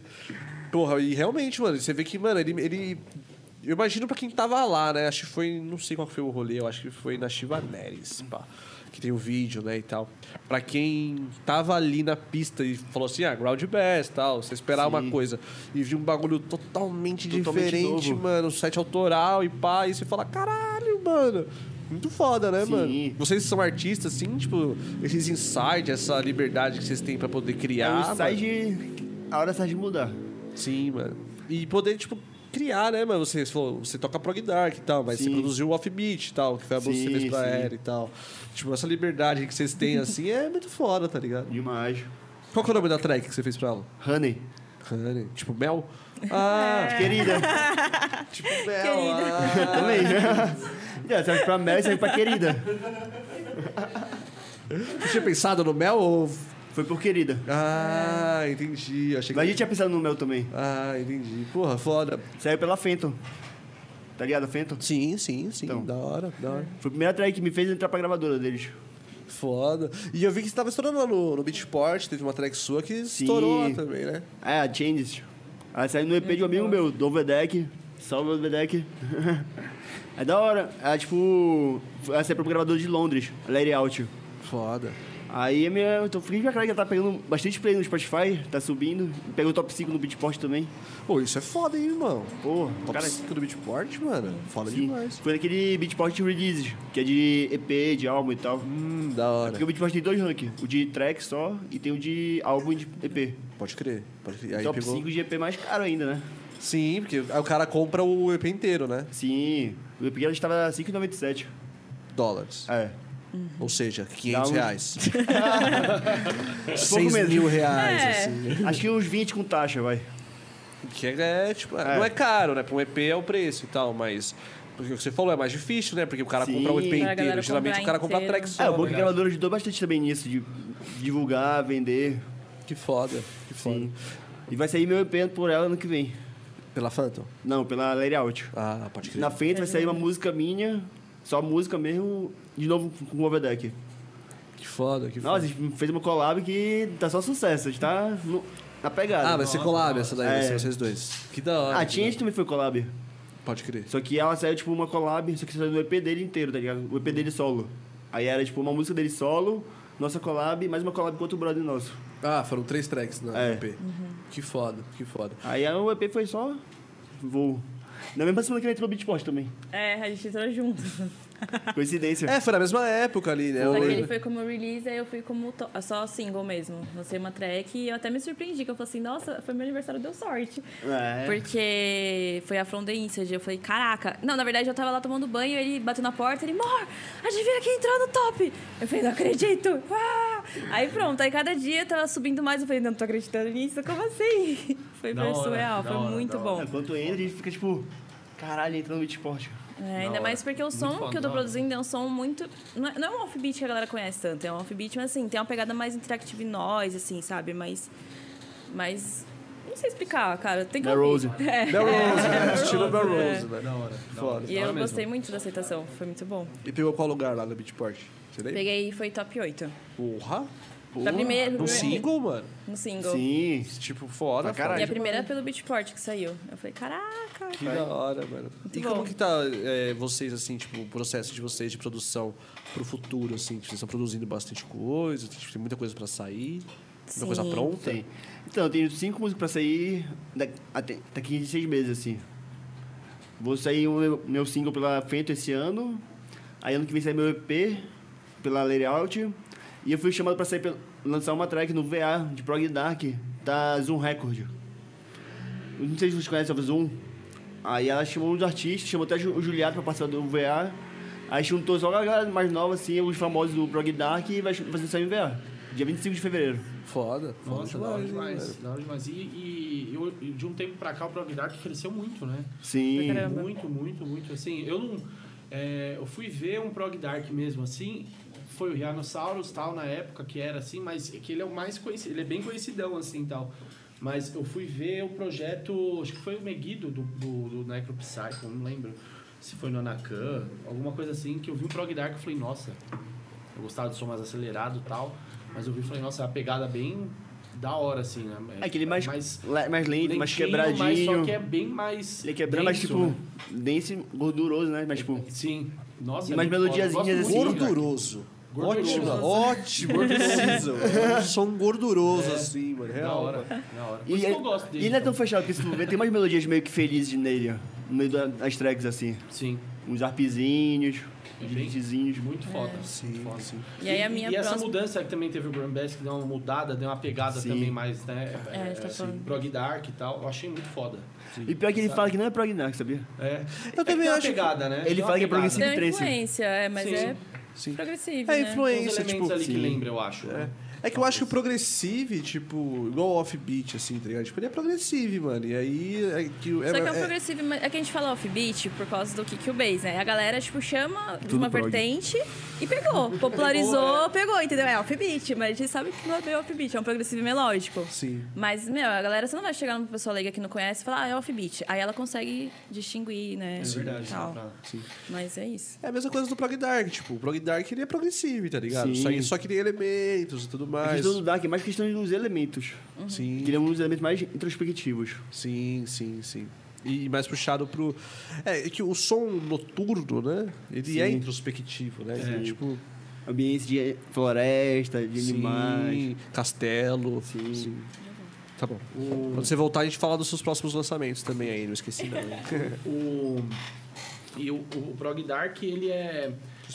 Porra, e realmente, mano, você vê que, mano, ele. ele- eu imagino pra quem tava lá, né? Acho que foi. Não sei qual foi o rolê, eu acho que foi na Chivaneres, pá. Que tem o vídeo, né, e tal. Pra quem tava ali na pista e falou assim, ah, ground bass tal, você esperava uma
Sim.
coisa e viu um bagulho totalmente,
Totalmente
diferente,
novo.
mano, site autoral e pá, e você fala, caralho, mano, muito foda, né,
Sim.
mano? Vocês são artistas, assim, tipo, esses insights, essa liberdade que vocês têm pra poder
É o
criar.
sai de. A hora sai de mudar.
mano. Sim, mano. E poder, tipo, criar, né, mano? Você, falou, você toca prog dark e tal, mas você
Sim.
produziu o offbeat e tal, que foi a música que você
Sim,
fez pra
sim.
era e tal. Tipo, essa liberdade que vocês têm, assim, é muito foda, tá ligado?
Demais.
Qual que é o nome da track que você fez pra ela?
Honey.
Honey. Tipo, mel? Ah,
Querida.
tipo, mel. ah.
É. Também. Já, serve pra Mel e serve pra querida.
Você tinha pensado no mel ou...
Foi por querida.
Ah,
É.
entendi. Achei que...
Mas a gente tinha pensado no Mel também.
Ah, entendi. Porra, foda.
Saiu pela Fenton. Tá ligado, a Fenton?
Sim, sim, sim.
Então.
Da hora, da hora.
Foi a primeira track que me fez entrar pra gravadora deles. É.
Foda. E eu vi que você tava estourando lá no, no Beatport, teve uma track sua que
Sim.
estourou lá também, né?
É, a Changes. Ela saiu no EP de um amigo meu, do Overdeck. Salve, Overdeck. é da hora. Ela, tipo... Ela saiu pro gravador de Londres, a Lady Out.
Foda.
Aí a minha... Eu tô feliz pra caralho que ela tá pegando bastante play no Spotify. Tá subindo. Pegou top 5 no Beatport também.
Pô, isso é foda, hein, irmão?
Pô,
Top
cara...
5 do Beatport, mano. Foda
Sim,
é demais.
foi naquele Beatport Releases, que é de EP, de álbum e tal.
Hum, da hora.
Porque o Beatport tem dois rankings, o de track só e tem o de álbum e de EP.
Pode crer. Pode crer. Aí
Top
pegou...
5 de EP mais caro ainda, né?
Sim, porque aí o cara compra o EP inteiro, né?
Sim, o EP ela estava a 5,97.
Dólares.
É.
Ou seja, 500
Dá um-
reais.
Pouco
6
mesmo.
mil reais,
É.
assim.
Acho que uns 20 com taxa, vai.
Que é, tipo,
É.
não é caro, né? Pra um EP é o preço e tal, mas. Porque o que você falou é mais difícil, né? Porque o cara
Sim.
compra um EP
Pra
inteiro.
galera
Geralmente
comprar
o cara compra
inteiro.
track só.
é, o bom que
né?
a gravadora ajudou bastante também nisso, de divulgar, vender.
Que foda, que foda.
Sim. E vai sair meu EP por ela ano que vem.
Pela Phantom?
Não, pela Lady Out.
Ah, pode crer.
Na frente vai sair uma música minha, só música mesmo, de novo com o Overdeck.
Que foda, que
Nossa, a
foda.
gente fez uma collab que tá só sucesso, a gente tá no- na pegada.
Ah, vai ser né? collab essa daí, vai
É. Ah,
ser vocês dois. Que da hora.
A
que
Change também foi collab.
da hora. Pode crer.
Só que ela saiu tipo uma collab, só que saiu do EP dele inteiro, tá ligado? O EP dele solo. Aí era tipo uma música dele solo, nossa collab, mais uma collab com outro brother nosso.
Ah, foram três tracks na
É.
EP.
Uhum.
Que foda, que foda.
Aí o EP foi só voo. Na mesma semana que ele entrou no Beatport também.
É, a gente entrou junto.
Coincidência.
É, foi na mesma época ali, né? Eu
Só que ele
lembro.
foi como release, aí eu fui como to- só single mesmo. Lancei uma track e eu até me surpreendi, que eu falei assim, nossa, foi meu aniversário, deu sorte.
É.
Porque foi a Frondense, eu falei, caraca. Não, na verdade eu tava lá tomando banho, ele bateu na porta, ele, mor, adivinha quem entrou no top? Eu falei, não acredito. Ah! Aí pronto, aí cada dia eu tava subindo mais, eu falei, não, não tô acreditando nisso, como assim? Foi
Da hora,
surreal,
da
foi
hora,
muito
da hora.
bom.
É, Quando entra, a gente fica tipo, caralho, entra no Beatport.
É, ainda
hora.
mais porque o som
foda,
que eu
da
tô
hora.
produzindo é um som muito. Não é, não é um offbeat que a galera conhece tanto, é um offbeat, mas assim, tem uma pegada mais interactive noise, assim, sabe? Mais. Mais. Não sei explicar, cara. Tem que
Da
ouvir.
Rose.
É.
Bell Rose, né? Estilo Bell
É.
Rose, né?
Da hora. da
Foda.
hora,
E
da hora
eu
mesmo.
gostei muito da aceitação, foi muito bom.
E pegou qual lugar lá no Beatport? Você lembra?
Peguei, foi top 8.
Porra!
Da primeira.
No single, mano.
No single.
Sim.
Tipo, foda.
Pra caralho.
E a primeira pelo Beatport que saiu. Eu falei, caraca.
Que da hora, mano. e
bom.
como que tá é, vocês, assim, tipo, o processo de vocês de produção pro futuro, assim? Vocês estão produzindo bastante coisa, tipo, tem muita coisa pra sair, muita
Sim.
coisa pronta.
Tem. Então, eu tenho cinco músicas pra sair da- até- daqui a seis meses, assim. Vou sair o meu, meu single pela Fento esse ano. Aí ano que vem sai meu EP pela Layout. E eu fui chamado pra sair pela- lançar uma track no VA de Prog Dark da Zoom Record. Eu Não sei se vocês conhecem a Zoom. Aí ela chamou uns artistas, chamou até o Ju- o Juliado pra participar do VA. Aí juntou só a galera mais nova, assim, os famosos do Prog Dark e vai fazer sair no VA. Dia 25 de fevereiro.
Foda. foda
Nossa, da hora
hein,
demais.
velho.
Da hora demais. E, e eu- e de um tempo pra cá, o Prog Dark cresceu muito, né?
Sim.
Caramba.
Muito, muito, muito. Assim, eu não. É, eu fui ver um prog dark mesmo, assim. Foi o Rhinosaurus, tal, na época, que era assim, mas é que ele é o mais conhecido. Ele é bem conhecidão, assim, tal. Mas eu fui ver o projeto, acho que foi o Meguido do, do, do Necropsycho, não lembro se foi no Anacan, alguma coisa assim, que eu vi um prog dark e falei, nossa, eu gostava do som mais acelerado e tal, mas eu vi e falei, nossa, é uma pegada bem da hora, assim, né?
É aquele mais,
mais
mais, mais lento, mais
lentinho, Mas só
quebradinho.
que é bem mais.
Ele quebrando, mas
denso,
tipo,
né?
dense, gorduroso, né? Mas tipo,
Sim. Nossa, é
E umas
muito foda. Eu gosto
melodiazinhas
muito,
assim.
cara.
Gorduroso.
Gorduroso.
Ótimo, ótimo. Precisa. mano. Um som gorduroso, assim, mano.
Da
Real.
hora,
mano.
da hora. Por
E,
isso que
é-
eu gosto dele.
e ele não é tão
cara.
fechado, porque se tu ver, tem umas melodias meio que felizes nele, ó, no meio da- das tracks, assim.
Sim.
Uns arpezinhos,
É
uns
bem-
riffzinhos.
Muito foda.
Sim,
muito foda.
sim.
E aí a minha
e essa
próxima.
mudança que também teve o Grand Bass, que deu uma mudada, deu uma pegada
Sim.
também mais, né?
É, você tá falando.
prog dark e tal. Eu achei muito foda.
E pior que ele fala que não é prog narco, sabia?
É.
Eu
É que
também
tem uma
acho que-
pegada, né?
Ele
Tem uma
fala que é
pegada.
progressivo.
Não,
trance.
influência, é, mas
né? Sim,
é
Sim. É
progressivo. né?
Tem uns
influência,
elementos
tipo.
ali que
sim.
lembra, eu acho.
É.
né?
É que eu acho que o progressive, tipo, igual o offbeat, assim, tá ligado? Tipo, ele é progressive, mano. E aí é que. o- É,
Só que é um
é-
progressivo, mas é que a gente fala offbeat por causa do kick e o bass, né? A galera, tipo, chama de
Tudo
uma
prog.
vertente e pegou. Popularizou, pegou, entendeu? É offbeat, mas a gente sabe que não é bem offbeat, é um progressivo melódico.
Sim.
Mas, meu, a galera, você não vai chegar numa pessoa leiga que não conhece e falar, ah, é offbeat. Aí ela consegue distinguir, né?
É verdade.
tal.
dá pra-
Mas é isso.
É a mesma coisa do Prog Dark, tipo, o Prog Dark ele é progressivo, tá ligado?
Sim.
Só que, só que tem elementos e tudo
A
mais.
questão do Dark é mais questão dos elementos.
Sim,
Que ele é um dos elementos mais introspectivos.
sim, sim, sim. E mais puxado pro. É, é que o som noturno, né? Ele
Sim.
é introspectivo, né? Ele É. Tipo,
Ambientes de floresta, de animais.
sim, castelo.
Sim.
Tá bom. Quando você voltar, a gente fala dos seus próximos lançamentos também aí, não esqueci não. hein?
O, e o, o Prog Dark, ele é.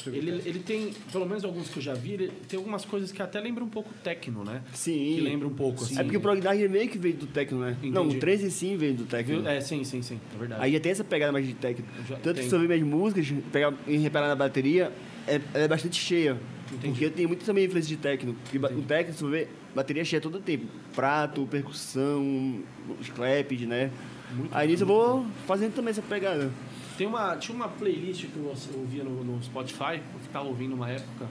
Ele, ele tem, pelo menos alguns que eu já vi, ele tem algumas coisas que até lembram um pouco techno, né?
Sim.
Que lembra um pouco, assim.
É porque o prog dark ele meio que veio do techno, né?
Entendi.
Não, o 13 sim veio do
Viu?
techno.
É, sim, sim, sim. É verdade.
Aí já tem essa pegada mais de techno.
Já
Tanto
tem.
que se eu ouvir minhas músicas, pegar e reparar na bateria, é, ela é bastante cheia.
Entendi.
Porque tem muito também influência de techno. Porque ba- o techno, se você ver, bateria é cheia todo o tempo. Prato, percussão, os claps, né?
Muito
Aí nisso eu vou fazendo também essa pegada.
Tem uma, tinha uma playlist que eu ouvia no, no Spotify, eu tava ouvindo uma época,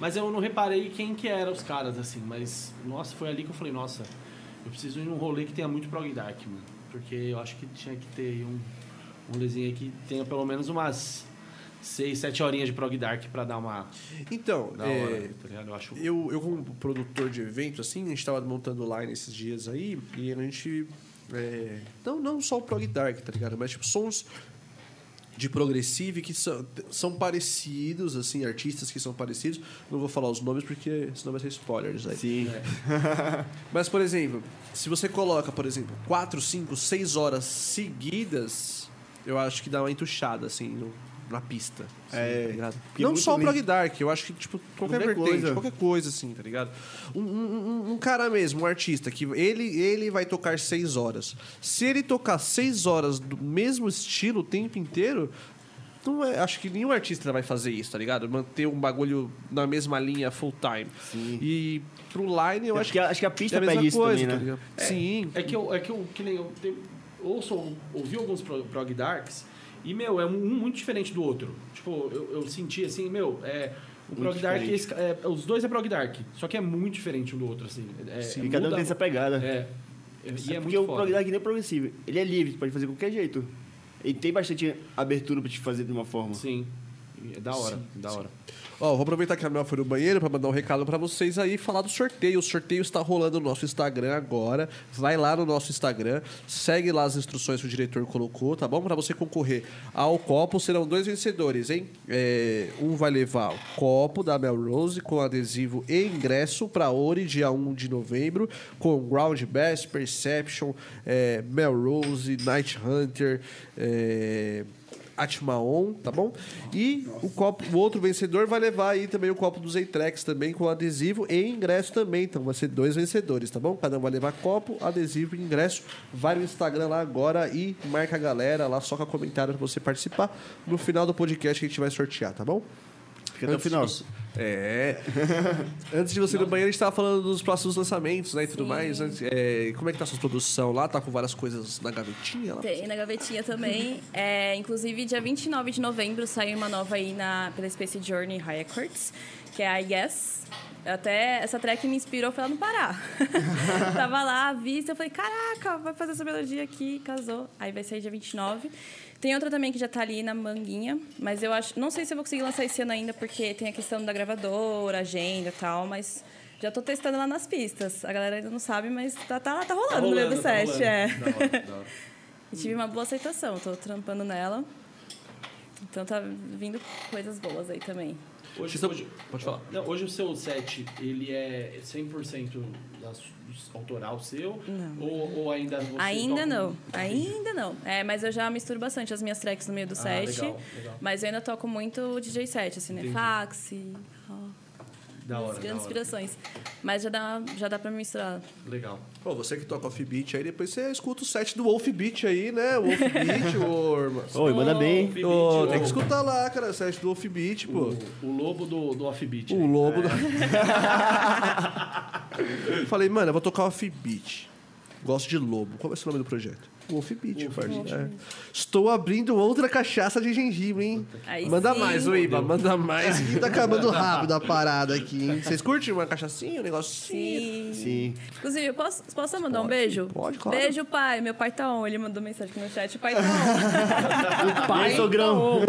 mas eu não reparei quem que eram os caras, assim, mas, nossa, foi ali que eu falei, nossa, eu preciso ir num rolê que tenha muito prog dark, mano, porque eu acho que tinha que ter aí um, um rolezinho aí que tenha pelo menos umas 6, 7 horinhas de prog dark pra dar uma
Então,
da
é,
hora, tá ligado? Eu acho...
Eu, eu como produtor de evento, assim, a gente tava montando line esses dias aí, e a gente. é, não, não só o Prog Dark, tá ligado? Mas tipo, sons de progressive que são, são parecidos, assim, artistas que são parecidos. Não vou falar os nomes porque senão vai ser spoilers aí.
Sim.
Mas, por exemplo, se você coloca, por exemplo, 4, 5, 6 horas seguidas, eu acho que dá uma entuchada, assim, no- na pista.
É,
tá ligado?
porque
Não
muito
só o
mesmo.
Prog Dark, eu acho que, tipo, qualquer,
Qualquer
vertente,
coisa.
qualquer coisa, assim, tá ligado? Um, um- um- um cara mesmo, um artista, que ele, ele vai tocar 6 horas. Se ele tocar 6 horas do mesmo estilo o tempo inteiro. Não é- acho que nenhum artista vai fazer isso, tá ligado? Manter um bagulho na mesma linha full time.
Sim.
E pro line, eu
Eu
acho
acho que, a- acho que a
é
pista
a mesma
pede isso
coisa, tá
também, né?
ligado? Sim.
É que eu, é que eu, que nem eu tenho- ouço, ouvi alguns pro- prog darks e, meu, é um muito diferente do outro. Tipo, eu, eu senti assim, meu, é. O
Muito
prog dark,
diferente.
esse- é, os dois é prog dark, só que é muito diferente um do outro, assim. É,
E cada um tem essa pegada.
É, é, e é,
porque
muito
o
foda.
prog dark nem é progressivo. Ele é livre, tu pode fazer de qualquer jeito. Ele tem bastante abertura pra te fazer de uma forma.
Sim. E É da hora, da hora.
Ó, vou aproveitar que a Mel foi no banheiro pra mandar um recado pra vocês aí e falar do sorteio. O sorteio está rolando no nosso Instagram agora. Vai lá no nosso Instagram, segue lá as instruções que o diretor colocou, tá bom? Pra você concorrer ao copo, serão dois vencedores, hein? É, um vai levar o copo da Melrose com adesivo e ingresso pra Ori, dia 1 de novembro, com Ground Bass, Perception, é, Melrose, Night Hunter, é, Atmaon, tá bom? E o, copo, o outro vencedor vai levar aí também o copo dos Eitrex também com adesivo e ingresso também. Então vai ser dois vencedores, tá bom? Cada um vai levar copo, adesivo e ingresso. Vai no Instagram lá agora e marca a galera lá, soca comentário pra você participar. No final do podcast que a gente vai sortear, tá bom?
Fica até o
Antes de
final.
você- É. Antes de você ir no banheiro, a gente tava falando dos próximos lançamentos, né? E tudo
Sim.
mais. Antes- é, como é que tá a sua produção lá? Tá com várias coisas na gavetinha lá?
Tem na gavetinha também. É, inclusive, dia 29 de novembro saiu uma nova aí na, pela Space Journey Records, que é a Yes. Até essa track me inspirou pra ela não parar. Tava lá, à vista, eu falei, caraca, vai fazer essa melodia aqui, casou. Aí vai sair dia 29. Tem outra também que já tá ali na manguinha, mas eu acho. Não sei se eu vou conseguir lançar esse ano ainda, porque tem a questão da gravadora, agenda e tal, mas. Já tô testando lá nas pistas. A galera ainda não sabe, mas tá, tá, tá rolando, no
rolando,
meu
tá
set,
rolando.
é. E tive uma boa aceitação, tô trampando nela. Então tá vindo coisas boas aí também.
Hoje, hoje- pode falar. Não, hoje o seu set, ele é 100% da, su- autoral seu?
Não.
Ou, ou ainda você
ainda
toca-
não, ainda não. É, mas eu já misturo bastante as minhas tracks no meio do
Ah,
set.
legal, legal.
Mas eu ainda toco muito DJ set, assim, né?
Entendi.
Fax, e, ó,
Da hora,
as
da
grandes
hora.
inspirações. Mas já dá, já dá pra misturar.
Legal.
Pô, você que toca offbeat aí, depois você escuta o set do Wolfbeat aí, né? O Wolfbeat, ô, irmão.
Oi, manda bem.
Offbeat,
Ô,
o-
tem que escutar lá, cara, o set do Wolfbeat, pô.
O, o lobo do, do offbeat.
O
né?
lobo do- Falei, mano, eu vou tocar offbeat. Gosto de lobo. Qual vai ser o nome do projeto? Wolfbeat, parceiro. É. Estou abrindo outra cachaça de gengibre, hein?
Aí
manda
sim.
mais, o Iba, manda mais. que tá acabando rápido a parada aqui, hein? Vocês curtem uma cachaçinha, um negocinho?
Sim.
Sim.
Inclusive, eu posso, posso mandar um
Pode,
beijo?
pode, claro.
Beijo, pai. Meu pai tá on. Ele mandou mensagem aqui no chat. Pai tá on.
Pai, sogrão.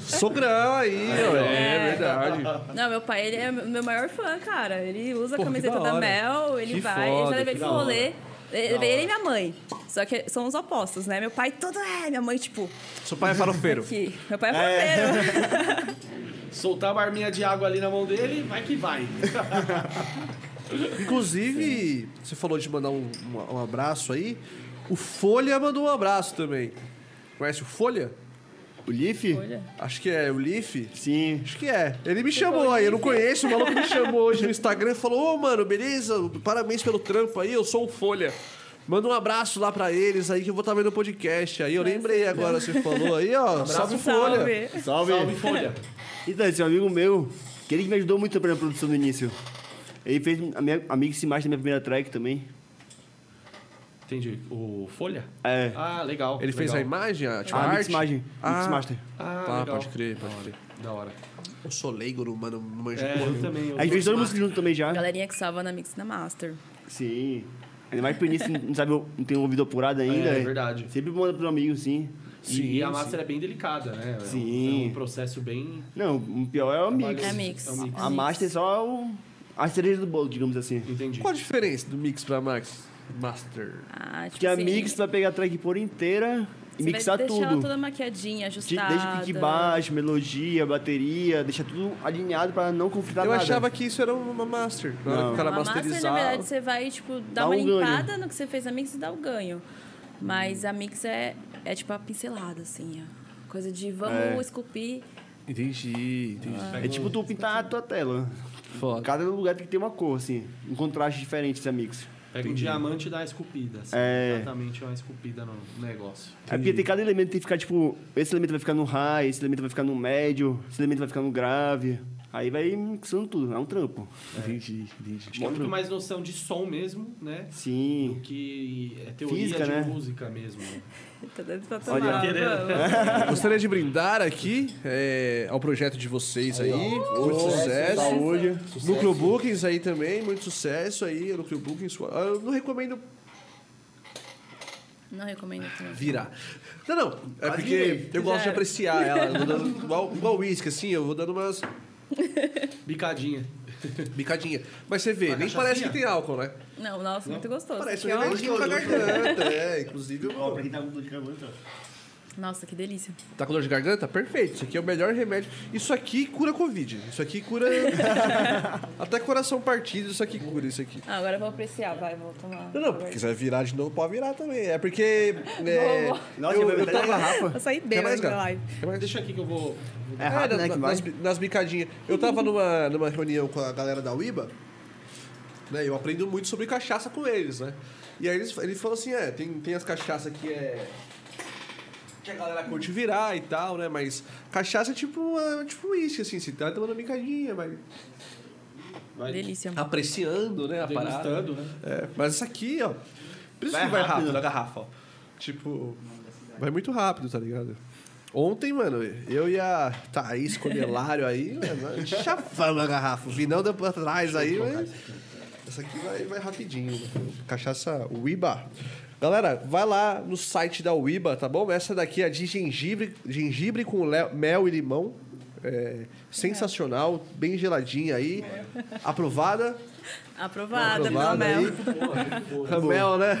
Sogrão aí, ó. É, verdade.
Não, meu pai, ele é meu maior fã, cara. Ele usa
Pô,
a camiseta
que da
da
hora.
Mel, ele
Que
vai,
foda,
eu já levei
que
ele pro
da
rolê. Ele, ele e minha mãe. Só que são os opostos, né? Meu pai todo é, minha mãe, tipo,
Seu pai é farofeiro.
aqui. Meu pai é fronteiro.
Soltar a barminha de água ali na mão dele, vai que vai.
Inclusive, você falou de mandar um, um- um abraço aí. O Folha mandou um abraço também. Conhece o Folha?
O Leaf?
Acho que é o Leaf.
Sim.
Acho que é. Ele me chamou aí, eu não conheço, o maluco me chamou hoje no Instagram e falou: Ô, mano, beleza? Parabéns pelo trampo aí, eu sou o Folha. Manda um abraço lá pra eles aí que eu vou estar vendo o podcast. Aí eu lembrei agora, você falou aí, ó. salve Folha.
Salve.
Salve.
Salve, Folha.
Então, esse amigo meu, que ele que me ajudou muito na produção do início. Ele fez a minha a mix e master da minha primeira track também.
Entendi. O Folha?
É.
Ah, legal.
Ele fez a
legal.
imagem, a, tipo,
A
a
mix
arte?
imagem. Mix
Ah.
master.
Ah,
Tá,
legal.
pode crer, pode crer.
Da hora.
Eu sou leigo, no mano, não manjo
É,
porra
eu
nenhuma.
também. eu
A gente
gosto
fez toda a música junto também já.
Galerinha que salva na Mix e na Master.
Sim. Ainda mais pro início, não sabe, não tem um ouvido apurado ainda.
É, verdade.
Sempre manda pro amigo, sim.
Sim, e a master é bem delicada, né? É um-
Sim.
É um processo bem.
Não, o pior é o mix.
É a Mix.
É o mix.
A master é só o... a cereja do bolo, digamos assim.
Entendi.
Qual a diferença do mix pra Max? Master.
Ah, tipo
Porque a
assim,
mix vai pegar a track por inteira e
você
mixar
vai deixar
tudo.
ela toda maquiadinha,
De-
ajustada.
Desde pique baixo, melodia, bateria, deixar tudo alinhado pra não conflitar
eu
nada.
achava que isso era uma master. Na hora
Não.
que o cara
A master, na
masterizava.
verdade, você vai, tipo, dar
Dá
uma
um ganho.
limpada no que você fez na mix e dar o ganho. Mas a mix é, é tipo a pincelada, assim, ó. Coisa de vamos
É.
esculpir.
Entendi, entendi.
Ah.
É
um-
tipo tu pintar a tua tela.
Foda.
Cada lugar tem que ter uma cor, assim. Um contraste diferente É dessa mix.
Pega um diamante e dá uma esculpida. Assim,
É.
Exatamente uma esculpida no negócio.
É porque tem cada elemento que tem que ficar, tipo... Esse elemento vai ficar no high, esse elemento vai ficar no médio, esse elemento vai ficar no grave. Aí vai mixando tudo. É um trampo.
Entendi, entendi.
Acho que é muito mais noção de som mesmo, né? Do
é. Sim.
que é teoria
Física,
de
né?
música mesmo. né?
Tá dando pra
Olha.
tomar, vamos.
Gostaria de brindar aqui é, ao projeto de vocês aí. muito sucesso.
Saúde.
Núcleo Bookings aí também, muito sucesso aí. Núcleo Bookings. ah, Eu não recomendo
Não recomendo tanto.
virar. Não, não. É
Quase
porque
virei.
eu gosto de
Já era.
apreciar ela. Eu vou dando igual, igual whisky, assim, eu vou dando umas
Bicadinha.
bicadinhas. Mas você vê,
Uma
nem parece que tem
cachaçinha?
álcool, né?
Não, nossa, muito gostoso.
Parece um
Aqui, ó.
remedinho pra garganta. É, inclusive. eu-
pra quem tá com dor de garganta.
Nossa, que delícia.
Tá com dor de garganta? Perfeito. Isso aqui é o melhor remédio. Isso aqui cura Covid. Isso aqui cura. Até coração partido, isso aqui cura isso aqui.
Ah, agora eu vou apreciar, vai, vou tomar.
Não, não, porque quiser virar de novo, pode virar também. É porque. É,
Vamos.
Nossa,
eu,
vai
eu
virar
tava.
de garrafa.
Eu saí
Quer
bem
mais,
na
cara?
live.
Quer mais?
Deixa aqui que eu vou.
É rápido, né,
na-
que
nas,
vai.
nas bicadinhas. Eu tava numa, numa reunião com a galera da UIBA, né? Eu aprendo muito sobre cachaça com eles, né? E aí eles, ele falou assim: é, tem, tem as cachaças que é. que a galera curte virar e tal, né? Mas cachaça é tipo uma, tipo uísque, assim, você tá tomando uma bicadinha, mas
Delícia.
tá apreciando, né, a parada.
um Degustando, né?
É, mas essa aqui, ó, por isso
Vai
que vai rápido
rápido.
na garrafa, ó. Tipo, vai muito rápido, tá ligado? Ontem, mano, eu e a Thaís Conelário aí, mano, chafamos a garrafa. O Vinão deu pra trás aí, mas... Essa aqui vai, vai rapidinho. mano. Cachaça Uiba. Galera, vai lá no site da Uiba, tá bom? Essa daqui é de gengibre, gengibre com le- mel e limão. É, sensacional, bem geladinha aí. Aprovada.
Aprovada, pelo
Aprovada
mel.
aí. Mel, né?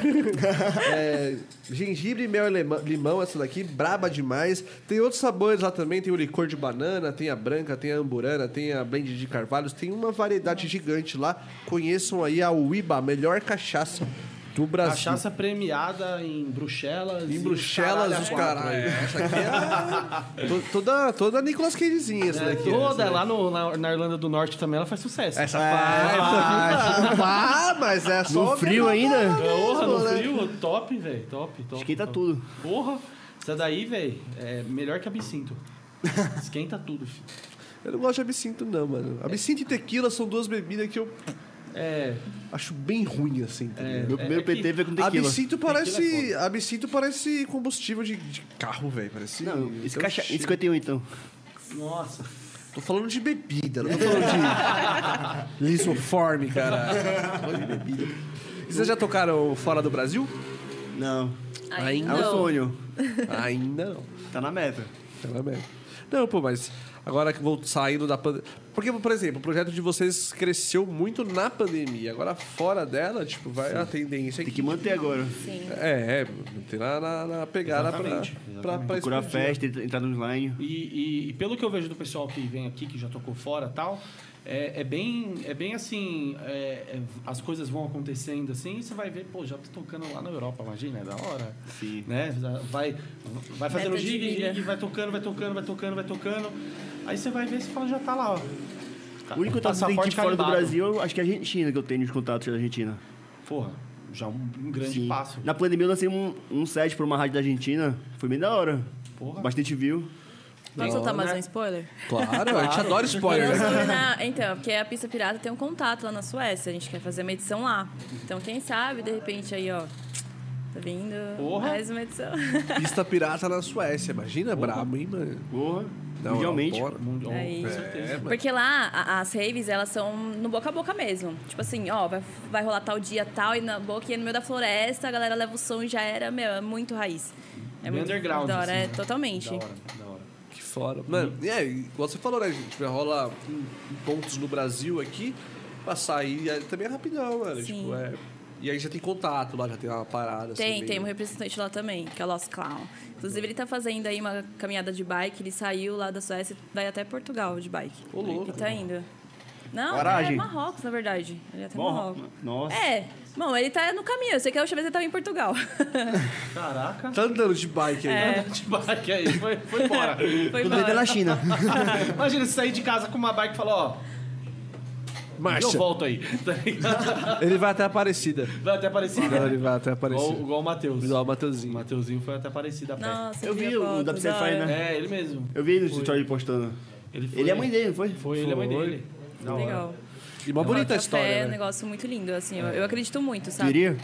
É, gengibre, mel e lema- limão, essa daqui, braba demais. Tem outros sabores lá também, tem o licor de banana, tem a branca, tem a amburana, tem a blend de carvalhos, tem uma variedade gigante lá. Conheçam aí a Uiba, a melhor cachaça do Brasil.
Cachaça premiada em Bruxelas. e
Em
os
Bruxelas, os
caralho é. a
caralho.
quatro,
Essa aqui é a- to- toda, toda Nicolas Cagezinha, essa
É,
daqui.
toda É.
essa
lá no- na, na Irlanda do Norte também ela faz sucesso.
Essa faz, faz, mas é só...
No frio ainda?
Porra, no
né?
frio, top, velho. Top, top.
Esquenta
top.
tudo.
Porra, essa daí, velho, é melhor que absinto. Esquenta tudo, filho.
Eu não gosto de absinto, não, mano. Absinto e tequila são duas bebidas que eu
É,
acho bem ruim, assim. Tá ligado?
É,
Meu primeiro
é que-
PT veio com tequila. é
Absinto
Tequila
parece, absinto parece combustível de, de carro, velho. Parece.
Não, esse
tem um
caixa...
cheiro.
51 então.
nossa.
Tô falando de bebida, não tô falando de lisoforme, cara. Tô falando de bebida. E vocês já tocaram fora do Brasil?
Não.
Ainda
É um
não.
sonho.
Ainda não.
Tá na meta.
Pelo menos. Não, pô, mas agora que vou saindo da pandemia. Porque, por exemplo, o projeto de vocês cresceu muito na pandemia. Agora, fora dela, tipo, vai a tendência é
Tem que manter agora.
Sim.
É, é, tem na, na, na pegada
Exatamente,
pra, pra, pra
Procurar
explodir.
festa, ent- entrar no online.
E, e- e pelo que eu vejo do pessoal que vem aqui, que já tocou fora e tal, é, é bem, é bem assim, é- é- as coisas vão acontecendo assim, e você vai ver, pô, já tô tocando lá na Europa, imagina, é da hora.
Sim.
Né? Vai, vai fazendo
Meta de
gig,
vida.
gig, vai tocando, vai tocando, vai tocando, vai tocando. Aí você vai ver, você fala, já tá lá, ó.
O único contato de fora do
Tá. carimbado.
Brasil, acho que é a Argentina, que eu tenho os contatos da Argentina.
Porra, já um, um grande
Sim.
passo.
Na pandemia eu lancei um, um set pra uma rádio da Argentina. Foi bem da hora.
Porra.
Bastante view.
Posso soltar mais um spoiler?
Claro, a gente adora spoiler.
Eu
né?
soube na- Então, porque a pista pirata tem um contato lá na Suécia, a gente quer fazer uma edição lá. Então, quem sabe, de repente, aí, ó. Tá vindo
Porra. Então,
mais uma edição.
Pista pirata na Suécia, imagina, brabo, hein, mano?
Porra.
Não,
mundialmente.
bora. É,
Mundial,
Aí.
com certeza.
Porque lá, a- as raves, elas são no boca a boca mesmo. Tipo assim, ó, vai, vai rolar tal dia, tal, e na boca, e é no meio da floresta, a galera leva o som e já era, meu, é muito raiz. É
Bem
muito
underground,
Da
assim,
hora, é,
né?
totalmente. Tá
Da hora, da hora.
Que fora. Mano, e é, igual você falou, né, gente? Vai rolar em em pontos no Brasil aqui, passar aí é, também é rapidão, mano.
Sim.
Tipo, é. E aí já tem contato lá, já tem uma parada.
Tem,
assim,
tem um
meio-
representante lá também, que é o Lost Clown. Inclusive, ele tá fazendo aí uma caminhada de bike, ele saiu lá da Suécia, vai até Portugal de bike.
Ô, louco.
E tá indo. Não,
Coragem.
é Marrocos, na verdade. Ele é até
Bom,
Marrocos.
nossa.
É, bom, ele tá no caminho. Eu sei que a última vez ele tava em Portugal.
Caraca.
Tá andando de bike aí. né?
É.
De bike aí, foi, foi embora.
Foi
Tudo dentro
embora.
da China.
Imagina você sair de casa com uma bike e falar, ó, eu
Marcha.
volto aí. Tá ligado?
Ele vai até Aparecida.
Vai até Aparecida.
Ele vai até
Igual,
Aparecida.
igual o Matheus.
Igual o
O
Mateuzinho.
Mateuzinho foi até Aparecida a pé.
Nossa,
Eu vi
a
o
foto,
da Psyfy,
hora.
né?
É, ele mesmo.
Eu vi ele no story postando.
foi-
Ele é a mãe dele, não foi?
Foi, ele é a mãe
Foi.
dele. Da hora.
Legal.
E uma bonita
Café
a história.
É um
né?
negócio muito lindo, assim. Eu, eu acredito muito,
Tu
sabe?
iria?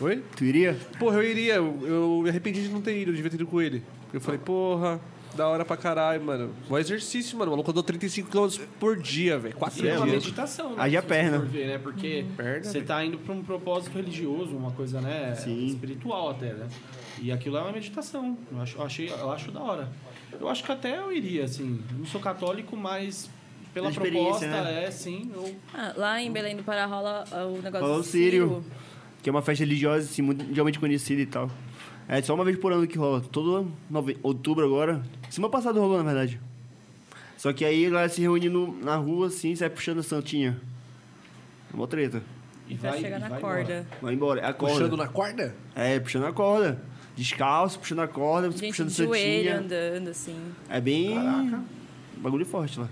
Oi?
Tu iria?
Porra, eu iria. Eu, eu me arrependi de não ter ido, eu devia ter ido com ele. Eu falei, porra, da hora pra caralho, mano. Um exercício, mano. O maluco andou 35 km por dia, velho. Quatro
E é uma
dias.
meditação, né?
Haja
se você
perna. é
for ver, né? Porque
Perna,
você tá indo pra um propósito religioso, uma coisa, né?
Sim.
Espiritual até, né? E aquilo é uma meditação. Eu acho, eu achei, eu acho da hora. Eu acho que até eu iria, assim. Eu Não sou católico, mas pela
Pela experiência,
proposta,
né?
é, sim. Eu...
Ah, lá em Belém do Pará rola ah, o negócio
Rola o
do
Sírio. Que é uma festa religiosa, assim, mundialmente conhecida e tal. É só uma vez por ano que rola. Todo nove... outubro agora. Semana passada rolou, na verdade. Só que aí ela se reúne no- na rua, assim, sai puxando a santinha. É uma treta.
E
Pra
vai,
chegar
e
na
vai
corda.
embora.
Vai embora. É a corda.
Puxando na corda?
É, puxando a corda. Descalço, puxando a corda,
Gente,
puxando
de
santinha.
joelho andando, assim.
É bem... Bagulho forte lá.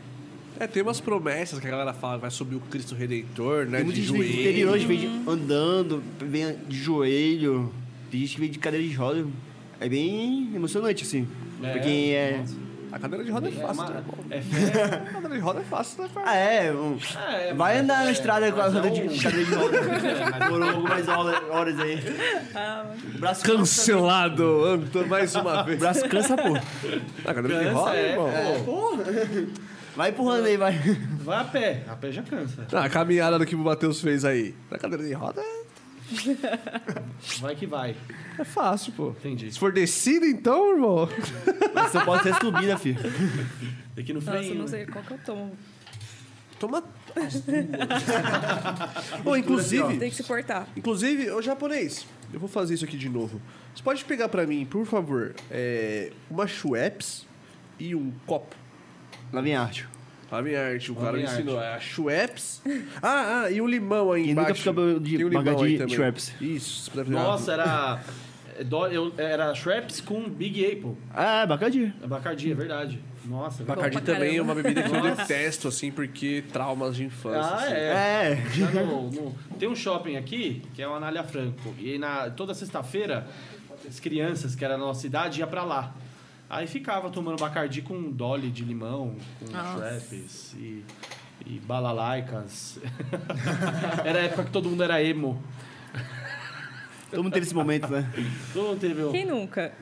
É, tem umas promessas que a galera fala, vai subir o Cristo Redentor, né?
Tem muita
de
gente que vem
joelho.
do interior, a gente vem de- andando, vem de joelho. Tem gente que vem de cadeira de rodas. é bem emocionante, assim.
É,
pra quem é.
nossa.
A cadeira de roda é fácil, né? irmão?
É fé.
A cadeira de roda é fácil, né,
Ah, é, um-
É,
Vai andar na estrada com a
mas é
roda
um- É,
de cadeira de roda. Demorou algumas hola- horas aí.
Ah.
O braço cansa.
Cancelado, Antônio, mais uma
O
vez.
Ah, braço cansa, pô.
A cadeira de
Cansa,
roda,
é,
irmão.
é.
Vai empurrando aí, vai.
Vai a pé. A pé já cansa.
Ah, a caminhada do que o Matheus fez aí. Na cadeira de roda é-
Vai que vai.
é fácil, pô.
Entendi.
Se for descida, então, irmão.
Mas Só pode ser subida, filho.
Aqui no
Nossa, eu
freio.
não sei qual que eu tomo.
Toma. Ou inclusive,
Tem que se portar.
Inclusive, ô japonês, eu vou fazer isso aqui de novo. Você pode pegar pra mim, por favor, é, uma Schweppes e um copo.
Lá vem arte.
A minha arte, o
Lá
cara me
vem arte.
ensinou. É a Schweppes. Ah, ah, e um limão aí
Quem nunca
embaixo.
fica de
Tem um limão
baga
aí
de
também.
Schweppes?
Isso, você deve
Nossa, era... é, dó- eu- Era Shreps com Big Apple.
Ah, é bacadinho.
Abacardi, é verdade. Nossa, é verdade.
Bacardi
Bom pra
também é uma bebida que eu
Nossa.
detesto, assim, porque traumas de infância.
Ah,
assim.
é.
É.
Já no- no- tem um shopping aqui, que é o Anália Franco. E aí na, toda sexta-feira, as crianças, que era a nossa idade, ia pra lá. Aí ficava tomando Bacardi com Dolly de limão, com
Nossa.
Shreps e, e balalaicas. era a época que todo mundo era emo.
Todo mundo teve esse momento, né?
Todo mundo teve... um-
Quem nunca?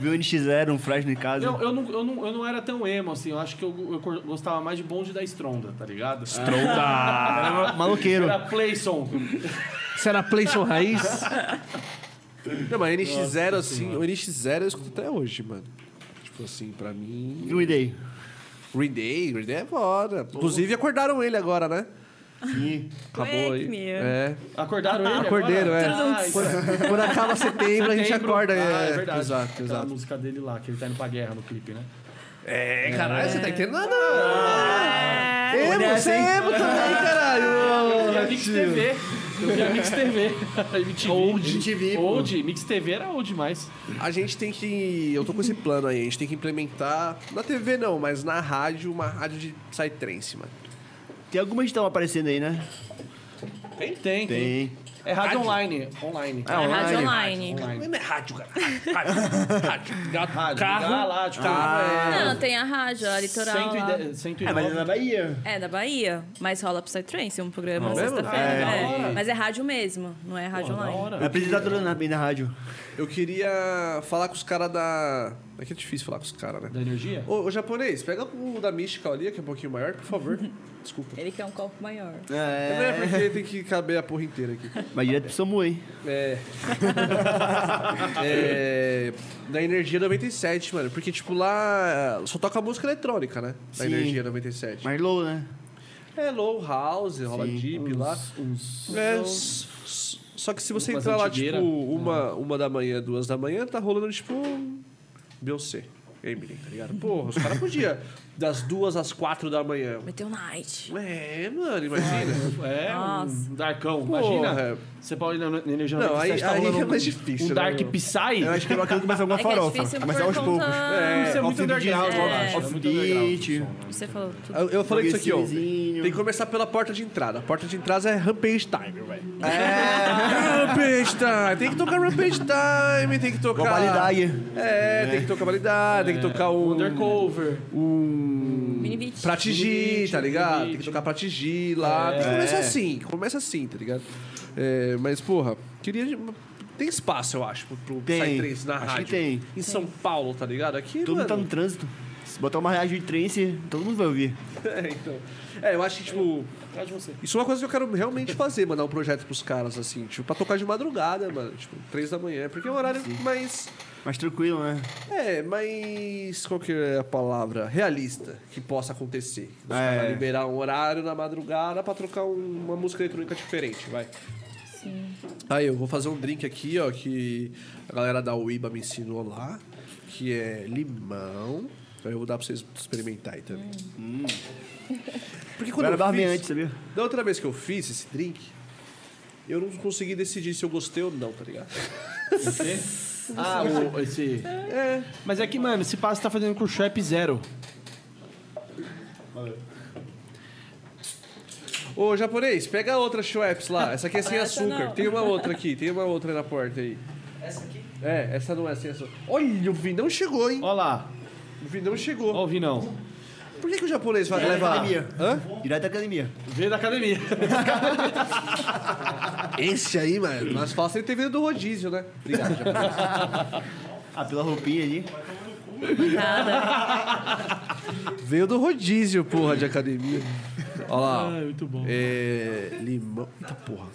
Viu um NX0, um Fresno em casa.
Não, eu não, eu, não, eu não era tão emo, assim. Eu acho que eu, eu cor- gostava mais de bonde da Stronda, tá ligado?
Era
Ah.
ma- Ah, maloqueiro.
Era Playson.
Isso era PlayStation Raiz? Não, mas NX0, assim, o NX0 eu escuto até hoje, mano. Tipo assim, pra mim.
E o Idei?
Green Day, Green Day é foda. Inclusive, acordaram ele agora, né?
Sim.
Acabou
Wake
aí.
me up.
É.
Acordaram ele
Acordaram,
agora?
é.
Ah, então-
Quando acaba setembro, a gente
Setembro.
acorda.
Ah,
é,
é verdade.
Exato,
Aquela
exato.
música dele lá, que ele tá indo pra guerra no clipe, né?
É, caralho, você tá entendendo? É. Emo,
Olha
você é
essa,
emo também, Oh,
Eu via
caralho.
Mix TV. Eu via Mix TV. MTV.
Old. MTV, pô.
Old. Mix TV era old demais.
A gente tem que. Eu tô com esse plano aí, a gente tem que implementar. Na TV não, mas na rádio, uma rádio de psytrance, mano.
Tem algumas que estão aparecendo aí, né?
Tem, tem.
Tem.
É rádio online. Online.
Ah,
É
online.
rádio online.
Online.
Não é rádio, cara. Rádio, rádio. Gato,
Rádio.
carro. Ah.
Galáctico. é
Não, tem a rádio, a litoral. lá.
110, 109.
É, mas é na Bahia.
É, da Bahia. Mas rola Psytrance, um programa
Não,
sexta-feira.
é?
É.
Da hora.
Mas é rádio mesmo, não é rádio
Pô, da
online.
hora.
É apresentadora na, na rádio.
Eu queria falar com os caras da. É que é difícil falar com os caras, né?
Da energia?
Ô, ô, japonês, pega o da Mystical ali, que é um pouquinho maior, por favor. Desculpa.
Ele quer um copo maior.
É,
É.
porque tem que caber a porra inteira aqui.
Mas direto pro SAMU, hein?
É. é. Da Energia 97, mano. Porque, tipo, lá só toca música eletrônica, né? Da
Sim.
Energia 97.
Mas low, né?
É low house, rola
Sim.
deep lá.
Uns...
É, s- s- só que se você
Umas
entrar lá,
antigueira.
tipo, uma, uma da manhã, duas da manhã, tá rolando, tipo, Beyoncé. Emily, tá ligado? Porra, os caras podiam das duas às quatro da manhã.
Meteu night.
É, mano, imagina.
É,
Nossa.
um darkão.
Porra.
Imagina. Você pode ir na na energia
Não,
97,
aí-
tá
aí
rolando
é mais
um-
difícil,
Um
né,
dark
meu?
psy.
Eu acho que aquilo começa alguma
É que é
farofa.
difícil
Começa
por
aos poucos.
conta...
Isso é muito underground, eu acho. É muito
Offbeat.
underground o som, né?
Você falou tudo.
Eu, eu falei isso aqui, ó.
Progressivezinho.
Tem que começar pela porta de entrada. A porta de entrada é Rampage Time, velho. É, Rampage Time. Tem que tocar Rampage Time, tem que tocar...
Globalidade.
É, tem que tocar validade, tem que tocar um...
Undercover.
Ah,
um...
Mini beat.
Pratigi, tá
Mini
ligado?
beat.
Tem que tocar Pratigi lá.
É.
Tem que começar assim, começa assim, tá ligado? É, mas, porra, queria. Tem espaço, eu acho, pro- pro
Tem.
Psytrance na
Acho
rádio.
que tem.
Em São Paulo, tá ligado? Aqui,
Todo mundo
mano.
tá no trânsito. Se botar uma rádio de trance, todo mundo vai ouvir.
É, então. É, eu acho que, tipo.
Atrás de você.
Isso é uma coisa que eu quero realmente fazer, mandar um projeto pros caras, assim, tipo, pra tocar de madrugada, mano. Tipo, três da manhã. Porque é um horário mais.
Mais tranquilo, né?
É, mas qual que é a palavra realista que possa acontecer? Os
É.
caras liberar um horário na madrugada pra trocar um- uma música eletrônica diferente, vai. Aí eu vou fazer um drink aqui, ó, que a galera da Uiba me ensinou lá, que é limão. Aí eu vou dar pra vocês experimentar aí também. Porque
Eu
quando
era
eu
barbeante,
fiz,
sabia?
da outra vez que eu fiz esse drink, eu não consegui decidir se eu gostei ou não, tá ligado?
Você? Ah, o, esse.
É,
Mas é que, mano, esse passo tá fazendo com o Shrap Zero.
Ô, japonês, pega a outra Schweppes lá. Essa aqui é sem
Essa
açúcar.
não.
Tem uma outra aqui, tem uma outra aí na porta aí.
Essa aqui?
É, essa não é assim. Essa... Olha, o Vinão chegou, hein?
Olha lá.
O Vinão chegou.
Ó o Vinão.
Por que, que o japonês
É,
vai
Direto da
levar?
academia.
Hã?
Direto da academia.
Veio da academia.
Esse aí, mano.
Mas fala se ele ter vindo do rodízio, né? Obrigado, japonês.
Ah, pela roupinha ali.
Nada.
Veio do rodízio, porra, de academia. Olha lá.
Ah, muito bom.
É, limão. Eita porra.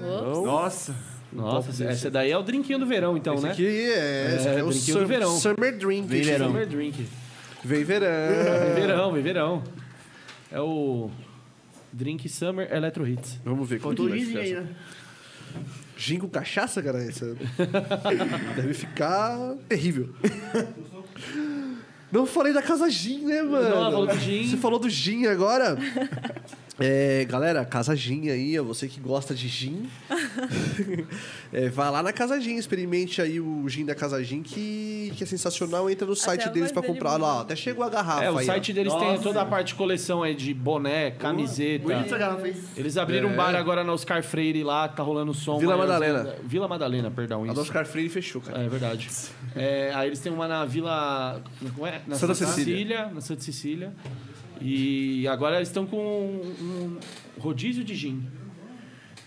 né?
Ops.
Nossa.
Nossa, essa daí é o drinquinho do verão, então,
Esse
né?
aqui é, esse
É,
aqui é o
brinquedo
sum-
do verão.
Summer Drink.
Vem verão.
Summer drink.
Vem
Vem
verão.
verão, vem verão. É o Drink Summer Electro Hits.
Vamos ver como
Faltou
que
o
vai
gizinho
ficar
aí,
essa.
né?
Gin com cachaça, cara, essa. Deve ficar terrível. Não falei da casa Gin, né, mano?
ela falou do gin.
Você falou do Gin agora? É, galera, Casa Gin aí, ó, você que gosta de gin, é, vá lá na Casa Gin, experimente aí o gin da Casa Gin, que, que é sensacional. Entra no site
a
deles pra
voz dele
comprar. Olha lá,
mudou.
até chegou a garrafa
é, o
aí, ó.
site deles tem
Nossa.
toda a parte de coleção aí de boné, camiseta.
Bonita essa garrafa, hein?
Eles abriram um bar agora na Oscar Freire lá, tá rolando som.
É. Vila
aí,
Madalena.
Vila Madalena, perdão.
A do
Isso.
Oscar Freire fechou, cara.
É verdade. É, aí eles têm uma na Vila. Como é? Na
Santa Cecília.
Na Santa Cecília. E agora eles estão com um, um rodízio de gin.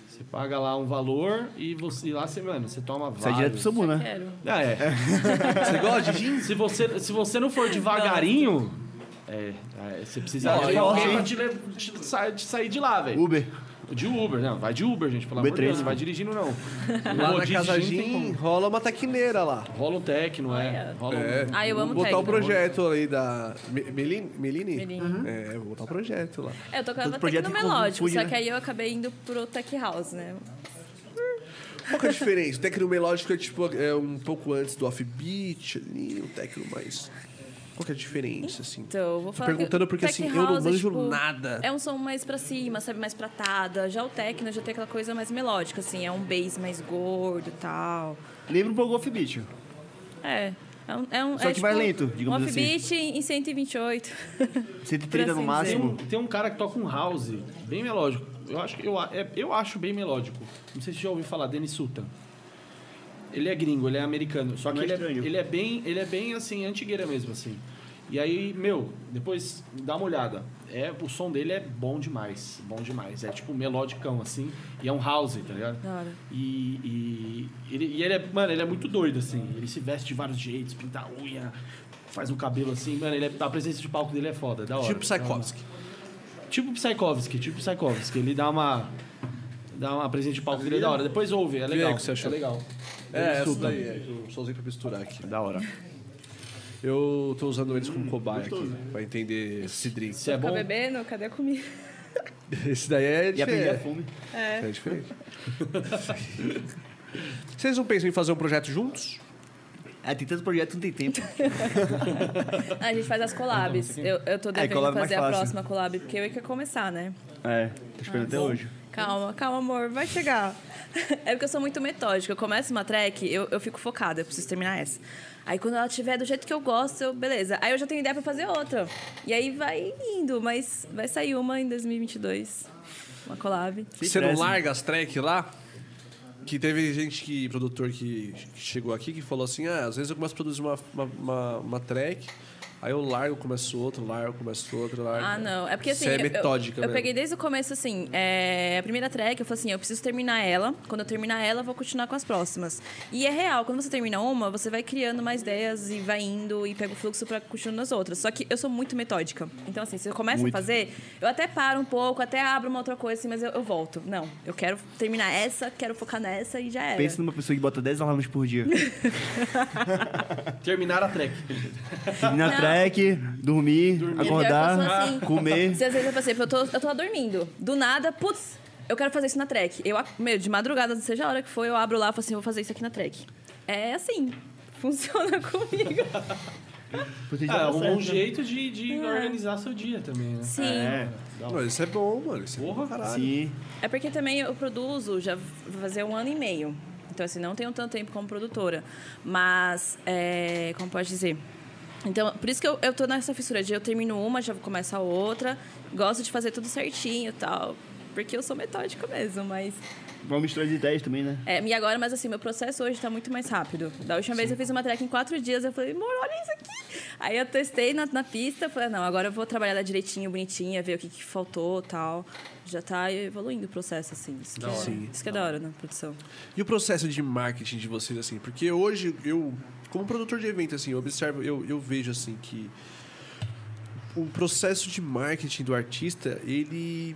Você paga lá um valor e você e lá você, mano, você toma
é
vários.
Sai direto pro Samu, né?
Quero.
Ah, é.
Você gosta de gin?
Se você, se você não for devagarinho. É, é, você precisa
Não,
de
eu
alguém
acho-
pra te, le- te sa- te sair de lá, velho.
Uber.
De Uber, não. Vai de Uber, gente, pelo amor de
B13.
Deus. Não vai dirigindo, não.
Lá na
Rodízio
Casa
de gin tem
Gin
como.
rola uma taquineira lá.
Rola um tecno, é.
Olha.
Rola um-
É,
Ah, eu amo
Vou botar o
técnico.
projeto aí da. Me- Melin- Melini?
Melini.
É, vou botar o projeto lá.
É, eu
Todo
tocava até
projeto
no
que
melódico,
confunde,
só
né?
que aí eu acabei indo pro tech house, né?
Qual que é a diferença? O técnico melódico é tipo é um pouco antes do offbeat e o técnico mais. Qual que é a diferença, assim?
Então, eu vou falar. que
perguntando porque,
tech
assim, eu não
house é,
manjo
tipo,
nada.
É um som mais pra cima, sabe? Mais pratada. Já o techno já tem aquela coisa mais melódica, assim. É um bass mais gordo e tal.
Lembra um pouco o offbeat.
É. É um, é um,
Só
é,
que vai lento, digamos
um
assim.
offbeat em em 128.
130 no
Pra assim
Tem
máximo.
um, tem um cara que toca um house bem melódico. Eu acho, que- eu, a- é- eu acho bem melódico. Não sei se você já ouviu falar, Dennis Sultan. Ele é gringo, ele é americano. Só que
Não é
ele é,
estranho.
ele é bem, ele é bem assim, antigueira mesmo, assim. E aí, meu, depois dá uma olhada. É, o som dele é bom demais. Bom demais. É tipo melodicão, assim. E é um house, tá ligado?
Da hora.
E, e ele, e ele é, mano, ele é muito doido, assim. Ele se veste de vários jeitos, pinta a unha, faz um cabelo assim. Mano, ele é- a presença de palco dele é foda, da hora.
Tipo
Da hora.
Psykovsky.
Tipo Psykovski, tipo Psykovski. Ele dá uma. Dá uma presença de palco dele é da hora. Depois ouve, é legal.
aí o que você achou.
É legal.
É, essa
Sultan.
daí. É. Eu só usei pra misturar aqui.
É Da hora.
Eu tô usando eles como cobaia aqui, pra entender esse drink.
Se é
Tá
bom.
bebendo? Cadê a comida?
Esse daí é
E aprendi a
diferente.
fome.
É.
É diferente. Vocês não pensam em fazer um projeto juntos?
É, tem tanto projeto, não tem tempo.
A gente faz as collabs. Eu, eu tô devendo
É, collab mais
fazer a
fácil.
próxima collab, porque eu ia que começar, né?
É, tô esperando até hoje.
Calma, calma, amor, vai chegar. É porque eu sou muito metódica. Eu começo uma track, eu, eu fico focada, eu preciso terminar essa. Aí quando ela tiver do jeito que eu gosto, eu, beleza. Aí eu já tenho ideia pra fazer outra. E aí vai indo, mas vai sair uma em 2022. Uma collab.
Você não
pressa.
larga as track lá? Que teve gente que, produtor que que chegou aqui, que falou assim: ah, às vezes eu começo a produzir uma, uma, uma, uma track, aí eu largo, começo outra, largo, começo outra, largo.
Ah, não. É porque assim.
Você é
eu-
metódica,
Eu, eu
mesmo.
peguei desde o começo, assim, é, a primeira track, eu falei assim, eu preciso terminar ela. Quando eu terminar ela, eu vou continuar com as próximas. E é real, quando você termina uma, você vai criando mais ideias e vai indo e pega o fluxo pra continuar nas outras. Só que eu sou muito metódica. Então, assim, se eu começo
Muito.
a fazer, eu até paro um pouco, até abro uma outra coisa, assim, mas eu, eu volto. Não, eu quero terminar essa, quero focar nessa e já era.
Pensa numa pessoa que bota 10 alarmes por dia.
Terminar a track.
Na track, dormir,
É pior que eu sou
acordar,
assim.
comer.
Se às vezes eu falo assim, eu tô, eu tô lá dormindo. Do nada, putz, eu quero fazer isso na track. Eu, ac- meu, de madrugada, seja a hora que for, eu abro lá e falo assim, eu vou fazer isso aqui na track. É assim. Funciona comigo.
Você já
Ah,
tá
é um
certo,
bom
né?
jeito de, de organizar seu dia também, né?
Uhum. Sim.
É,
É,
Da hora.
Não, isso é bom, mano. Isso é bom pra caralho.
sim.
porque também eu produzo já vai fazer um ano e meio. Então, assim, não tenho tanto tempo como produtora. Mas, é, como pode dizer? Então, por isso que eu, eu tô nessa fissura de eu termino uma, já começo a outra. Gosto de fazer tudo certinho e tal. Porque eu sou metódica mesmo, mas.
Uma mistura de ideias também, né?
É, e agora, mas assim, meu processo hoje tá muito mais rápido. Da última vez eu fiz uma track em quatro dias, eu falei, amor, olha isso aqui. Aí eu testei na, na pista, falei, "Ah, não, agora eu vou trabalhar ela direitinho, bonitinha, ver o que, que faltou tal. Já tá evoluindo o processo, assim. Isso, que é,
hora.
isso que é da hora, né? Produção.
E o processo de marketing de vocês, assim? Porque hoje eu, como produtor de evento, assim, eu observo, eu, eu vejo, assim, que o processo de marketing do artista, ele.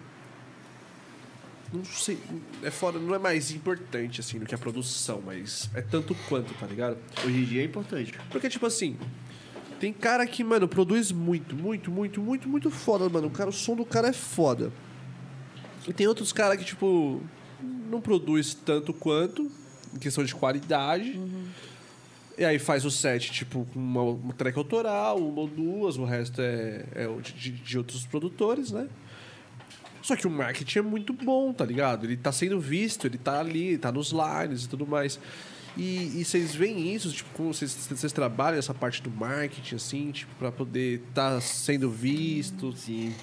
Não sei. É fora, não é mais importante, assim, do que a produção, mas é tanto quanto, tá ligado?
Hoje em dia é importante.
Porque, tipo assim, tem cara que, mano, produz muito, muito, muito, muito, muito foda, mano. O, cara, o som do cara é foda. E tem outros caras que, tipo, não produz tanto quanto, em questão de qualidade. E aí faz o set, tipo, com uma, uma track autoral, uma ou duas, o resto é, é o de, de outros produtores, né? Só que o marketing é muito bom, tá ligado? Ele tá sendo visto, ele tá ali, ele tá nos lines e tudo mais. E, e vocês veem isso, tipo, como vocês, vocês trabalham essa parte do marketing, assim, tipo, pra poder tá sendo visto.
Sim.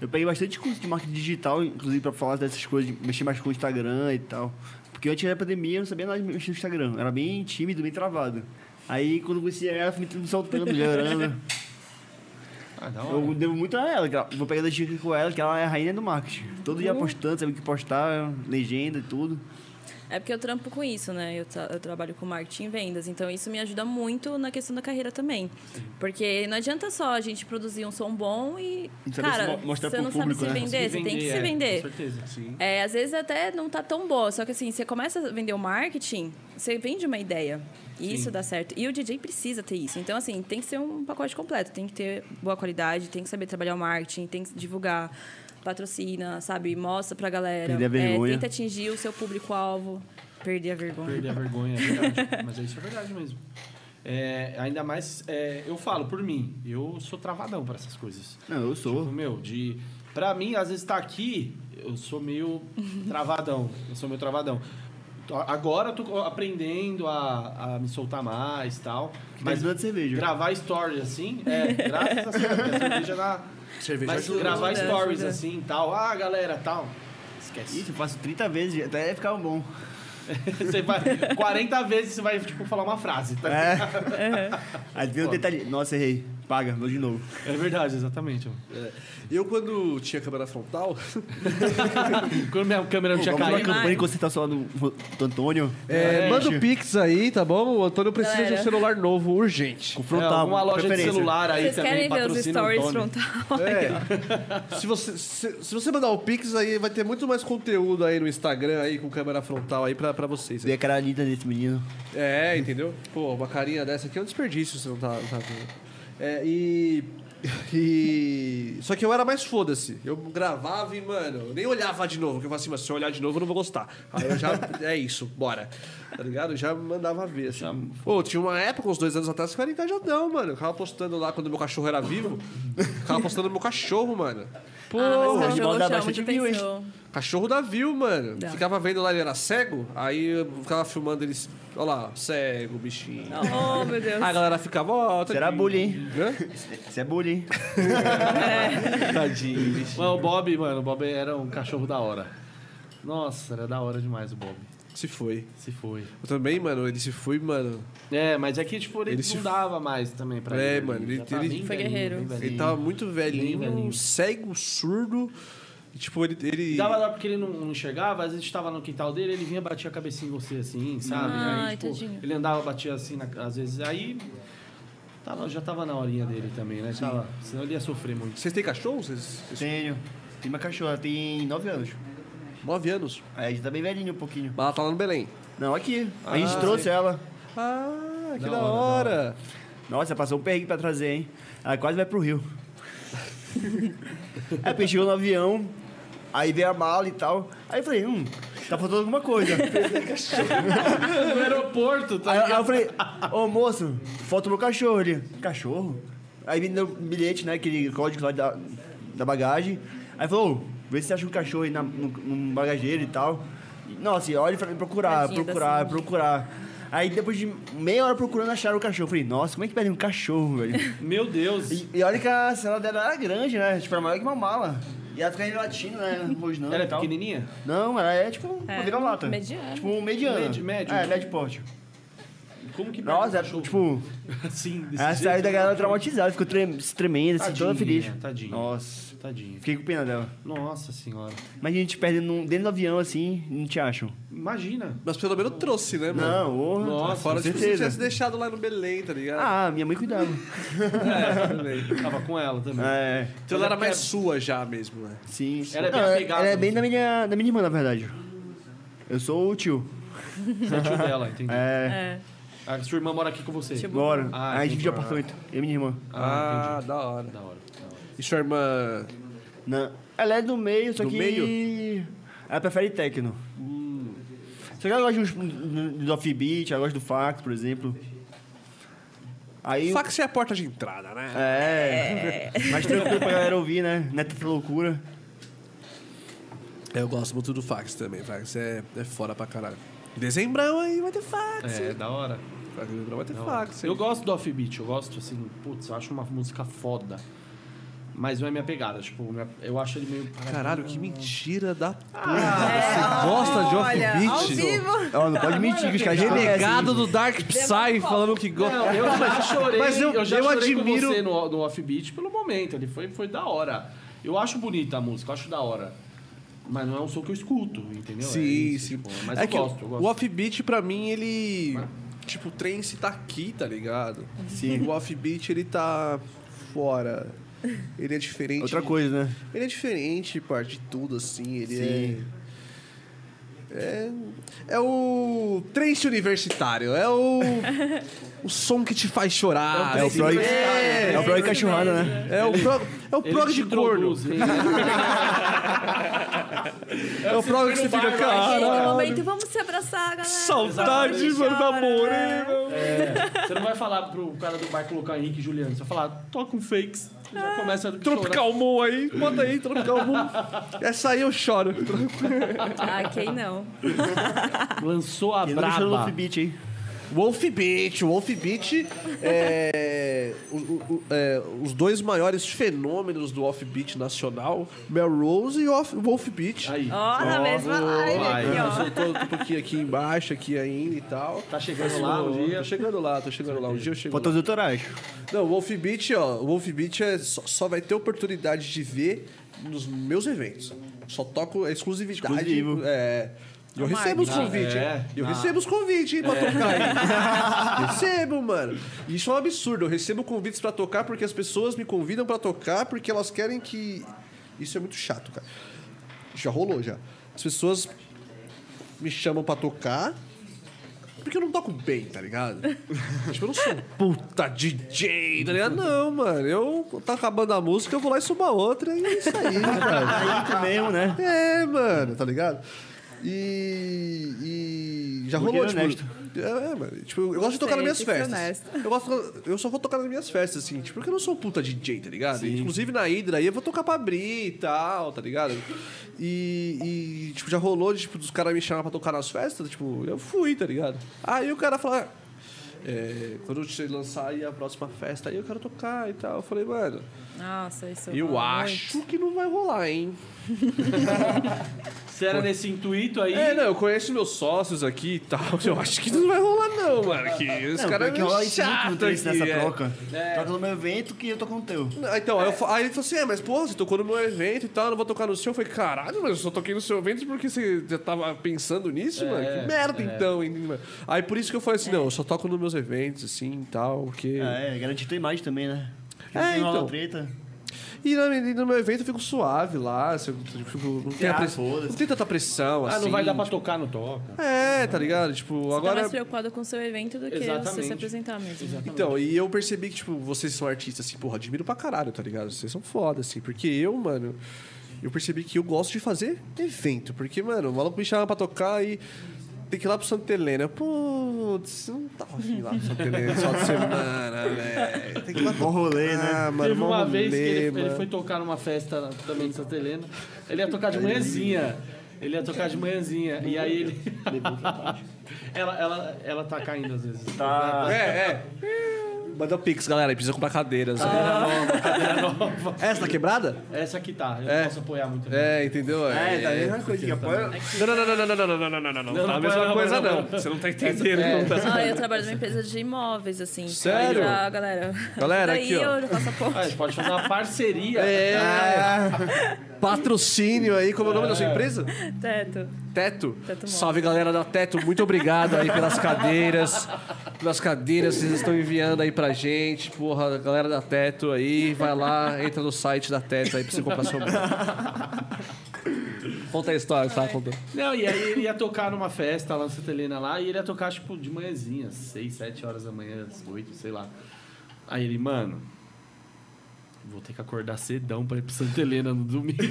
Eu peguei bastante curso de marketing digital, inclusive pra falar dessas coisas, mexer mais com o Instagram e tal. Porque antes da pandemia eu não sabia nada de mexer no Instagram. Eu Era bem tímido, bem travado. Aí quando eu conheci ela, eu fui me soltando, gerando.
Ah, da hora.
Eu devo muito a ela, que ela- vou pegar das dicas com ela, que ela é a rainha do marketing. Todo
Uhum.
dia postando, sabe o que postar, legenda e tudo.
É porque eu trampo com isso, né? Eu, tra- eu trabalho com marketing e vendas, então isso me ajuda muito na questão da carreira também. Porque não adianta só a gente produzir um som bom e,
E saber se
cara,
mo- mostrar
você
pro
não
público,
sabe
né?
se vender, você tem que se vender.
é, Com certeza. Sim.
É, às vezes até não tá tão boa, só que assim, você começa a vender o marketing, você vende uma ideia. E isso dá certo. E o DJ precisa ter isso. Então, assim, tem que ser um pacote completo. Tem que ter boa qualidade, tem que saber trabalhar o marketing, tem que divulgar, patrocina, sabe? Mostra pra galera.
Perder a
É,
vergonha.
tenta atingir o seu público-alvo. Perder a vergonha.
Perder a vergonha, é verdade. Mas isso é verdade mesmo. É, ainda mais, é, eu falo por mim, eu sou travadão pra essas coisas.
Não, eu sou.
Tipo, meu, de. Pra mim, às vezes tá aqui, eu sou meio travadão. Eu sou meio travadão. Tô- Agora eu tô aprendendo a, a me soltar mais e tal.
Que
Mas
mas antes cerveja.
gravar stories assim, é, graças a cerveja, a cerveja na.
Cerveja
Mas
ajuda.
gravar
ajuda,
stories
ajuda.
assim e tal. Ah, galera, tal. Esquece.
Isso, eu faço 30 vezes, até ficar bom.
Você vai 40 vezes você vai tipo falar uma frase, tá?
É. Aí tem um detalhe. Nossa, errei. Paga, vou de novo.
É verdade, exatamente.
É. Eu, quando tinha câmera frontal,
Quando minha câmera não tinha
Vamos
caído.
numa campanha
Mário.
de concentração lá do, do Antônio.
É,
É,
manda
gente.
o Pix aí, tá bom? O Antônio precisa de um
Galera.
celular novo, urgente.
É,
Confrontar.
alguma loja de
preferência.
celular aí
Vocês
também
querem ver os
patrocina o
stories
Antônio.
frontal?
É. se, você, se, se você mandar o Pix aí, vai ter muito mais conteúdo aí no Instagram aí com câmera frontal aí pra, pra vocês.
Vê a cara linda desse menino.
É, entendeu? Pô, uma carinha dessa aqui é um desperdício, você não tá. não tá vendo. É, e. E. Só que eu era mais foda-se. Eu gravava e, mano, eu nem olhava de novo. Porque eu falava assim, mas se eu olhar de novo, eu não vou gostar. Aí eu já. é isso, bora. Tá ligado? Eu já mandava ver, assim. Pô, tinha uma época, uns dois anos atrás, que eu era engajadão, mano. Eu ficava postando lá quando meu cachorro era vivo. Ficava postando meu cachorro, mano. Pô,
ah, mas
hoje
cachorro
manda
chama
bastante
de
view, hein?
pessoa.
Cachorro da Vil, mano.
Dá.
Ficava vendo lá, ele era cego, aí eu ficava filmando ele. Olha lá, cego, bichinho.
Oh, meu Deus.
Aí Ah,
Ah,
a galera ficava, ó, tá
Será
aqui.
bullying, hein?
Hã?
Isso é bullying. hein?
Tadinho. Mano, o Bob, mano, o Bob era um cachorro da hora. Nossa, era da hora demais o Bob.
Se foi.
Se foi.
Eu também, mano, ele se foi, mano.
É, mas é que, tipo, ele,
Ele
não
se-
dava mais também pra
É,
ele.
mano, ele-
já tá
ele-
bem
Foi
velhinho,
guerreiro.
bem velhinho.
Ele tava muito velhinho,
Bem velhinho.
cego, surdo. E, tipo, ele. ele...
E dava lá porque ele não, não enxergava, às vezes a gente tava no quintal dele, ele vinha batia a cabecinha em você, assim, sabe?
Ai,
aí, tipo,
Ah, tadinho.
ele andava, batia assim, na- às vezes, aí... Tava, já tava na horinha dele também, né? Tava, senão ele ia sofrer muito.
Vocês têm cachorro? Vocês...
Tenho. Tem uma cachorra, tem 9 anos.
Nove anos.
Aí a gente tá bem velhinho um pouquinho.
Mas ela tá lá no Belém.
Não, aqui. a gente
Ah,
trouxe ela.
Ah, que
Da
da,
hora,
hora.
Nossa, passou um perrengue pra trazer, hein? Ela quase vai pro Rio. aí porque chegou no avião, aí veio a mala e tal. Aí eu falei, hum, tá faltando alguma coisa.
No aeroporto, tá
Aí, aí eu falei, ô moço, falta o meu cachorro ali. Cachorro? Aí me deu um bilhete, né? Aquele código lá da, da bagagem. Aí falou, ô, vê se você acha um cachorro aí na, no, num bagageiro e tal. E, Nossa, e olha pra mim procurar,
Tadinha da
procurar,
senhora.
procurar. Aí depois de meia hora procurando, acharam o cachorro. Eu falei, nossa, como é que perdem um cachorro, velho?
Meu Deus.
E, e olha que a cela dela era grande, né? Tipo, era maior que uma mala. E ela fica em latino, né? Pois não.
Ela é
e tal.
pequenininha?
Não, ela é tipo uma
É,
vira-lata.
mediana.
Tipo um mediano.
Medi- médio.
É, médio porte.
Como que...
Nossa,
pega um
era
cachorro?
tipo...
Assim, desse
Ela
jeito?
saiu da galera traumatizada, ficou trem- tremendo, assim, toda feliz.
Tadinha, tadinha.
Nossa.
Tadinha.
Fiquei com pena dela.
Nossa senhora.
Mas a gente perde num- dentro do avião, assim, não te acham.
Imagina.
Mas pelo menos trouxe, né, mano?
Não, porra.
Nossa,
Fora
com
tipo, se
certeza.
tivesse deixado lá no Belém, tá ligado? É,
Ah, minha mãe cuidava.
Tava com ela também.
é,
então ela era mais sua já mesmo, né?
sim.
Ela é bem
Não,
apegada.
Ela é bem da minha, da minha irmã, na verdade. Eu sou o tio.
Você é tio dela, entendi.
É,
É.
A sua irmã mora aqui com você.
Tipo-
bora.
Ah,
Aí a gente
entendi.
divide apartamento. Eu e minha irmã.
Ah,
da hora.
entendi. Da hora.
E sua irmã.
Não. Ela é do meio, só
Do
que... Hum.
meio?
Ela prefere techno. Só que ela gosta de uns- do offbeat, ela gosta do fax, por exemplo. Aí...
Fax é a porta de entrada, né?
É. Mas tranquilo pra galera ouvir, né? Não é tanta loucura.
Eu gosto muito do fax também. Fax é, é fora pra caralho. Dezembrão aí vai ter fax.
É,
hein?
da hora.
Dezembrão vai ter
Da hora.
fax. hein?
Eu gosto do offbeat, eu gosto, assim, putz, eu acho uma música foda. Mas não é minha pegada, tipo, minha- eu acho ele meio.
Caralho, que mentira da porra. Você gosta de
Ah, é, Olha, ao
offbeat?
vivo.
Ó, não
Ah,
pode mentir que os caras
Renegado do Dark Psy falando que gosta.
Não, eu já chorei,
mas eu-
eu, já
eu
chorei
admiro-
com você no, no offbeat pelo momento, ele foi, foi da hora. Eu acho bonita a música, eu acho da hora. Mas não é um som que eu escuto, entendeu? é
Sim,
isso,
sim.
tipo, mas
é
eu
que
gosto, eu gosto.
O offbeat, pra mim, ele. Tipo, o trance tá aqui, tá ligado? Sim. O offbeat, ele tá fora. Ele é diferente.
Outra coisa, né?
Ele é diferente, parte de tudo, assim. Ele
Sim.
é. É. É o trance universitário. É o. o som que te faz chorar.
É o
assim.
prog.
É,
É o prog cachorrada, né?
é o prog. É o
Ele
prog
te
de corno.
introduz, ele-
É o prog que você fica,
Chega o
cara.
momento, vamos se abraçar, galera.
Saudade, mano, da
né?
morena.
Você não vai falar pro cara do bar colocar Henrique e Juliano, você vai falar, toca um fakes. Já começa a chorar.
Tropical Moon aí, bota aí, Tropical Moon. Essa aí eu choro.
Ah, quem não?
Lançou a
E não deixou no
braba.
offbeat aí.
Wolf Beat, Wolf Beat é, o- o- o- é, os dois maiores fenômenos do Wolf Beat nacional, Melrose e Wolf, Wolf Beat.
Aí,
Ó, na mesma live
vai.
aqui, ó.
Eu tô, tô um pouquinho aqui embaixo, aqui ainda e tal.
tá chegando lá um dia.
Tô chegando lá, tô chegando lá. Um dia eu chego lá.
Falta os doutorais.
Não, o Wolf Beat, ó, o Wolf Beat é, só, só vai ter oportunidade de ver nos meus eventos. Só toco é exclusividade.
Exclusivo.
É. Eu
Mas,
recebo os
ah,
convites,
é,
hein? Eu
ah. É.
recebo os convites, hein, pra tocar aí. recebo, mano. Isso é um absurdo. Eu recebo convites pra tocar porque as pessoas me convidam pra tocar porque elas querem que. Isso é muito chato, cara. Já rolou, já. As pessoas me chamam pra tocar porque eu não toco bem, tá ligado? tipo, eu não sou um puta DJ, tá ligado? Não, mano. Eu tá acabando a música, eu vou lá e subo a outra e é isso aí, cara.
Aí tu mesmo, né?
É, mano, tá ligado? E. e já
Porque
rolou,
ele é
tipo. É, é, mano. Tipo, eu gosto de tocar nas minhas
sei, tem que ser
festas.
honesto.
Eu, gosto, eu só vou tocar nas minhas festas, assim, tipo, porque eu não sou um puta DJ, tá ligado? Inclusive na Hydra aí eu vou tocar pra abrir e tal, tá ligado? E, e, tipo, já rolou, tipo, dos caras me chamar pra tocar nas festas, tipo, eu fui, tá ligado? Aí o cara fala. é, quando você lançar aí a próxima festa, aí eu quero tocar e tal. Eu falei, mano,
Nossa, isso
eu acho que não vai rolar, hein?
Você era nesse intuito aí.
É, não, eu conheço meus sócios aqui e tal. Eu acho que não vai rolar, não, mano. Que os
Não,
caras
porque rola
é
isso muito no
chato
trance
aqui,
nessa
é.
troca. Troca no meu evento que eu tô com o teu.
Não, Então, aí eu fa- aí ele falou assim: é, mas porra, você tocou no meu evento e tal, eu não vou tocar no seu. Eu falei: caralho, mas eu só toquei no seu evento porque você já tava pensando nisso, mano? Que merda, então, hein, mano. Aí por isso que eu falei assim: não, eu só toco nos meus eventos, assim e tal, porque.
Ah, é, garantir tua imagem também, né? Porque
É,
tem rola
então.
treta.
E no, e no meu evento eu fico suave lá, se eu, eu fico- não, tem a
Ah,
press-
foda-se.
não tem tanta pressão
Ah,
assim.
não vai dar pra tocar no toca.
É, tá ligado? Tipo,
Você tá
agora.
mais preocupado com o seu evento do que você
Exatamente.
se apresentar mesmo.
Então, e eu percebi que, tipo, vocês são artistas, assim, porra, admiro pra caralho, tá ligado? Vocês são foda, assim, porque eu, mano, eu percebi que eu gosto de fazer evento, porque, mano, o maluco me chama pra tocar e tem que ir lá pro Santa Helena. Putz, não tava afim lá pro Santa Helena só de semana, velho. Tem que ir lá
Bom rolê, né?
Ah, mano,
Teve
mó
uma
rolê,
vez que ele, ele
mano.
foi tocar numa festa também de Santa Helena. Ele ia tocar de manhãzinha. Ele ia tocar de manhãzinha. E aí ele. ela, ela, ela tá caindo às vezes.
Tá.
É, é. Manda o Pix, galera. Precisa comprar cadeiras. né? Essa tá quebrada?
Essa aqui tá. Eu
É.
não posso apoiar muito. né?
É, entendeu?
É, tá a mesma coisa que apoia.
Não, não, não, não, não, não, não, não, não, não, não, não.
Não,
Tá a
não,
mesma
não,
coisa,
não,
não.
não.
Você não tá entendendo. não tá-
Ah, eu trabalho numa empresa de imóveis, assim.
Sério?
Aí, ó, galera.
Galera,
Daí
aqui, ó.
eu já faço
Ah,
a
a
ponte.
gente pode fazer uma parceria.
É. Patrocínio aí, como é o nome da sua empresa?
Teto.
Teto.
Teto Móvel.
Salve galera da Teto, muito obrigado aí pelas cadeiras. Pelas cadeiras que vocês estão enviando aí pra gente. Porra, galera da Teto aí, vai lá, entra no site da Teto aí pra você comprar seu móvel. Conta a história, tá? Conta.
Não, e aí ele ia tocar numa festa lá na Santa Helena lá, e ele ia tocar, tipo, de manhãzinha, 6, 7 horas da manhã, 8, sei lá. Aí ele, mano, vou ter que acordar cedão pra ir pra Santa Helena no domingo.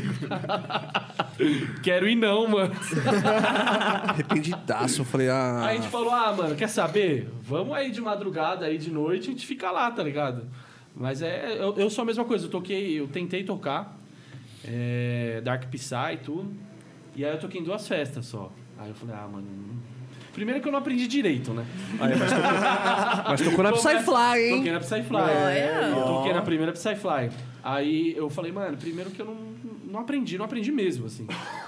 Quero ir não, mano.
Arrependidaço, eu falei, ah.
Aí a gente falou, ah, mano, quer saber? Vamos aí de madrugada, aí de noite, a gente fica lá, tá ligado? Mas é, eu, eu sou a mesma coisa, eu toquei, eu tentei tocar é, Dark Psy e tudo, e aí eu toquei em duas festas só. Aí eu falei, ah, mano... não- Primeiro que eu não aprendi direito, né?
Mas tocou na
Toquei-
Psyfly,
Toquei
hein?
na Psyfly.
Olha.
Eu toquei na primeira Psyfly. Aí eu falei, mano, primeiro que eu não, não aprendi, não aprendi mesmo, assim.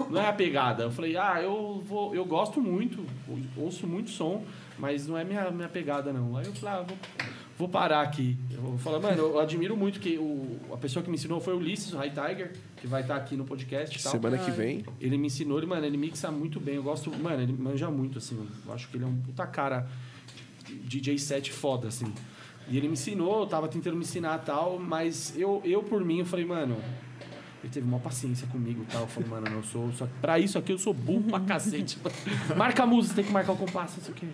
Não é a pegada. Eu falei, ah, eu vou, eu gosto muito, ou- ouço muito som, mas não é minha, minha pegada, não. Aí eu falei, ah, vou, vou parar aqui. Eu vou falar, mano, eu admiro muito que o, a pessoa que me ensinou foi o Ulisses, o High Tiger, que vai estar aqui no podcast e tal.
Semana que vem.
Ele me ensinou, ele, mano, ele mixa muito bem. Eu gosto, mano, ele manja muito, assim. Eu acho que ele é um puta cara DJ set foda, assim. E ele me ensinou, eu tava tentando me ensinar e tal, mas eu, eu por mim, eu falei, mano. Ele teve uma paciência comigo e tal. Eu falei, mano, eu sou. Só, pra isso aqui eu sou burro pra cacete. Marca a música, tem que marcar o compasso, não sei o quê.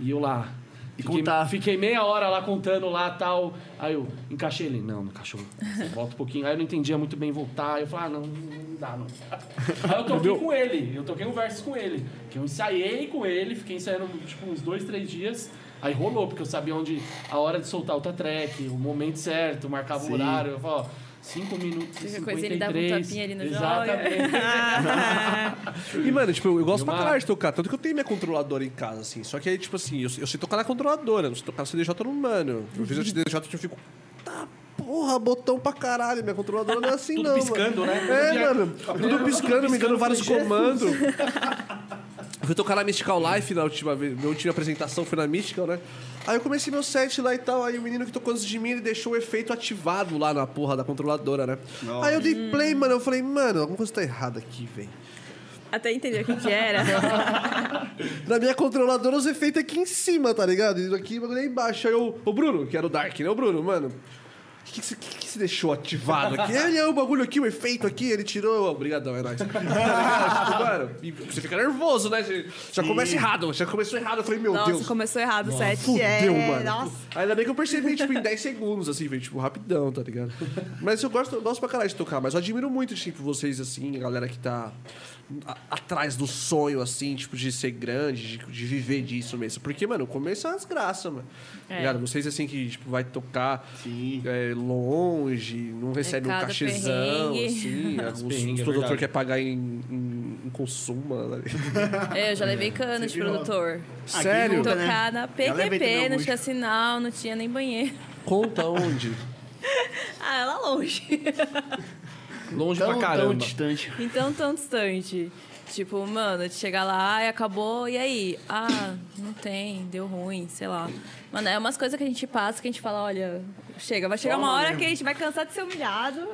E eu lá.
E
fiquei,
contar.
fiquei meia hora lá contando lá tal. Aí eu encaixei ele. Não, não encaixou. Você Volta um pouquinho. Aí eu não entendia muito bem voltar. Aí eu falei, ah, não, não dá, não. Aí eu toquei com ele. Eu toquei um verso com ele. Que eu ensaiei com ele. Fiquei ensaiando, tipo, uns dois, três dias. Aí rolou, porque eu sabia onde... A hora de soltar outra track, o momento certo, marcava o horário. Eu falava, ó... 5 minutos e
Qualquer coisa, ele dava um
53.
tapinha ali no
Exatamente.
E, mano, tipo, eu, eu gosto
Numa-
pra caralho de tocar. Tanto que eu tenho minha controladora em casa, assim. Só que aí, tipo assim, eu, eu sei tocar na controladora, não sei tocar no CDJ no mano. Eu fiz o CDJ e eu fico. Tá porra, botão pra caralho. Minha controladora não é assim,
Tudo
não.
piscando,
mano.
né?
É,
Tudo
mano. Tudo
piscando, tudo
piscando, me dando
piscando,
vários
falei,
comandos. Eu fui tocar na Mystical Life na última vez. Minha última apresentação foi na Mystical, né? Aí eu comecei meu set lá e tal. Aí o menino que tocou antes de mim, ele deixou o efeito ativado lá na porra da controladora, né? Aí eu dei play, mano. Eu falei, mano, alguma coisa tá errada aqui, velho.
Até entender o que, que era.
Na minha controladora, os efeitos aqui em cima, tá ligado? Isso aqui mano, lá embaixo. Aí eu, o Bruno, que era o Dark, né? O Bruno, mano. O que, que, você- que que você deixou ativado aqui? Ele é o bagulho aqui, o efeito aqui, ele tirou. Obrigadão, é nóis. Tá ligado? Tipo, mano, e você fica nervoso, né? Você- Já começa errado, já começou errado. Eu falei, meu
Nossa,
Deus.
começou errado o set.
Fudeu,
é,
mano.
Nossa.
Ainda bem que eu percebi, tipo, em 10 segundos, assim, velho, tipo, rapidão, tá ligado? Mas eu gosto, eu gosto pra caralho de tocar, mas eu admiro muito, tipo, vocês, assim, a galera que tá a- atrás do sonho, assim, tipo, de ser grande, de, de viver disso mesmo. Porque, mano, o começo é uma desgraça, mano.
É.
Ligado? Vocês, assim, que, tipo, vai tocar
Sim.
é, longe, não recebe um
É cada
cachezão,
perrengue.
assim, os, os
perrengue, é
produtor
verdade.
quer pagar em, em, em consumo, tá ligado?
É, eu já levei cana de
Sempre rola.
produtor.
Aqui
Sério?
nunca, né?
Tocar na
Já levei também
PQP, não
alguns.
tinha sinal, não tinha nem banheiro.
Conta onde?
Ah, é lá longe.
Longe
Tão,
pra
um,
tão
caramba.
distante.
Então, tão distante. Tipo, mano, de chegar lá e acabou, e aí? Ah, não tem, deu ruim, sei lá. Mano, é umas coisas que a gente passa que a gente fala, olha, chega, vai chegar uma hora que a gente vai cansar de ser humilhado.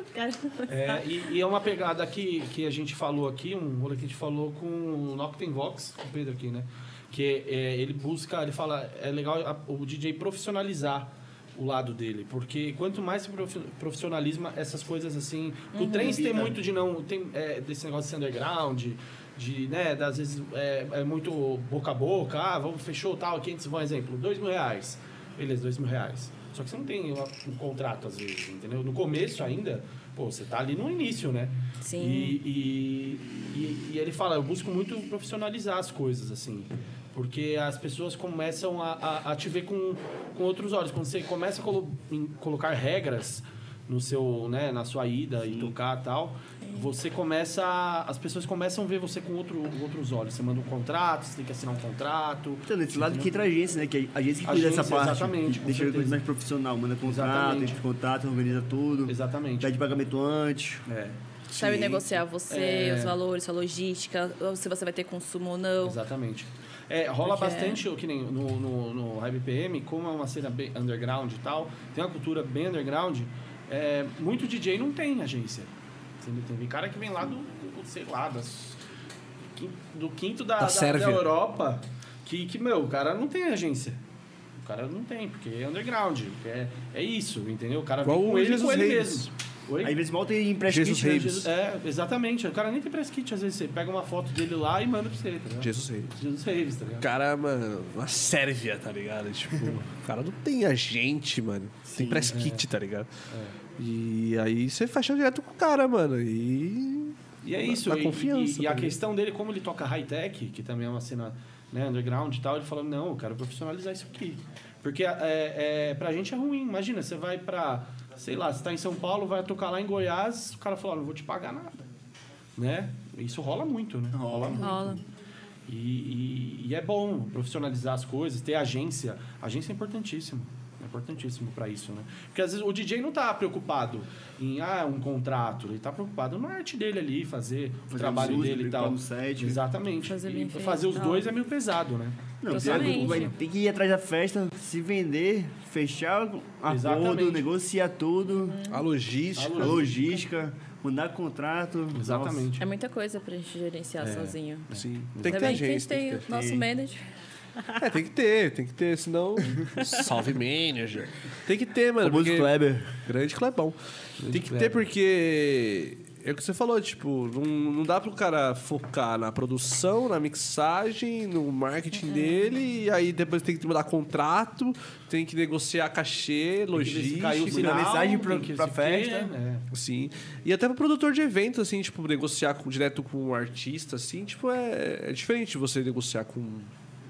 É, e, e é uma pegada que, que a gente falou aqui, um rolê que a gente falou com o Noctenvox, com o Pedro aqui, né? Que é, ele busca, ele fala, é legal a- o DJ profissionalizar o lado dele, porque quanto mais se profi- profissionalisma, essas coisas assim. O
Uhum.
trens tem muito de não. Tem, é, desse negócio de underground, de, né, das vezes é, é muito boca a boca, ah, vamos, fechou tal, 500, um exemplo, dois mil reais. Beleza, dois mil reais. Só que você não tem uma- um contrato, às vezes, entendeu? No começo ainda, pô, você tá ali no início, né?
Sim.
E, e, e- e ele fala, eu busco muito profissionalizar as coisas, assim. Porque as pessoas começam a, a, a te ver com, com outros olhos. Quando você começa a colo- em- colocar regras no seu, né, na sua ida e tocar e tal, você começa. a- As pessoas começam a ver você com outro, outros olhos. Você manda um contrato, você tem que assinar um contrato.
Então, desse lado que entra a agência, né? Que a agência que cuida
Agência,
dessa parte.
exatamente, com
Deixa a
certeza.
coisa mais profissional. Manda contrato,
Exatamente.
entra em contato, organiza tudo.
Exatamente.
Pede pagamento antes.
É,
Sabe negociar
É.
você, os valores, sua logística, se você vai ter consumo ou não.
exatamente. É, rola
Porque-
bastante, que nem no, no, no High BPM, como é uma cena bem underground e tal, tem uma cultura bem underground, é, muito DJ não tem agência. Entendeu? Tem cara que vem lá do, do- sei lá, das, quin- do quinto da,
Da
da, da,
Sérvia.
Europa, que, que, meu, o cara não tem agência. O cara não tem, porque é underground, porque é, é isso, entendeu? O cara
Igual
vem
o
com ele,
Jesus
com ele
Reis.
mesmo. Oi?
Aí eles voltam e empresta
Jesus
kit, né?
Reis.
É, exatamente. O cara nem tem press kit, às vezes você pega uma foto dele lá e manda pra você, tá ligado?
Jesus Reis.
Jesus Reis, tá
O
ligado?
cara, mano, na Sérvia, tá ligado? Tipo, o cara não tem agente, mano. tem press kit, tá ligado? E aí você fecha direto com o cara, mano. E.
E é isso.
Dá
e,
confiança tá
e- e a
também.
questão dele, como ele toca high-tech, que também é uma cena né, underground e tal, ele falou, não, eu quero profissionalizar isso aqui. Porque é, é, pra gente é ruim. Imagina, você vai pra... Sei lá, você tá em São Paulo, vai tocar lá em Goiás, o cara fala, ó, não vou te pagar nada. Né? Isso rola muito, né? Rola muito.
Rola.
E, e- e é bom profissionalizar as coisas, ter agência. Agência é importantíssimo. É importantíssimo para isso, né? Porque às vezes o DJ não tá preocupado em ah, um contrato, ele tá preocupado na arte dele ali, fazer, o
Fazer
trabalho
música,
dele e
publicar
tal.
no né? site.
Exatamente.
Fazer
E
bem feito
fazer os
e tal.
dois é meio pesado, né?
Não,
Totalmente.
vai ter que ir atrás da festa, se vender, fechar acordo,
Exatamente.
negociar tudo,
A logística.
a logística, mandar contrato. Nossa.
Exatamente.
É muita coisa pra gente gerenciar sozinho.
Sim. É. assim, Tem que ter
Também que a
agente.
gente tem o nosso manager.
É, tem que ter, tem que ter, senão. Salve manager. Tem que ter, mano.
Famoso
porque-
Kleber.
Grande Clebão. Tem que
é.
ter porque. É o que você falou, tipo, não, não dá pro cara focar na produção, na mixagem, no marketing dele, e aí depois tem que mudar contrato, tem que negociar cachê, logística.
sinal. mensagem pra-
tem que
pra
se ter,
festa.
né?
Sim. E até pro produtor de evento, assim, tipo, negociar com- direto com um artista, assim, tipo, é, é diferente você negociar com.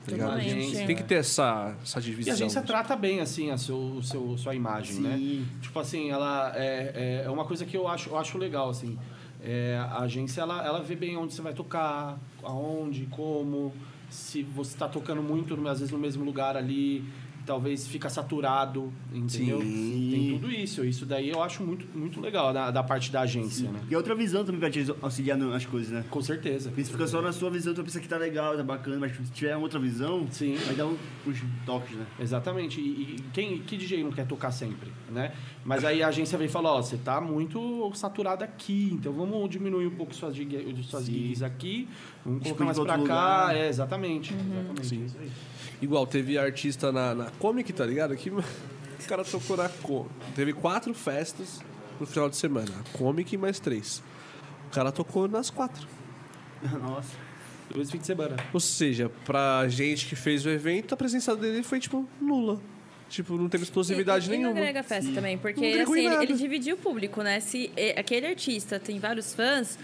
Tá ligado? A gente
Totalmente.
Tem que ter essa, essa divisão. né?
E a agência trata bem, assim, a seu, o seu, sua imagem, né? Tipo assim, ela é, é- é uma coisa que eu acho, eu acho legal, assim. É, a agência, ela, ela vê bem onde você vai tocar, aonde, como, se você está tocando muito, às vezes, no mesmo lugar ali, talvez fica saturado, entendeu?
Sim.
Tem tudo isso. Isso daí eu acho muito, muito legal da, da parte da agência, né?
E é outra visão também pra te auxiliar nas coisas, né?
Com certeza.
Porque se fica só na sua visão, tu pensa que tá legal, tá bacana, mas se tiver outra visão,
Sim. é.
vai dar um- uns toques, né?
Exatamente. E, e quem, que DJ não quer tocar sempre, né? Mas aí a agência vem e fala, ó, você tá muito saturado aqui, então vamos diminuir um pouco suas, gig- suas
Sim.
gigs aqui, vamos
Expande
colocar mais
pra
pra
outro
cá.
lugar.
É, exatamente. exatamente.
Sim.
Isso aí.
Igual, teve artista na, na Comic, tá ligado? Que o cara tocou na Comic. Teve quatro festas no final de semana. A Comic e mais três. O cara tocou nas quatro.
Nossa.
Dois fins de semana.
Ou seja, pra gente que fez o evento, a presença dele foi, tipo, nula. Tipo, não teve explosividade
e,
nenhuma.
E não agrega festa também, porque
Não agregou em
assim, ele,
nada.
ele dividiu o público, né? Se eh, aquele artista tem vários fãs,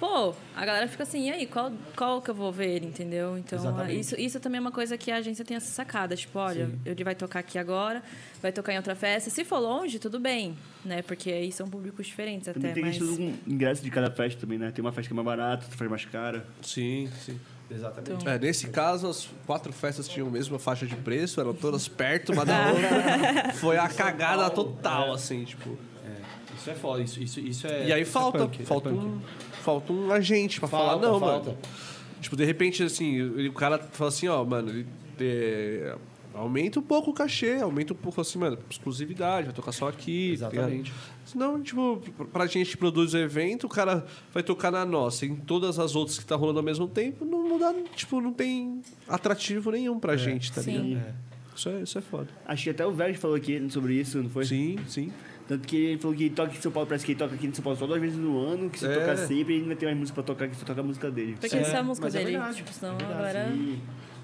pô, a galera fica assim, e aí, qual, qual que eu vou ver, entendeu? Então, ah,
Exatamente.
isso, isso também é uma coisa que a agência tem essa sacada, tipo, olha, ele vai tocar aqui agora, vai tocar em outra festa. Se for longe, tudo bem, né? Porque aí são públicos diferentes
Também
até,
tem
mas...
questão do ingresso de cada festa também, né? Tem uma festa que é mais barata, outra faz mais cara.
Sim, sim.
Exatamente.
É, nesse caso, as quatro festas tinham a mesma faixa de preço, eram todas perto uma
Ah.
da outra. Foi a cagada total, assim, tipo.
É, Isso é foda. Isso, isso, isso é...
E aí
isso é
falta,
punk, é
falta,
punk.
um, falta um agente pra
Falta,
falar, não,
falta.
mano. Tipo, de repente, assim, ele- o cara fala assim, ó, mano, ele, é, aumenta um pouco o cachê, aumenta um pouco, assim, mano, exclusividade, vai tocar só aqui. tá ligado?
Exatamente.
Senão, tipo, pra gente que produz o evento, o cara vai tocar na nossa, em todas as outras que tá rolando ao mesmo tempo, não muda, tipo, não tem atrativo nenhum
É.
pra gente, tá ligado?
Sim.
Isso é, isso é foda.
Acho que até o Velho falou aqui sobre isso, não foi?
Sim, sim.
Tanto que ele falou que toca em São Paulo, parece que ele toca aqui em São Paulo só duas vezes no ano, que se
É.
tocar sempre, ele não vai ter mais música pra tocar, que só toca a música dele.
Porque
É,
isso é a música
mas é
dele,
verdade,
tipo, senão
é verdade.
agora...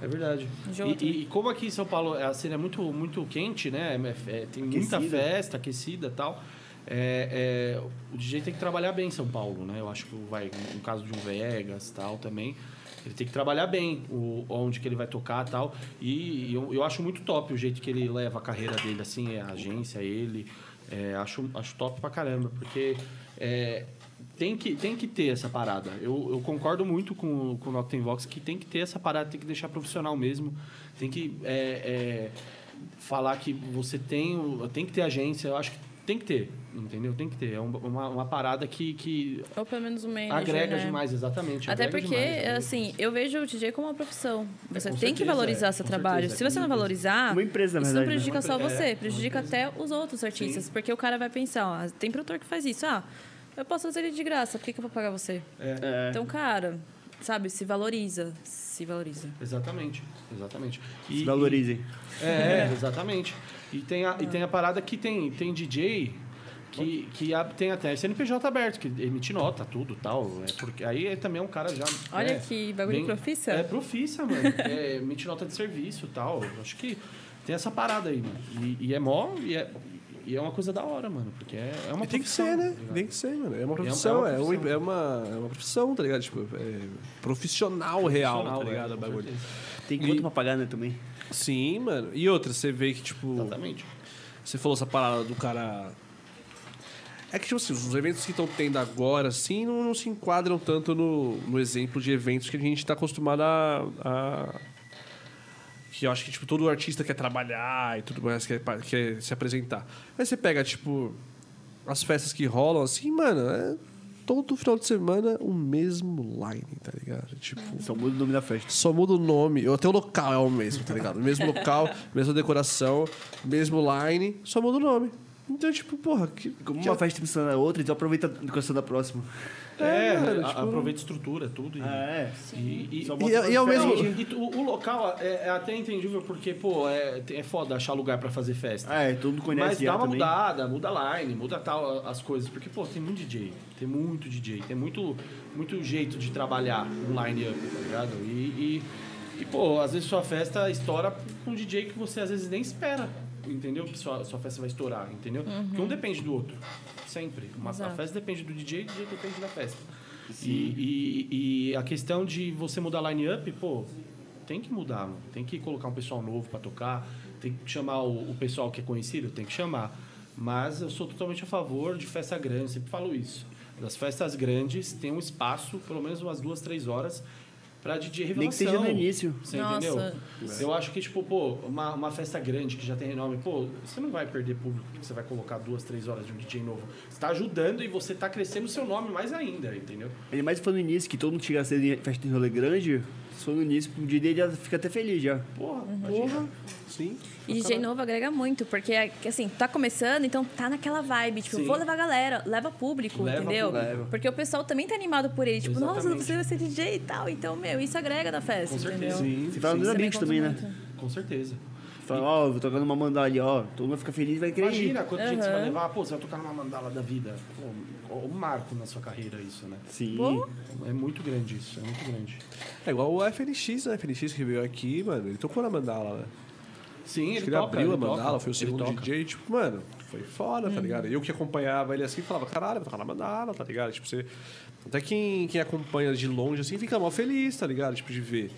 É verdade.
Enjoa
E-
também.
E, e como aqui em São Paulo a cena é muito, muito quente, né? É- é- tem muita
Aquecida.
festa, aquecida e tal. é- é, o DJ tem que trabalhar bem em São Paulo, né? Eu acho que vai, no caso de um Vegas e tal também. Ele tem que trabalhar bem o, onde que ele vai tocar e tal. E eu, eu acho muito top o jeito que ele leva a carreira dele, assim, a agência, ele. É, acho, acho top pra caramba, porque é, tem que, tem que ter essa parada. Eu, eu concordo muito com, com o Noctenvox que tem que ter essa parada, tem que deixar profissional mesmo. Tem que é, é, falar que você tem. o- Tem que ter agência. Eu acho que tem que ter, entendeu? Tem que ter. É um- uma, uma parada que, que
Ou pelo menos o manager,
agrega
né?
demais, exatamente.
Até
agrega
porque,
demais, né?
assim, eu vejo o DJ como uma profissão. Você
com
tem que
certeza,
valorizar
é,
seu
com
trabalho.
certeza,
Se você não
com
valorizar,
Uma empresa, na
isso não
verdade, né?
prejudica só
Uma empre- é,
você,
uma
prejudica até os outros artistas. Porque o cara vai pensar, ó, tem produtor que faz isso, ah, eu posso fazer ele de graça, por que, que eu vou pagar você?
É.
Então, cara, sabe, se valoriza. Se valoriza.
Exatamente, exatamente. E-
Se valorizem.
e- é, é, exatamente. E tem, a, e tem a parada que tem, tem DJ que, que a- tem até CNPJ aberto, que emite nota, tudo tal. É porque, aí ele também é um cara já.
Olha
né,
que bagulho
bem-
profissa.
É profissa, mano. É, emite nota de serviço tal. Eu Acho que tem essa parada aí, mano. E, e é mó. E é, e é uma coisa da hora, mano. Porque é, é uma
E tem que
profissão,
ser, né?
tá ligado?
Tem que ser, mano. É uma profissão, é, um-
profissão.
é uma, é uma profissão, tá ligado? Tipo, é profissional real,
Profissional,
tá ligado?
é,
o
com
bagulho.
certeza.
Tem conta pra pagar, né, também.
Sim, mano. E outra, você vê que, tipo,
Exatamente.
você falou essa parada do cara. É que, tipo assim, os eventos que estão tendo agora, assim, não, não se enquadram tanto no, no exemplo de eventos que a gente tá acostumado a. a- Que eu acho que, tipo, todo artista quer trabalhar e tudo mais, quer, pa- quer se apresentar. Mas você pega, tipo, as festas que rolam, assim, mano, é todo final de semana o mesmo line, tá ligado? Tipo.
Só muda o nome da festa.
Só muda o nome, ou até o local é o mesmo, tá ligado? O mesmo local, mesma decoração, mesmo line, só muda o nome. Então, tipo, porra, que.
Como
que-
uma festa precisa da outra, então aproveita a educação da próxima.
É,
mano,
a-
tipo-
aproveita a estrutura, tudo. e-
é.
E, e,
Só
e-
bota
e é o
Não,
mesmo-
e tu- o, local é, é até entendível porque, pô, é, é foda achar lugar pra fazer festa.
É, todo mundo conhece
Mas dá
ela
uma
também.
mudada, muda a line, muda tal a- as coisas. Porque, pô, tem muito DJ, tem muito DJ, tem muito, muito jeito de trabalhar um line-up, tá ligado? E, e, e, pô, às vezes sua festa estoura com um DJ que você às vezes nem espera, entendeu? Que sua, sua festa vai estourar, entendeu? Porque um depende do outro, sempre. Uma, a
Exato.
festa depende do DJ, o DJ depende da festa. E, e- e a questão de você mudar line-up, pô, tem que mudar, mano. Tem que colocar um pessoal novo pra tocar, tem que chamar o, o pessoal que é conhecido, tem que chamar. Mas eu sou totalmente a favor de festa grande, sempre falo isso. Das festas grandes tem um espaço, pelo menos umas duas, três horas, pra DJ revelação.
Nem que seja no início.
Você
Nossa.
entendeu? Eu acho que, tipo, pô, uma, uma festa grande que já tem renome, pô, você não vai perder público porque você vai colocar duas, três horas de um DJ novo. Você tá ajudando e você tá crescendo o seu nome mais ainda, entendeu?
Ainda mais se for no início, que todo mundo chega cedo em festa em rolê grande, se for no início, o dia dele já fica até feliz já.
Porra, porra.
Sim.
E DJ novo agrega muito, porque, assim, tá começando, então tá naquela vibe. Tipo,
Sim.
vou levar a galera, leva público,
Leva
entendeu?
público.
Leva.
Porque o pessoal também tá animado por ele. Tipo, nossa,
Exatamente.
você vai ser DJ e tal. Então, meu, isso agrega na festa,
Com certeza.
entendeu?
Você fala nos
Isso
amigos também, né?
conta muito.
Com certeza.
Fala, ó, vou tocar numa mandala ali, ó. Todo mundo fica feliz e vai querer
Imagina
ir.
quanto gente você vai
Aham.
levar, pô, você é vai tocar numa mandala da vida. Pô, um marco na sua carreira isso, né?
Sim.
Pô.
É muito grande isso, é muito grande.
É igual o FNX, né? FNX que veio aqui, mano, ele tocou na mandala, né?
Sim,
Acho
ele,
que ele
toca,
abriu
ele
a mandala,
toca,
foi o
ele
segundo
toca. Uhum.
DJ, tipo, mano, foi foda, tá ligado? Eu que acompanhava ele assim, falava, caralho, vai tocar na mandala, tá ligado? Tipo, você. Até quem, quem acompanha de longe, assim, fica mal feliz, tá ligado? Tipo, de ver.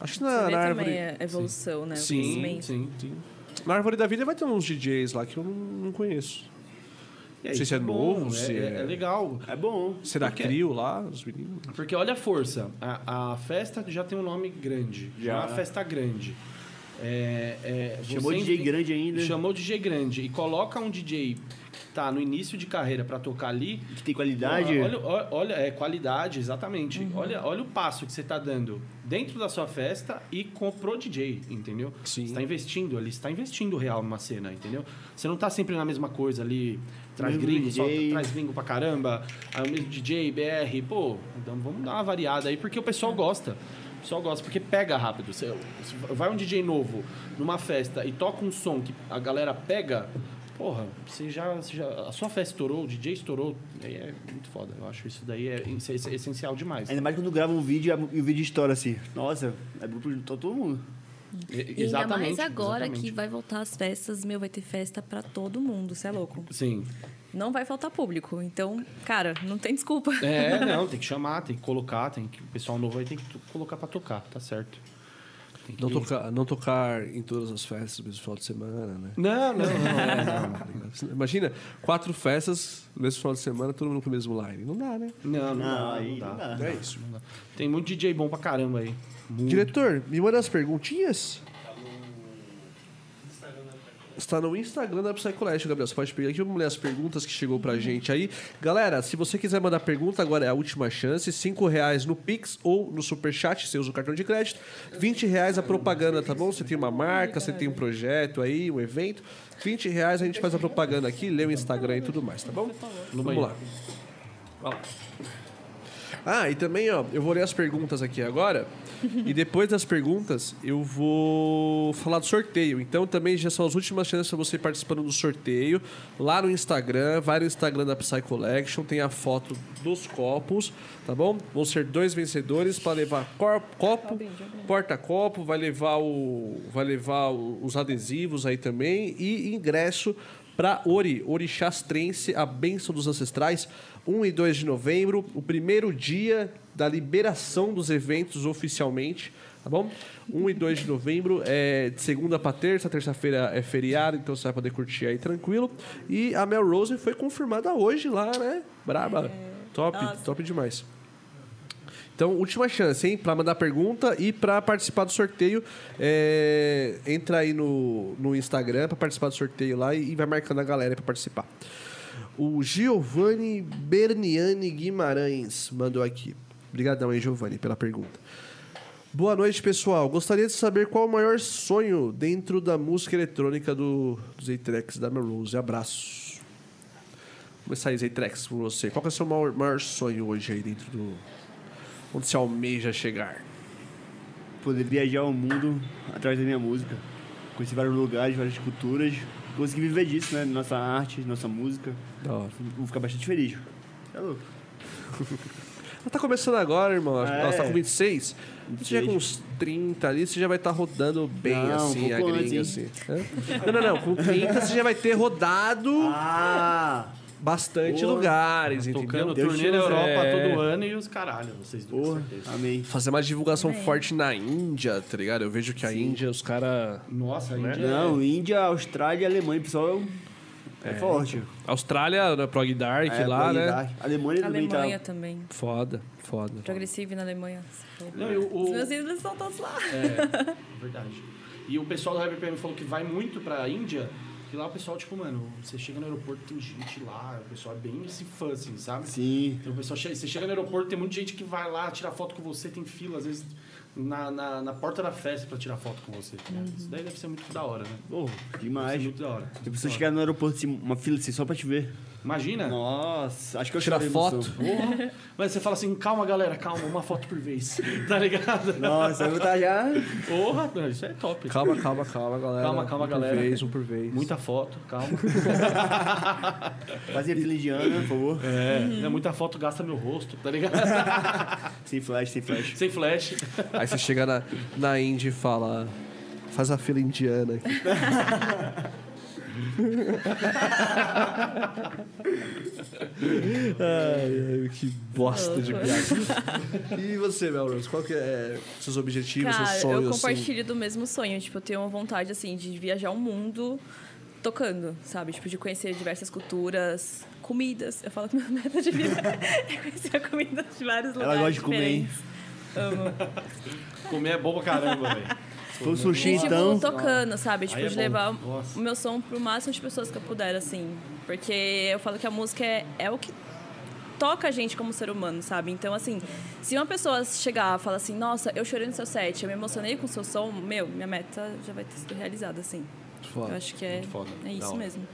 Acho que
Você
na,
vê
na árvore.
também
é.
a evolução, né? O
Sim,
crescimento.
sim, sim. Na Árvore da Vida vai ter uns DJs lá que eu não, não conheço.
E
Não sei se é
bom,
novo, se
é,
é-
é legal.
É bom.
Será
Porque-
Crio lá, os meninos?
Porque olha a força. A, a festa já tem um nome grande. Já.
Já.
é uma festa grande. É, é,
Chamou
você
DJ
inve-
grande né? ainda.
Chamou o DJ grande. E coloca um DJ que tá no início de carreira pra tocar ali.
Que tem qualidade. Uhum.
Olha, olha, olha- é qualidade, exatamente. Olha, olha o passo que você está dando dentro da sua festa e com pro DJ, entendeu?
Sim.
Você tá investindo ali, você tá investindo real numa cena, entendeu? Você não tá sempre na mesma coisa ali, traz
Mesmo
gringo,
DJ.
solta- traz gringo pra caramba, aí o mesmo DJ, BR, pô, então vamos dar uma variada aí, porque o pessoal gosta. O pessoal gosta, porque pega rápido. Você, vai um DJ novo numa festa e toca um som que a galera pega, porra, você já, você já- A sua festa estourou, o DJ estourou, aí é muito foda. Eu acho isso daí é, isso é essencial demais.
Ainda mais quando grava um vídeo e a- o vídeo estoura assim. Nossa, é bom pra juntar todo mundo.
E ainda mais agora que vai voltar as festas, meu, vai ter festa pra todo mundo, você é louco.
Sim.
Não vai faltar público. Então, cara, não tem desculpa.
É, não, tem que chamar, tem que colocar, tem que. O pessoal novo aí tem que tu- colocar pra tocar, tá certo.
Não tocar, não tocar em todas as festas no mesmo final de semana, né?
Não, não, não.
Imagina, quatro festas no mesmo final de semana, todo mundo com o mesmo line. Não dá, né?
Não, não,
Não,
dá,
aí
não
não
dá.
dá.
É isso.
Tem muito DJ bom pra caramba aí. Muito.
Diretor, me manda as perguntinhas. Está no Instagram da Psycolégio, Gabriel. Você pode pegar aqui, vamos ler as perguntas que chegou pra gente aí. Galera, se você quiser mandar pergunta, agora é a última chance. Cinco reais no Pix ou no Superchat, você usa o cartão de crédito. 20 reais a propaganda, tá bom? Você tem uma marca, você tem um projeto aí, um evento. 20 reais a gente faz a propaganda aqui, lê o Instagram e tudo mais, tá bom? Vamos lá. Ah, e também, ó, eu vou ler as perguntas aqui agora. e depois das perguntas, eu vou falar do sorteio. Então também já são as últimas chances para você ir participando do sorteio. Lá no Instagram, vai no Instagram da Psy Collection, tem a foto dos copos, tá bom? Vão ser dois vencedores para levar cor- copo, porta-copo, vai levar, o, vai levar o- os adesivos aí também e ingresso para Ori, Orixás Trense, a bênção dos ancestrais, 1 e 2 de novembro, o primeiro dia da liberação dos eventos oficialmente, tá bom? 1 e 2 de novembro, é de segunda para terça, terça-feira é feriado, então você vai poder curtir aí tranquilo. E a Mel Rose foi confirmada hoje lá, né? Braba. Top,
Nossa.
top demais. Então, última chance, hein? Pra mandar pergunta e pra participar do sorteio. É... Entra aí no, no Instagram pra participar do sorteio lá e, e vai marcando a galera pra participar. O Giovanni Berniani Guimarães mandou aqui. Obrigadão aí, Giovanni, pela pergunta. Boa noite, pessoal. Gostaria de saber qual o maior sonho dentro da música eletrônica do, do Zaytrex da Melrose. Abraço. Vou começar aí, Zaytrex, por você. Qual que é o seu maior, maior sonho hoje aí dentro do... Onde você almeja chegar?
Poder viajar o mundo através da minha música. Conhecer vários lugares, várias culturas. Conseguir viver disso, né? Nossa arte, nossa música.
Da hora.
Vou ficar bastante feliz. Tá louco?
Ela tá começando agora, irmão.
É.
Ela tá com 26. Se
26.
tiver com uns 30 ali, você já vai estar rodando bem,
Não,
assim,
um
a
pouco
gringa,
antes,
assim. Hã? Não, não, não. Com 30 você já vai ter rodado
Ah!
bastante
Boa.
lugares, entendeu?
Tocando
Deus
turnê na
te use.
Europa
É.
todo ano e os caralho, vocês dois, com
Porra,
certeza.
amém.
Fazer uma divulgação forte na Índia, tá ligado? Eu vejo que a Índia, os caras...
Nossa, a Índia é-
Não, Índia, Austrália, Alemanha, pessoal. É, forte.
Austrália, na Prog Dark
É,
lá, né?
Alemanha, Alemanha também
Alemanha
tá.
também.
Foda, foda.
Progressive na Alemanha.
Não, e o- o-
Os meus ídolos estão todos lá.
Verdade. E o pessoal do RPM falou que vai muito pra Índia, que lá o pessoal, tipo, mano, você chega no aeroporto, tem gente lá, o pessoal é bem esse fã, assim, sabe?
Sim.
Então, o pessoal chega, você chega no aeroporto, tem muita gente que vai lá tirar foto com você, tem fila, às vezes, na, na, na porta da festa pra tirar foto com você. tá ligado? Isso daí deve ser muito da hora, né?
Pô,
Deve ser
demais.
muito da hora.
Tem pessoas chegar no aeroporto, assim, uma fila assim, só pra te ver.
Imagina.
Nossa, acho que eu
Tirar
chorei de emoção.
foto.
Porra. Mas você fala assim, calma, galera, calma, uma foto por vez. Tá ligado?
Nossa, eu vou estar já.
Porra, não, isso é top.
Calma, calma, calma, galera.
Calma, calma,
um
galera.
Por vez, um por vez.
Muita foto, calma.
Fazer fila indiana, por favor.
É, né, muita foto gasta meu rosto, tá ligado?
Sem flash, sem flash.
Sem flash.
Aí você chega na, na Indy e fala. "Ah, Faz a fila indiana aqui. ai, ai, que bosta de piada. E você, Melrose, qual que é seus objetivos,
Cara,
seus sonhos?
eu
assim?
compartilho do mesmo sonho. Tipo, eu tenho uma vontade, assim, de viajar o mundo tocando, sabe? Tipo, de conhecer diversas culturas, comidas. Eu falo que minha meta de vida é conhecer a comida de vários
Ela
lugares
gosta de comer, hein?
diferentes. Amo.
Comer é bom pra caramba, velho.
Se for sushi,
E, tipo,
então.
tocando, sabe? Tipo,
Aí é
de
bom.
levar
Nossa.
o meu som pro máximo de pessoas que eu puder, assim. Porque eu falo que a música é, é o que toca a gente como ser humano, sabe? Então, assim, se uma pessoa chegar e falar assim, nossa, eu chorei no seu set, eu me emocionei com o seu som, meu, minha meta já vai ter sido realizada, assim. Eu
Foda.
acho que é,
Muito foda.
é
Da
isso
hora.
mesmo.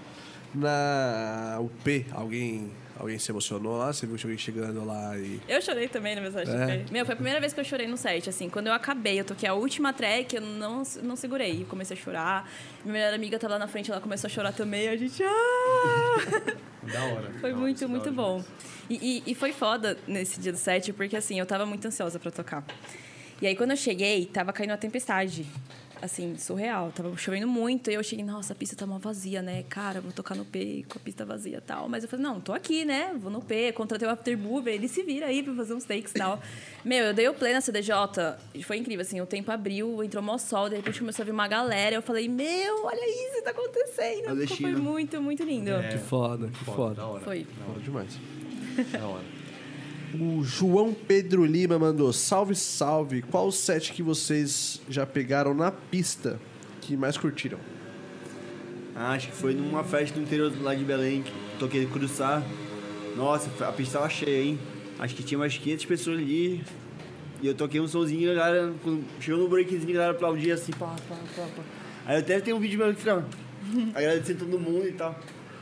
Na UP, alguém, alguém se emocionou lá? Você viu alguém chegando lá e.
Eu chorei também na mensagem.
É.
Meu, foi a primeira vez que eu chorei no set, assim. Quando eu acabei, eu toquei a última track, eu não, não segurei. Comecei a chorar. Minha melhor amiga tava lá na frente, ela começou a chorar também. A gente...
Da
"Ah!"
hora.
Foi
Da hora, é
muito,
da
muito
hora
bom.
demais.
E, e- e foi foda nesse dia do set, porque assim, eu tava muito ansiosa pra tocar. E aí, quando eu cheguei, tava caindo uma tempestade. assim, surreal. Tava chovendo muito e eu cheguei, nossa, a pista tá mó vazia, né? Cara, vou tocar no P com a pista vazia e tal. Mas eu falei, não, tô aqui, né? Vou no P, contratei o Aftermovie, ele se vira aí pra fazer uns takes e tal. Meu, eu dei o play na CDJ, e foi incrível, assim, o tempo abriu, entrou mó sol, de repente começou a vir uma galera, eu falei, meu, olha isso, tá acontecendo.
É o
Ficou- Foi
destino.
muito, muito lindo.
Que foda, que foda.
Da hora.
Foi.
Foda demais.
Da hora.
O João Pedro Lima mandou: Salve, salve. Qual o set que vocês já pegaram na pista que mais curtiram?
Ah, acho que foi numa festa do interior lá de Belém, que toquei de cruzar. Nossa, a pista tava cheia, hein? Acho que tinha umas 500 pessoas ali. E eu toquei um sonzinho, a galera, quando chegou no breakzinho, a galera aplaudia assim, pá, pá, pá, pá. Aí eu até tem um vídeo meu que fica agradecendo todo mundo e tal.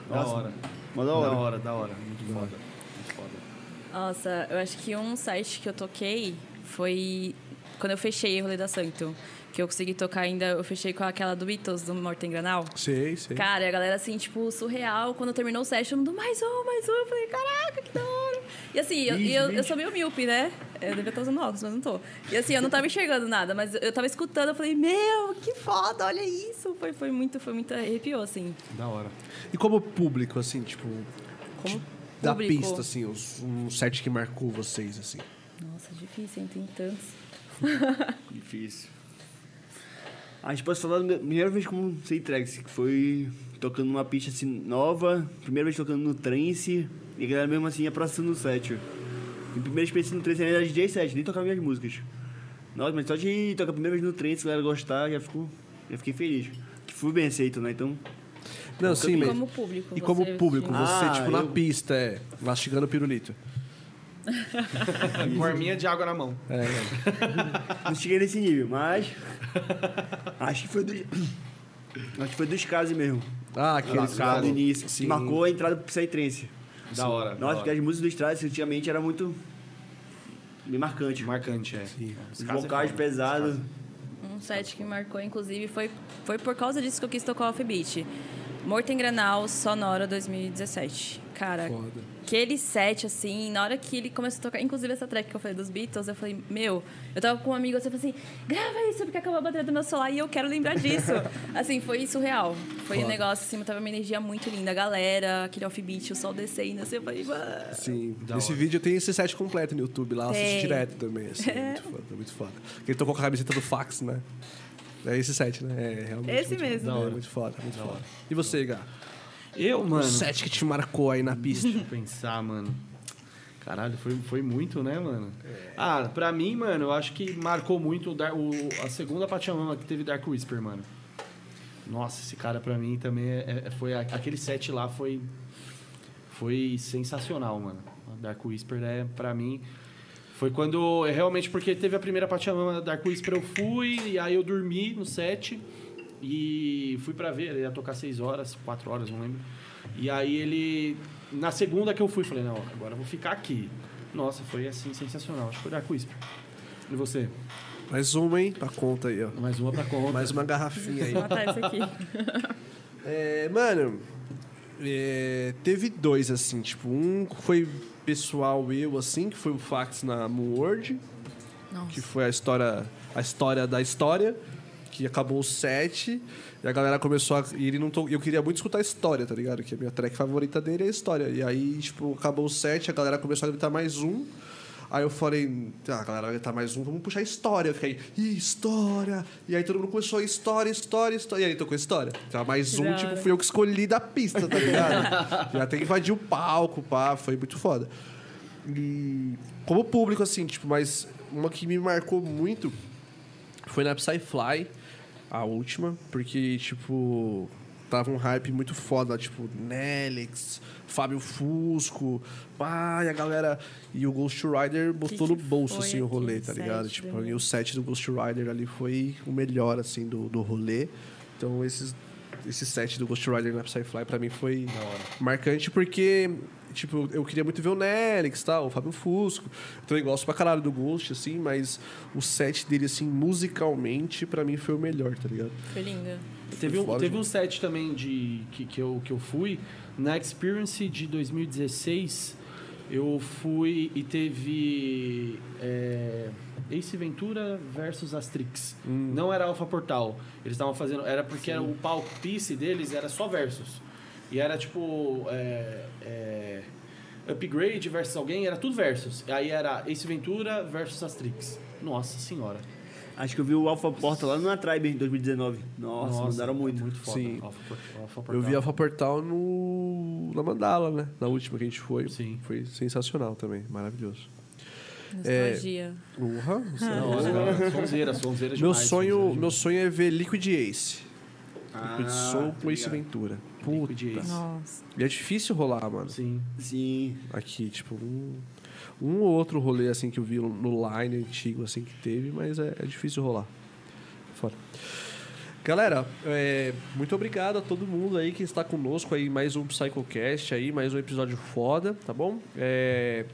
Da hora.
Mó da hora.
Da hora, da hora. Muito foda. Muito foda.
Nossa, eu acho que um site que eu toquei foi quando eu fechei o rolê da Santo. Que eu consegui tocar ainda, eu fechei com aquela do Beatles, do Morten Granal.
Sei, sei.
Cara, e a galera assim, tipo, surreal. Quando terminou o set, todo mundo, mais um, mais um. Eu falei, caraca, que da hora. E assim, eu, e eu, eu sou meio míope, né? Eu devia estar usando óculos, mas não tô. E assim, eu não tava enxergando nada, mas eu tava escutando. Eu falei, meu, que foda, olha isso. Foi, foi muito, foi muito, arrepiou, assim.
Da hora.
E como público, assim, tipo,
Como
da
público.
pista, assim, os- um set que marcou vocês, assim.
Nossa, difícil, hein? Tem tantos.
Difícil. A gente pode falar da minha- primeira vez como sem tracks, que foi tocando numa pista assim nova, primeira vez tocando no trance, e a galera mesmo assim abraçando o set. E primeira experiência no trance ainda era DJ set, nem tocava minhas músicas. Nossa, mas só de tocar a primeira vez no trance, a galera gostar, já, fico, já fiquei feliz. Que fui bem aceito, né? Então,
Não, sim,
E
mesmo.
como público.
E como
Tipo, você
público,
tinha-
você,
Ah,
tipo, na
eu-
pista, é, mastigando pirulito.
É, Com a arminha de água na mão.
É,
não cheguei nesse nível, mas. acho que foi dos. acho que foi dos casos mesmo.
Ah, aquele
Aquele cara do início,
assim,
Sim.
que marcou a entrada pro Psytrance.
Da hora. da
Nossa, porque
hora.
as músicas do Stratus antigamente era muito. bem marcante.
Marcante, é.
Os vocais pesados.
Um set que me marcou, inclusive, foi, foi por causa disso que eu quis tocar o offbeat. Morten Granal, Sonora 2017. Cara,
Foda.
aquele set, assim, na hora que ele começou a tocar, inclusive essa track que eu falei dos Beatles, eu falei, meu, eu tava com um amigo, assim, eu falei assim, grava isso, porque acabou a bateria do meu celular e eu quero lembrar disso. assim, foi surreal. Foi um negócio, assim, tava uma energia muito linda. A galera, aquele offbeat, o sol descendo, assim, eu falei, mano...
Sim, nesse vídeo tem esse set completo no YouTube lá, eu assisto
Tem.
direto também, assim, é muito foda, muito foda. Porque Ele tocou com a camiseta do fax, né? É esse set, né? É realmente.
Esse
muito
mesmo.
Foda.
Da
É
hora. Uhum.
muito foda, muito foda. E você, Gá?
Eu,
O
mano.
set que te marcou aí na pista?
Deixa eu pensar, mano. Caralho, foi, foi muito, né, mano? Ah, pra mim, mano, eu acho que marcou muito o, Dar- o- a segunda Pachamama que teve Dark Whisper, mano. Nossa, esse cara pra mim também é- é- foi. a- Aquele set lá foi. Foi sensacional, mano. A Dark Whisper é, pra mim. Foi quando. é Realmente, porque teve a primeira Pachamama da Dark Whisper, eu fui, e aí eu dormi no set. E fui pra ver, ele ia tocar 6 horas, 4 horas, não lembro. E aí ele. Na segunda que eu fui, falei, não, agora eu vou ficar aqui. Nossa, foi assim sensacional. Acho que foi Dark Whisper. E você?
Mais uma, hein? Pra conta aí, ó.
Mais uma pra conta.
Mais uma garrafinha aí.
Vou matar isso aqui.
É, mano, é, teve dois, assim, tipo, um foi pessoal eu, assim, que foi o fax na Moon World, que
Nossa,
foi a história, a história da história, que acabou o set, e a galera começou a. E ele não to- eu queria muito escutar a história, tá ligado? Que a minha track favorita dele é a história. E aí, tipo, acabou o set, a galera começou a gritar mais um. Aí eu falei, ah, a galera vai gritar mais um, vamos puxar a história. Eu fiquei, "Ih, história! E aí todo mundo começou, história, história, história. E aí tocou história. Então, mais
Que
um,
da
tipo,
hora.
fui eu que escolhi da pista, tá ligado? Já até invadi o palco, pá, foi muito foda. E como público, assim, tipo, mas uma que me marcou muito foi na Psyfly, a última, porque, tipo, tava um hype muito foda, tipo, Nelix, Fábio Fusco, pá, e a galera. E o Ghost Rider botou
que
no bolso,
foi
assim, o rolê,
aquele
tá ligado?
set
Tipo,
do-
pra mim, o set do Ghost Rider ali foi o melhor, assim, do, do rolê. Então, esses, esse set do Ghost Rider na Psyfly, pra mim, foi marcante, porque, tipo, eu queria muito ver o Nelix, tal, o Fábio Fusco. Então, eu gosto pra caralho do Ghost, assim, mas o set dele, assim, musicalmente, pra mim, foi o melhor, tá ligado?
foi lindo.
Teve, um,
Fora
teve
de-
um set também de, que, que, eu, que eu fui. Na Experience de 2016, eu fui e teve. é, Ace Ventura versus Astrix. Não era Alpha Portal. Eles estavam fazendo. Era porque era o palpice deles era só versus. E era tipo. é, é, upgrade versus alguém, era tudo versus. Aí era Ace Ventura versus Astrix. Nossa senhora.
Acho que eu vi o Alpha Porta lá na Tribe em 2019. Nossa, mandaram muito.
é Muito foda.
Sim.
Alpha, Por- Alpha Portal.
Eu vi Alpha Portal no, na Mandala, né? Na última que a gente foi.
Sim.
Foi sensacional também, maravilhoso.
Nostalgia.
Urra, você é
Não,
louco.
olha, cara, sonzeira, sonzeira
meu,
demais,
sonho,
sonzeira
meu sonho é ver Liquid Ace.
Ah,
Liquid Soul
tá
com Ace
ligado.
Ventura.
demais.
Puta.
Liquid Ace.
Nossa.
E é difícil rolar, mano.
Sim.
Sim.
Aqui, tipo, um, um ou outro rolê, assim, que eu vi no line antigo, assim, que teve, mas é, é difícil rolar. Fora. Galera, é, muito obrigado a todo mundo aí que está conosco aí, mais um PsychoCast aí, mais um episódio foda, tá bom? É,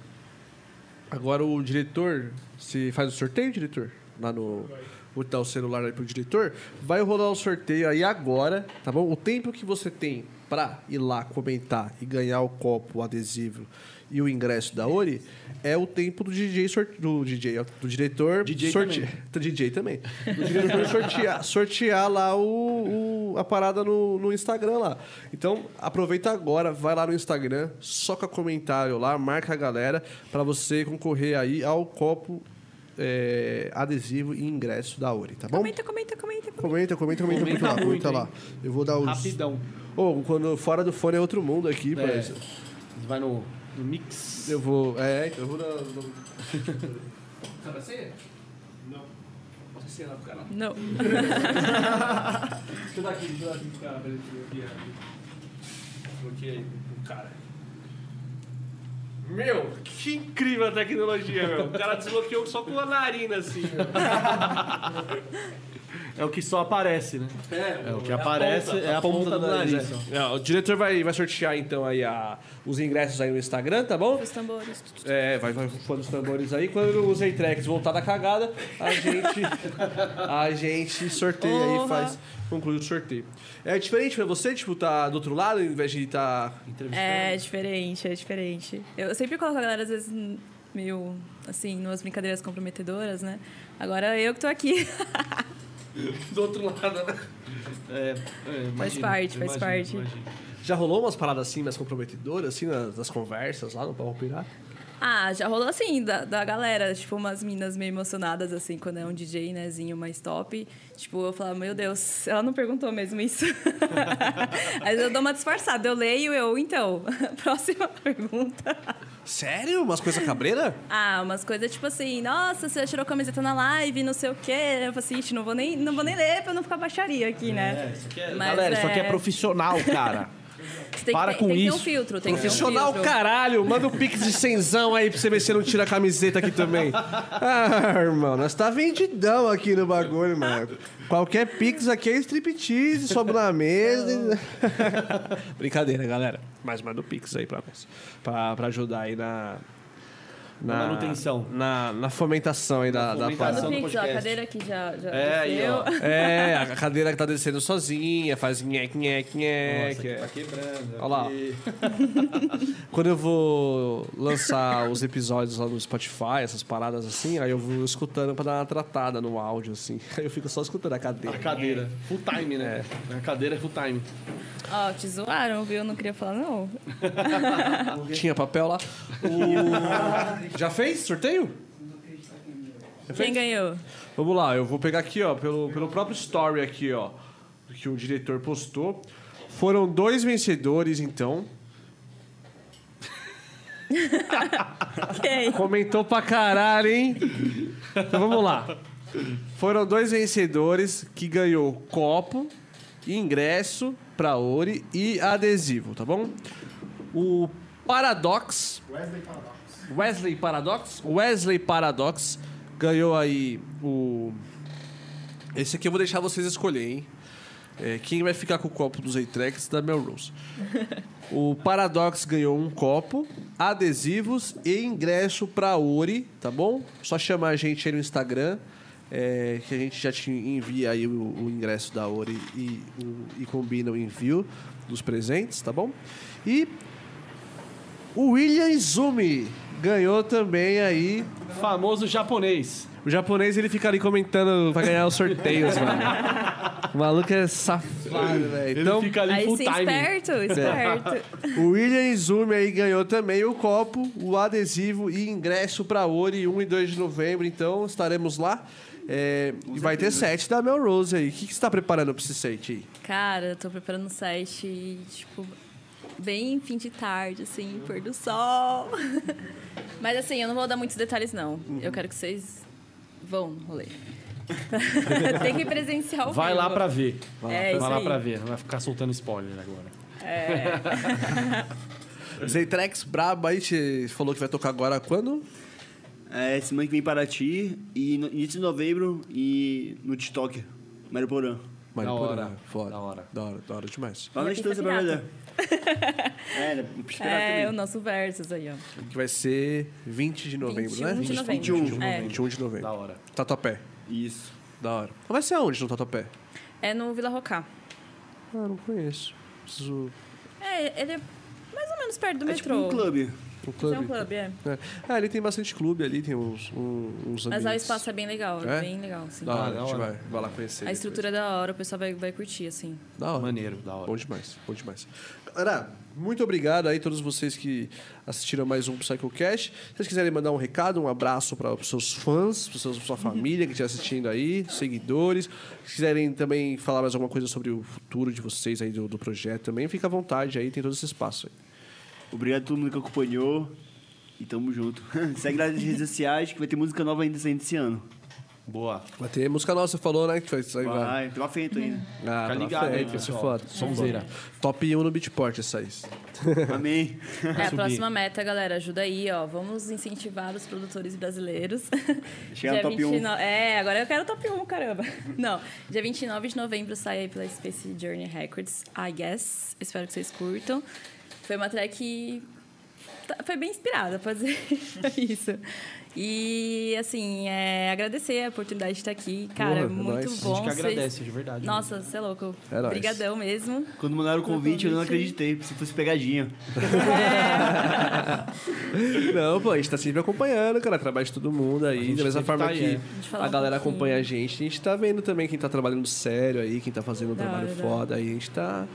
agora o diretor, se faz o sorteio, diretor? Lá no... Vou dar o celular aí pro diretor. Vai rolar o sorteio aí agora, tá bom? O tempo que você tem pra ir lá comentar e ganhar o copo, o adesivo e o ingresso da Ori é o tempo do DJ sorte... do DJ, ó, do diretor
DJ
sorte...
também.
Do DJ também. O diretor sortear, sortear lá o, o- a parada no, no Instagram lá. Então, aproveita agora, vai lá no Instagram, soca comentário lá, marca a galera pra você concorrer aí ao copo é, adesivo e ingresso da Ori, tá bom?
Comenta, comenta, comenta.
Comenta,
comenta.
comenta, comenta,
Comenta
comenta lá,
muito,
comenta lá. Eu vou dar os...
Rapidão.
Ô, quando fora do fone é outro mundo aqui,
É.
parece.
Vai no, no mix.
Eu vou... É, então eu vou dar... Sabe a senha? Não. Posso senha lá pro canal?
Não.
Deixa eu dar aqui, deixa eu dar aqui pro cara, pra ele bloquear aqui. Bloqueei aí o cara. Meu, que incrível a tecnologia, meu. O cara desbloqueou só com a narina, assim. meu.
É o que só aparece, né? É o que aparece, é a ponta do nariz, ó.
Não, o diretor vai, vai sortear, então, aí a- os ingressos aí no Instagram, tá bom?
Os tambores.
É, vai, vai fumando os tambores aí. Quando os Entrex voltar da cagada, a gente, a gente sorteia aí,
Porra.
faz, conclui o sorteio. É diferente pra você, tipo, tá do outro lado, ao invés de estar... Tá...
É diferente, é diferente. Eu sempre coloco a galera, às vezes, n- meio assim, numas brincadeiras comprometedoras, né? Agora eu que tô aqui.
Do outro lado, né? É, é, imagino,
parte, faz
imagino,
parte.
imagino.
Já rolou umas paradas assim, mais comprometedoras, assim, nas, nas conversas lá no Pau Pirata?
Ah, já rolou assim, da, da galera, tipo, umas minas meio emocionadas, assim, quando é um DJ, né, zinho mais top. Tipo, eu falava, meu Deus, ela não perguntou mesmo isso. Aí eu dou uma disfarçada, eu leio, eu, então, próxima pergunta.
Sério? Umas coisas cabreira?
Ah, umas coisas tipo assim, nossa, você tirou camiseta na live, não sei o quê. Eu falei assim, "Ixi, não vou nem, não vou nem ler pra não ficar baixaria aqui, né?
É, isso aqui é-
Mas
Galera, isso aqui é
é-
profissional, cara.
Você tem
Para
que, ter-
com
tem
isso.
que ter um filtro, tem que ter um filtro.
Profissional, caralho! Manda um pix de cenzão aí pra você ver se não tira a camiseta aqui também. Ah, irmão, nós tá vendidão aqui no bagulho, mano. Qualquer pix aqui é striptease, sobe na mesa. Brincadeira, galera. Mas manda um pix aí pra nós. Pra, pra ajudar aí na...
Na manutenção.
Na, na fomentação aí da, da
fomentação.
parada.
Manda o pix, ó,
podcast.
a cadeira aqui já, já
É, aí, ó.
desceu.
É, a cadeira que tá descendo sozinha, faz nhec, nhec, nhec.
Tá quebrando.
Olha lá.
aqui.
Quando eu vou lançar os episódios lá no Spotify, essas paradas assim, aí eu vou escutando pra dar uma tratada no áudio, assim. Aí eu fico só escutando a cadeira.
A cadeira. Full time, né? A cadeira é full time.
Ó, te zoaram, viu? Eu não queria falar, não.
Tinha papel lá. O- Já fez sorteio? Já
Quem
fez?
ganhou?
Vamos lá, eu vou pegar aqui, ó, pelo, pelo próprio story aqui, ó, que o diretor postou. Foram dois vencedores, então.
Quem?
Comentou pra caralho, hein? Então vamos lá. Foram dois vencedores que ganhou copo, ingresso pra Ori e adesivo, tá bom? O Paradox. Wesley Paradox. Wesley Paradox. Wesley Paradox ganhou aí o. Esse aqui eu vou deixar vocês escolherem, hein? É, quem vai ficar com o copo dos Eitrex da Melrose? O Paradox ganhou um copo, adesivos e ingresso pra Ori, tá bom? Só chamar a gente aí no Instagram, é, que a gente já te envia aí o, o ingresso da Ori e, o- e combina o envio dos presentes, tá bom? E o William Izumi ganhou também aí.
Famoso japonês.
O japonês ele fica ali comentando pra ganhar os sorteios, mano. O maluco é safado, velho.
Ele
Então,
fica ali
Aí
full É.
sim,
time.
esperto, esperto.
o William Izumi aí ganhou também o copo, o adesivo e ingresso pra Ori 1 e 2 de novembro. Então, estaremos lá. É, e vai ter sete da Melrose aí. O que, que você tá preparando pra esse set aí?
Cara, eu tô preparando um site, tipo, bem fim de tarde, assim, pôr do sol. Mas assim, eu não vou dar muitos detalhes, não. Eu quero que vocês vão no rolê. Tem que presenciar o
Vai lá pra ver. Vai,
É, isso
lá
aí.
pra ver. Não vai ficar soltando spoiler agora.
Zaytrex brabo aí, você falou que vai tocar agora quando?
É, semana que vem em Paraty e no, início de novembro e no TikTok, Mariporã.
Mano, por
hora,
aí, né? Foda.
da hora.
Da hora, da hora demais.
Fala na
E aqui
distância
foi
pra
pirata.
olhar. É, era pra esperar
É, o
também.
nosso Versus aí, ó.
Que vai ser 20 de novembro,
21
né?
de novembro.
21 de
É.
21 de novembro.
Da hora.
Tatuapé.
Isso.
Da hora. Mas vai ser aonde no Tatuapé?
É no Vila Rocá.
Ah, não conheço. Preciso...
É, ele é mais ou menos perto do
É tipo
metrô.
um clube.
Um
Isso
clube.
É um clube, é.
É. Ah, ali tem bastante clube ali, tem uns, um- uns
Mas lá o
ambientes.
espaço é bem legal,
É?
bem legal, assim.
Da hora,
Ah, da
a gente
hora.
vai, vai lá conhecer.
A
depois.
estrutura é da hora, o pessoal vai, vai curtir, assim.
Da hora.
Maneiro, da hora.
Bom demais, bom demais. Galera, muito obrigado aí a todos vocês que assistiram mais um PsychoCast. Se vocês quiserem mandar um recado, um abraço para os seus fãs, para sua
Uhum.
família que está assistindo aí, seguidores. Se quiserem também falar mais alguma coisa sobre o futuro de vocês aí do, do projeto também, fica à vontade aí, tem todo esse espaço aí.
Obrigado a todo mundo que acompanhou e tamo junto. Segue nas redes sociais que vai ter música nova ainda saindo esse ano.
Boa.
Vai ter música nossa, falou, né? Que vai sair lá.
Vai, tem uma feita ainda.
Ah,
Fica
tá
ligado aí,
feito, vai ser
pessoal.
foda.
Sonzeira.
Top 1 no Beatport essa aí.
Amém.
É a
subir.
próxima meta, galera. Ajuda aí, ó. Vamos incentivar os produtores brasileiros.
Chegar no
Dia
top 1.
29 É, agora eu quero top 1, caramba. Não, dia 29 de novembro sai aí pela Space Journey Records, I guess. Espero que vocês curtam. Foi uma track. tá- Foi bem inspirada, pode dizer É isso. E, assim, é, agradecer a oportunidade de estar aqui. Cara,
Porra, é
muito
nóis.
bom.
A gente que
vocês-
agradece, de verdade.
Nossa, você é louco.
É nóis.
Obrigadão mesmo.
Quando mandaram o convite, eu não acreditei, se fosse pegadinha.
Não, pô, a gente tá sempre acompanhando, cara, o trabalho de todo mundo aí.
gente
Da mesma
sempre
forma
tá aí,
que
é.
gente fala
a
um
galera
pouquinho.
acompanha a gente, a gente tá vendo também quem tá trabalhando sério aí, quem tá fazendo um
Da
trabalho
hora, da
foda aí. A gente tá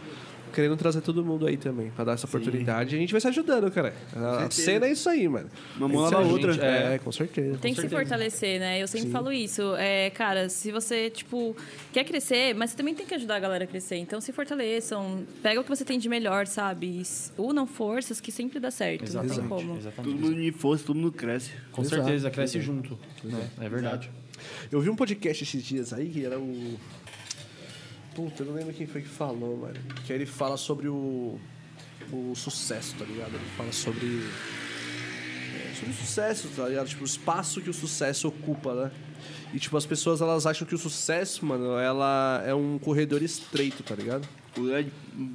querendo trazer todo mundo aí também, pra dar essa oportunidade. E a gente vai se ajudando, cara. A cena é isso aí, mano.
Uma mão
Isso é
lava a
gente,
outra.
É, com certeza.
Tem que se fortalecer, né? Eu sempre falo isso. É, cara, se você, tipo, quer crescer, mas você também tem que ajudar a galera a crescer. Então se fortaleçam. Pega o que você tem de melhor, sabe? Ou não forças, que sempre dá certo. Não tem como.
né? Exatamente.
Todo mundo de força, todo mundo cresce.
Com
Exato,
certeza, cresce junto. né? É verdade.
Eu vi um podcast esses dias aí que era o. Puta, eu não lembro quem foi que falou, mano. Que aí ele fala sobre o. O sucesso, tá ligado? Ele fala sobre. é, Sobre o sucesso, tá ligado? Tipo, o espaço que o sucesso ocupa, né? E, tipo, as pessoas elas acham que o sucesso, mano, ela é um corredor estreito, tá ligado?
O é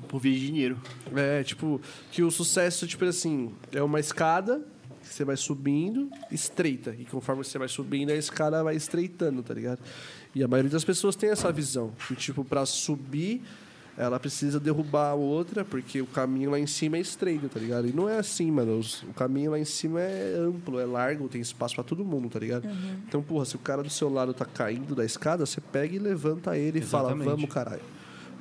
por via de dinheiro.
É, tipo, que o sucesso, tipo assim, é uma escada que você vai subindo, estreita. E conforme você vai subindo, a escada vai estreitando, tá ligado? E a maioria das pessoas tem essa visão. Que, tipo, pra subir, ela precisa derrubar a outra, porque o caminho lá em cima é estreito, tá ligado? E não é assim, mano. Os- O caminho lá em cima é amplo, é largo, tem espaço pra todo mundo, tá ligado? Então, porra, se o cara do seu lado tá caindo da escada, você pega e levanta ele e fala,
Exatamente.
vamos, caralho.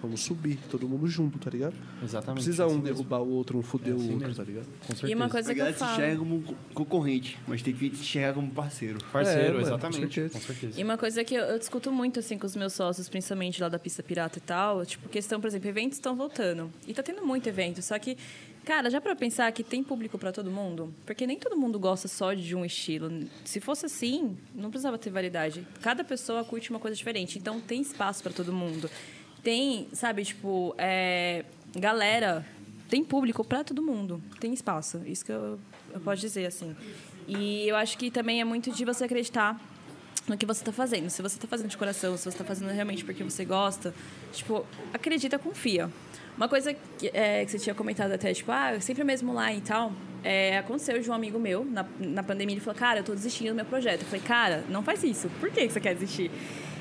Vamos subir, todo mundo junto, tá ligado? Não
Exatamente.
precisa
assim
um
mesmo. É assim
derrubar o outro, um fuder o outro, tá ligado?
Com certeza.
E uma coisa
A
é que eu
galera se
falo.
enxerga como co- concorrente, mas tem que se enxergar como parceiro.
É,
Parceiro,
mano,
exatamente.
com certeza.
Com certeza.
E uma coisa que eu, eu discuto muito, assim, com os meus sócios, principalmente lá da pista pirata e tal, tipo, questão, por exemplo, eventos estão voltando. E tá tendo muito evento, só que, cara, já para pensar que tem público para todo mundo? Porque nem todo mundo gosta só de um estilo. Se fosse assim, não precisava ter variedade. Cada pessoa curte uma coisa diferente, então tem espaço para todo mundo. Tem, sabe, tipo, é, galera tem público para todo mundo, tem espaço. Isso que eu, eu posso dizer assim. E eu acho que também é muito de você acreditar no que você está fazendo. Se você está fazendo de coração, se você está fazendo realmente porque você gosta, tipo, acredita, confia. Uma coisa que, é, que você tinha comentado até, tipo, ah, sempre mesmo lá e tal, é, aconteceu de um amigo meu, na, na pandemia, ele falou, cara, eu tô desistindo do meu projeto. Eu falei, cara, não faz isso. Por que que você quer desistir?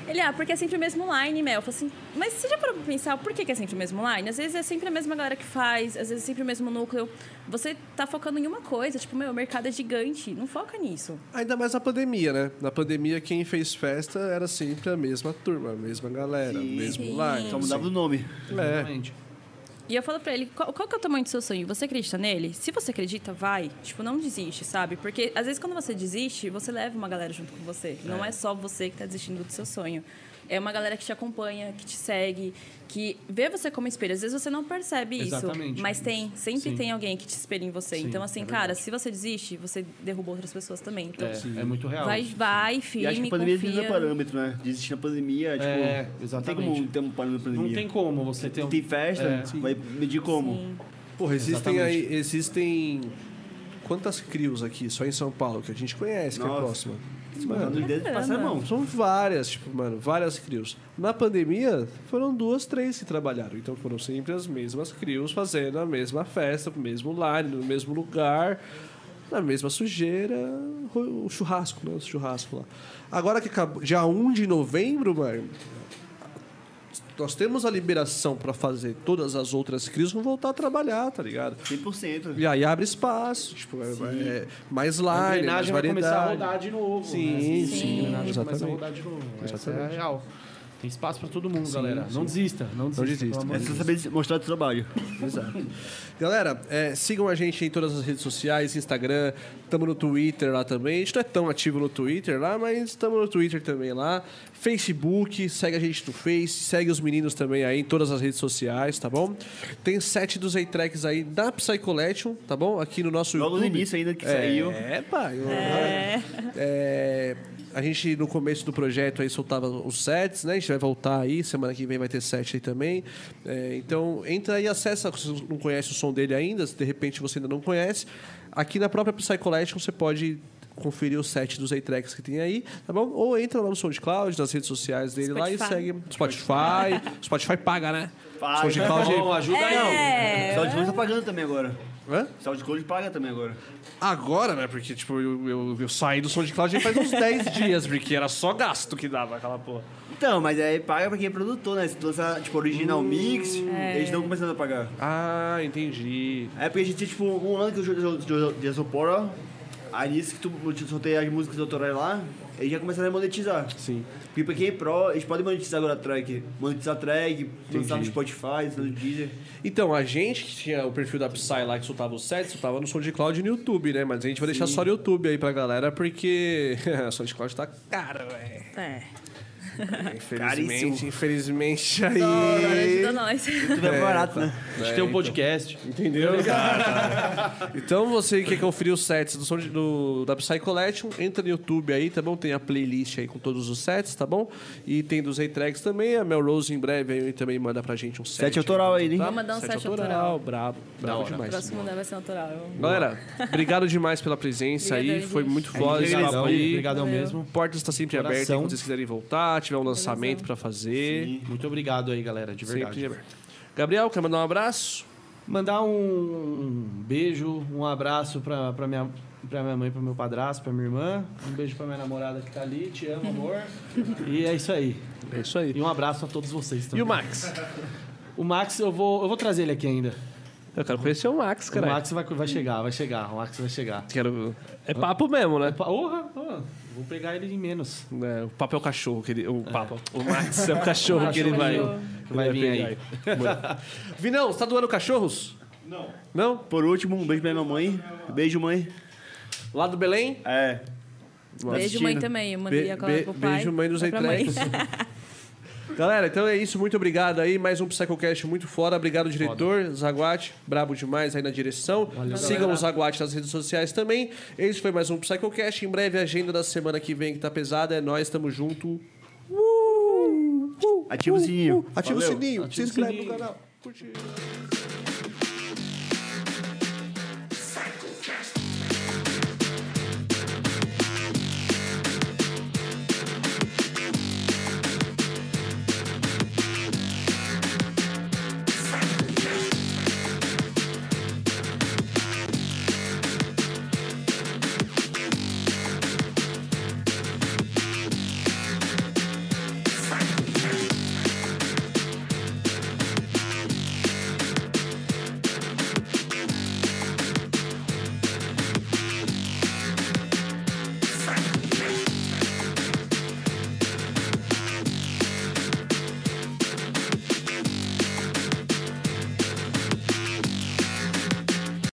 Ele, ah, porque é sempre o mesmo line, Mel. Eu falo assim, mas você já parou pra pensar por que, que é sempre o mesmo line? Às vezes é sempre a mesma galera que faz, às vezes é sempre o mesmo núcleo. Você tá focando em uma coisa, tipo, meu, o mercado é gigante, não foca nisso.
Ainda mais na pandemia, né? Na pandemia, quem fez festa era sempre a mesma turma, a mesma galera, o mesmo
Sim.
lar.
Só
Só mudava o nome.
É.
Exatamente.
E eu falo pra ele, qual, qual que é o tamanho do seu sonho? Você acredita nele? Se você acredita, vai. Tipo, não desiste, sabe? Porque às vezes quando você desiste, você leva uma galera junto com você. Não é só você que tá desistindo do seu sonho. É uma galera que te acompanha, que te segue, que vê você como espelho. Às vezes você não percebe
Exatamente.
isso, mas tem, sempre
Sim.
tem alguém que te espelha em você.
Sim,
então
é
assim,
verdade.
cara, se você desiste, você derrubou outras pessoas também. Então,
É, é muito real.
vai, vai,
E acho que
firme,
a pandemia não
confia.
é parâmetro, né? De existir na pandemia, tipo.
É,
Não tem
exatamente.
como ter um parâmetro na
Não
pandemia.
tem como você ter um...
Tem festa,
É.
vai medir como?
Sim.
Porra, existem
Exatamente.
aí. Existem. Quantas crios aqui, só em São Paulo, que a gente conhece, que é
Nossa.
próxima?
Se botar nos dedos, passa a mão.
São várias, tipo, mano, várias crios. Na pandemia, foram duas, três que trabalharam. Então foram sempre as mesmas crios fazendo a mesma festa, no mesmo line, no mesmo lugar, na mesma sujeira, ro- o churrasco, né? O churrasco lá. Agora que acabou, dia 1 de novembro, mano. Nós temos a liberação pra fazer todas as outras crios, vão voltar a trabalhar, tá ligado?
100%.
E aí abre espaço, tipo, é- é mais line,
A
mais
engrenagem vai
variedade.
começar a rodar de novo.
Sim,
né?
sim,
A engrenagem começa a
exatamente.
rodar de novo. Essa é a
Exatamente.
real. Tem espaço pra todo mundo,
Sim,
galera.
sim.
Não desista, não desista.
desista.
pelo amor
É
de
só
Deus.
saber mostrar o trabalho.
Exato. Galera, é, sigam a gente em todas as redes sociais, Instagram, estamos no Twitter lá também. A gente não é tão ativo no Twitter lá, mas estamos no Twitter também lá. Facebook, segue a gente no Face, segue os meninos também aí em todas as redes sociais, tá bom? Tem sete dos A-Tracks aí da Psycollection, tá bom? Aqui no nosso
Logo no
YouTube.
início ainda que saiu.
É, pai. É. a gente, no começo do projeto, aí soltava os sets, né? A gente vai voltar aí, semana que vem vai ter set aí também. É, então, entra aí, acessa, se você não conhece o som dele ainda, se de repente você ainda não conhece. Aqui na própria Psy Collection você pode conferir o set dos A-Tracks que tem aí, tá bom? Ou entra lá no SoundCloud, nas redes sociais dele lá e
Spotify.
segue Spotify. Spotify paga, né?
Paga.
SoundCloud...
Bom, ajuda
É.
Saúde tá pagando também agora.
Hã?
Saúde Cloud paga também agora.
Agora, né? Porque, tipo, eu, eu, eu saí do SoundCloud já faz uns 10 dias, porque era só gasto que dava aquela porra.
Então, mas aí paga pra quem é produtor, né? Se tu lançar, tipo, original mix, eles estão começando a pagar.
Ah, entendi.
É porque a gente tinha, tipo, um ano que eu joguei de Sopora, aí nisso que tu eu soltei as músicas autorais lá, eles já começaram a monetizar.
Sim.
Porque pra quem é pro, eles podem monetizar agora a track. Monetizar a track, lançar no Spotify, lançar no Deezer.
Então, a gente que tinha o perfil da Psy lá que soltava o set, soltava no SoundCloud e no YouTube, né? Mas a gente vai deixar só no YouTube aí pra galera, porque o SoundCloud tá caro, velho.
É.
Infelizmente, infelizmente aí.
Dólar, ajuda nós.
Tudo é, barato, né?
A gente tem
então.
um podcast.
Entendeu? então você que quer conferir os sets do, som de- do- da Psy Collection, entra no YouTube aí, tá bom? Tem a playlist aí com todos os sets, tá bom? E tem dos A-Tracks também. A Melrose em breve aí também manda pra gente um set.
Sete autoral aí, né?
Tá?
Vou mandar um set autoral.
Brabo. Brabo demais.
Próximo ano vai ser natural. Eu-
Galera, obrigado demais pela presença aí.
Obrigada,
Foi
gente.
muito
A gente
foda
tem
esse
razão,
papo aí.
Obrigadão mesmo.
Portas está sempre
Coração.
abertas quando vocês quiserem voltar, tiver um lançamento pra fazer.
Muito obrigado aí, galera, de
Sempre
verdade.
aberto. Gabriel, quer mandar um abraço?
Mandar um, um beijo, um abraço pra, pra, minha, pra minha mãe, pro meu padrasto, pra minha irmã. Um beijo pra minha namorada que tá ali. Te amo, amor. e é isso aí.
É isso aí.
E um abraço a todos vocês também.
E o Max?
O Max, eu vou, eu vou trazer ele aqui ainda.
Eu quero conhecer o Max,
O
cara.
Max vai, vai chegar, vai chegar. O Max vai chegar.
Quero... É papo mesmo, né?
Porra, porra, vou pegar ele em menos.
É, o papo é o cachorro que ele. O papo. O Max é o cachorro
Max
que
é o
ele vai.
cachorro.
ele vai
Vai vir
pegar Bora. Vinão, você tá doando cachorros? Não. Não?
Por último, um beijo pra minha mãe. Beijo, mãe.
Lá do Belém?
É.
Beijo, mãe também. Eu mandei
né? Be-
a cola
be-
pro pai.
beijo, mãe dos
Vai pra mãe.
Galera, então é isso. Muito obrigado aí. Mais um Psychocast muito fora. Obrigado, diretor. Zaguate, brabo demais aí na direção. Sigam o Zaguate nas redes sociais também. Esse foi mais um Psychocast. Em breve, a agenda da semana que vem, que tá pesada. É nós, tamo junto. Uh, uh,
Ativa o sininho.
Ativa
Valeu. Uh,
o sininho.
Ativa
Se
o
inscreve
sininho.
no canal. Curte.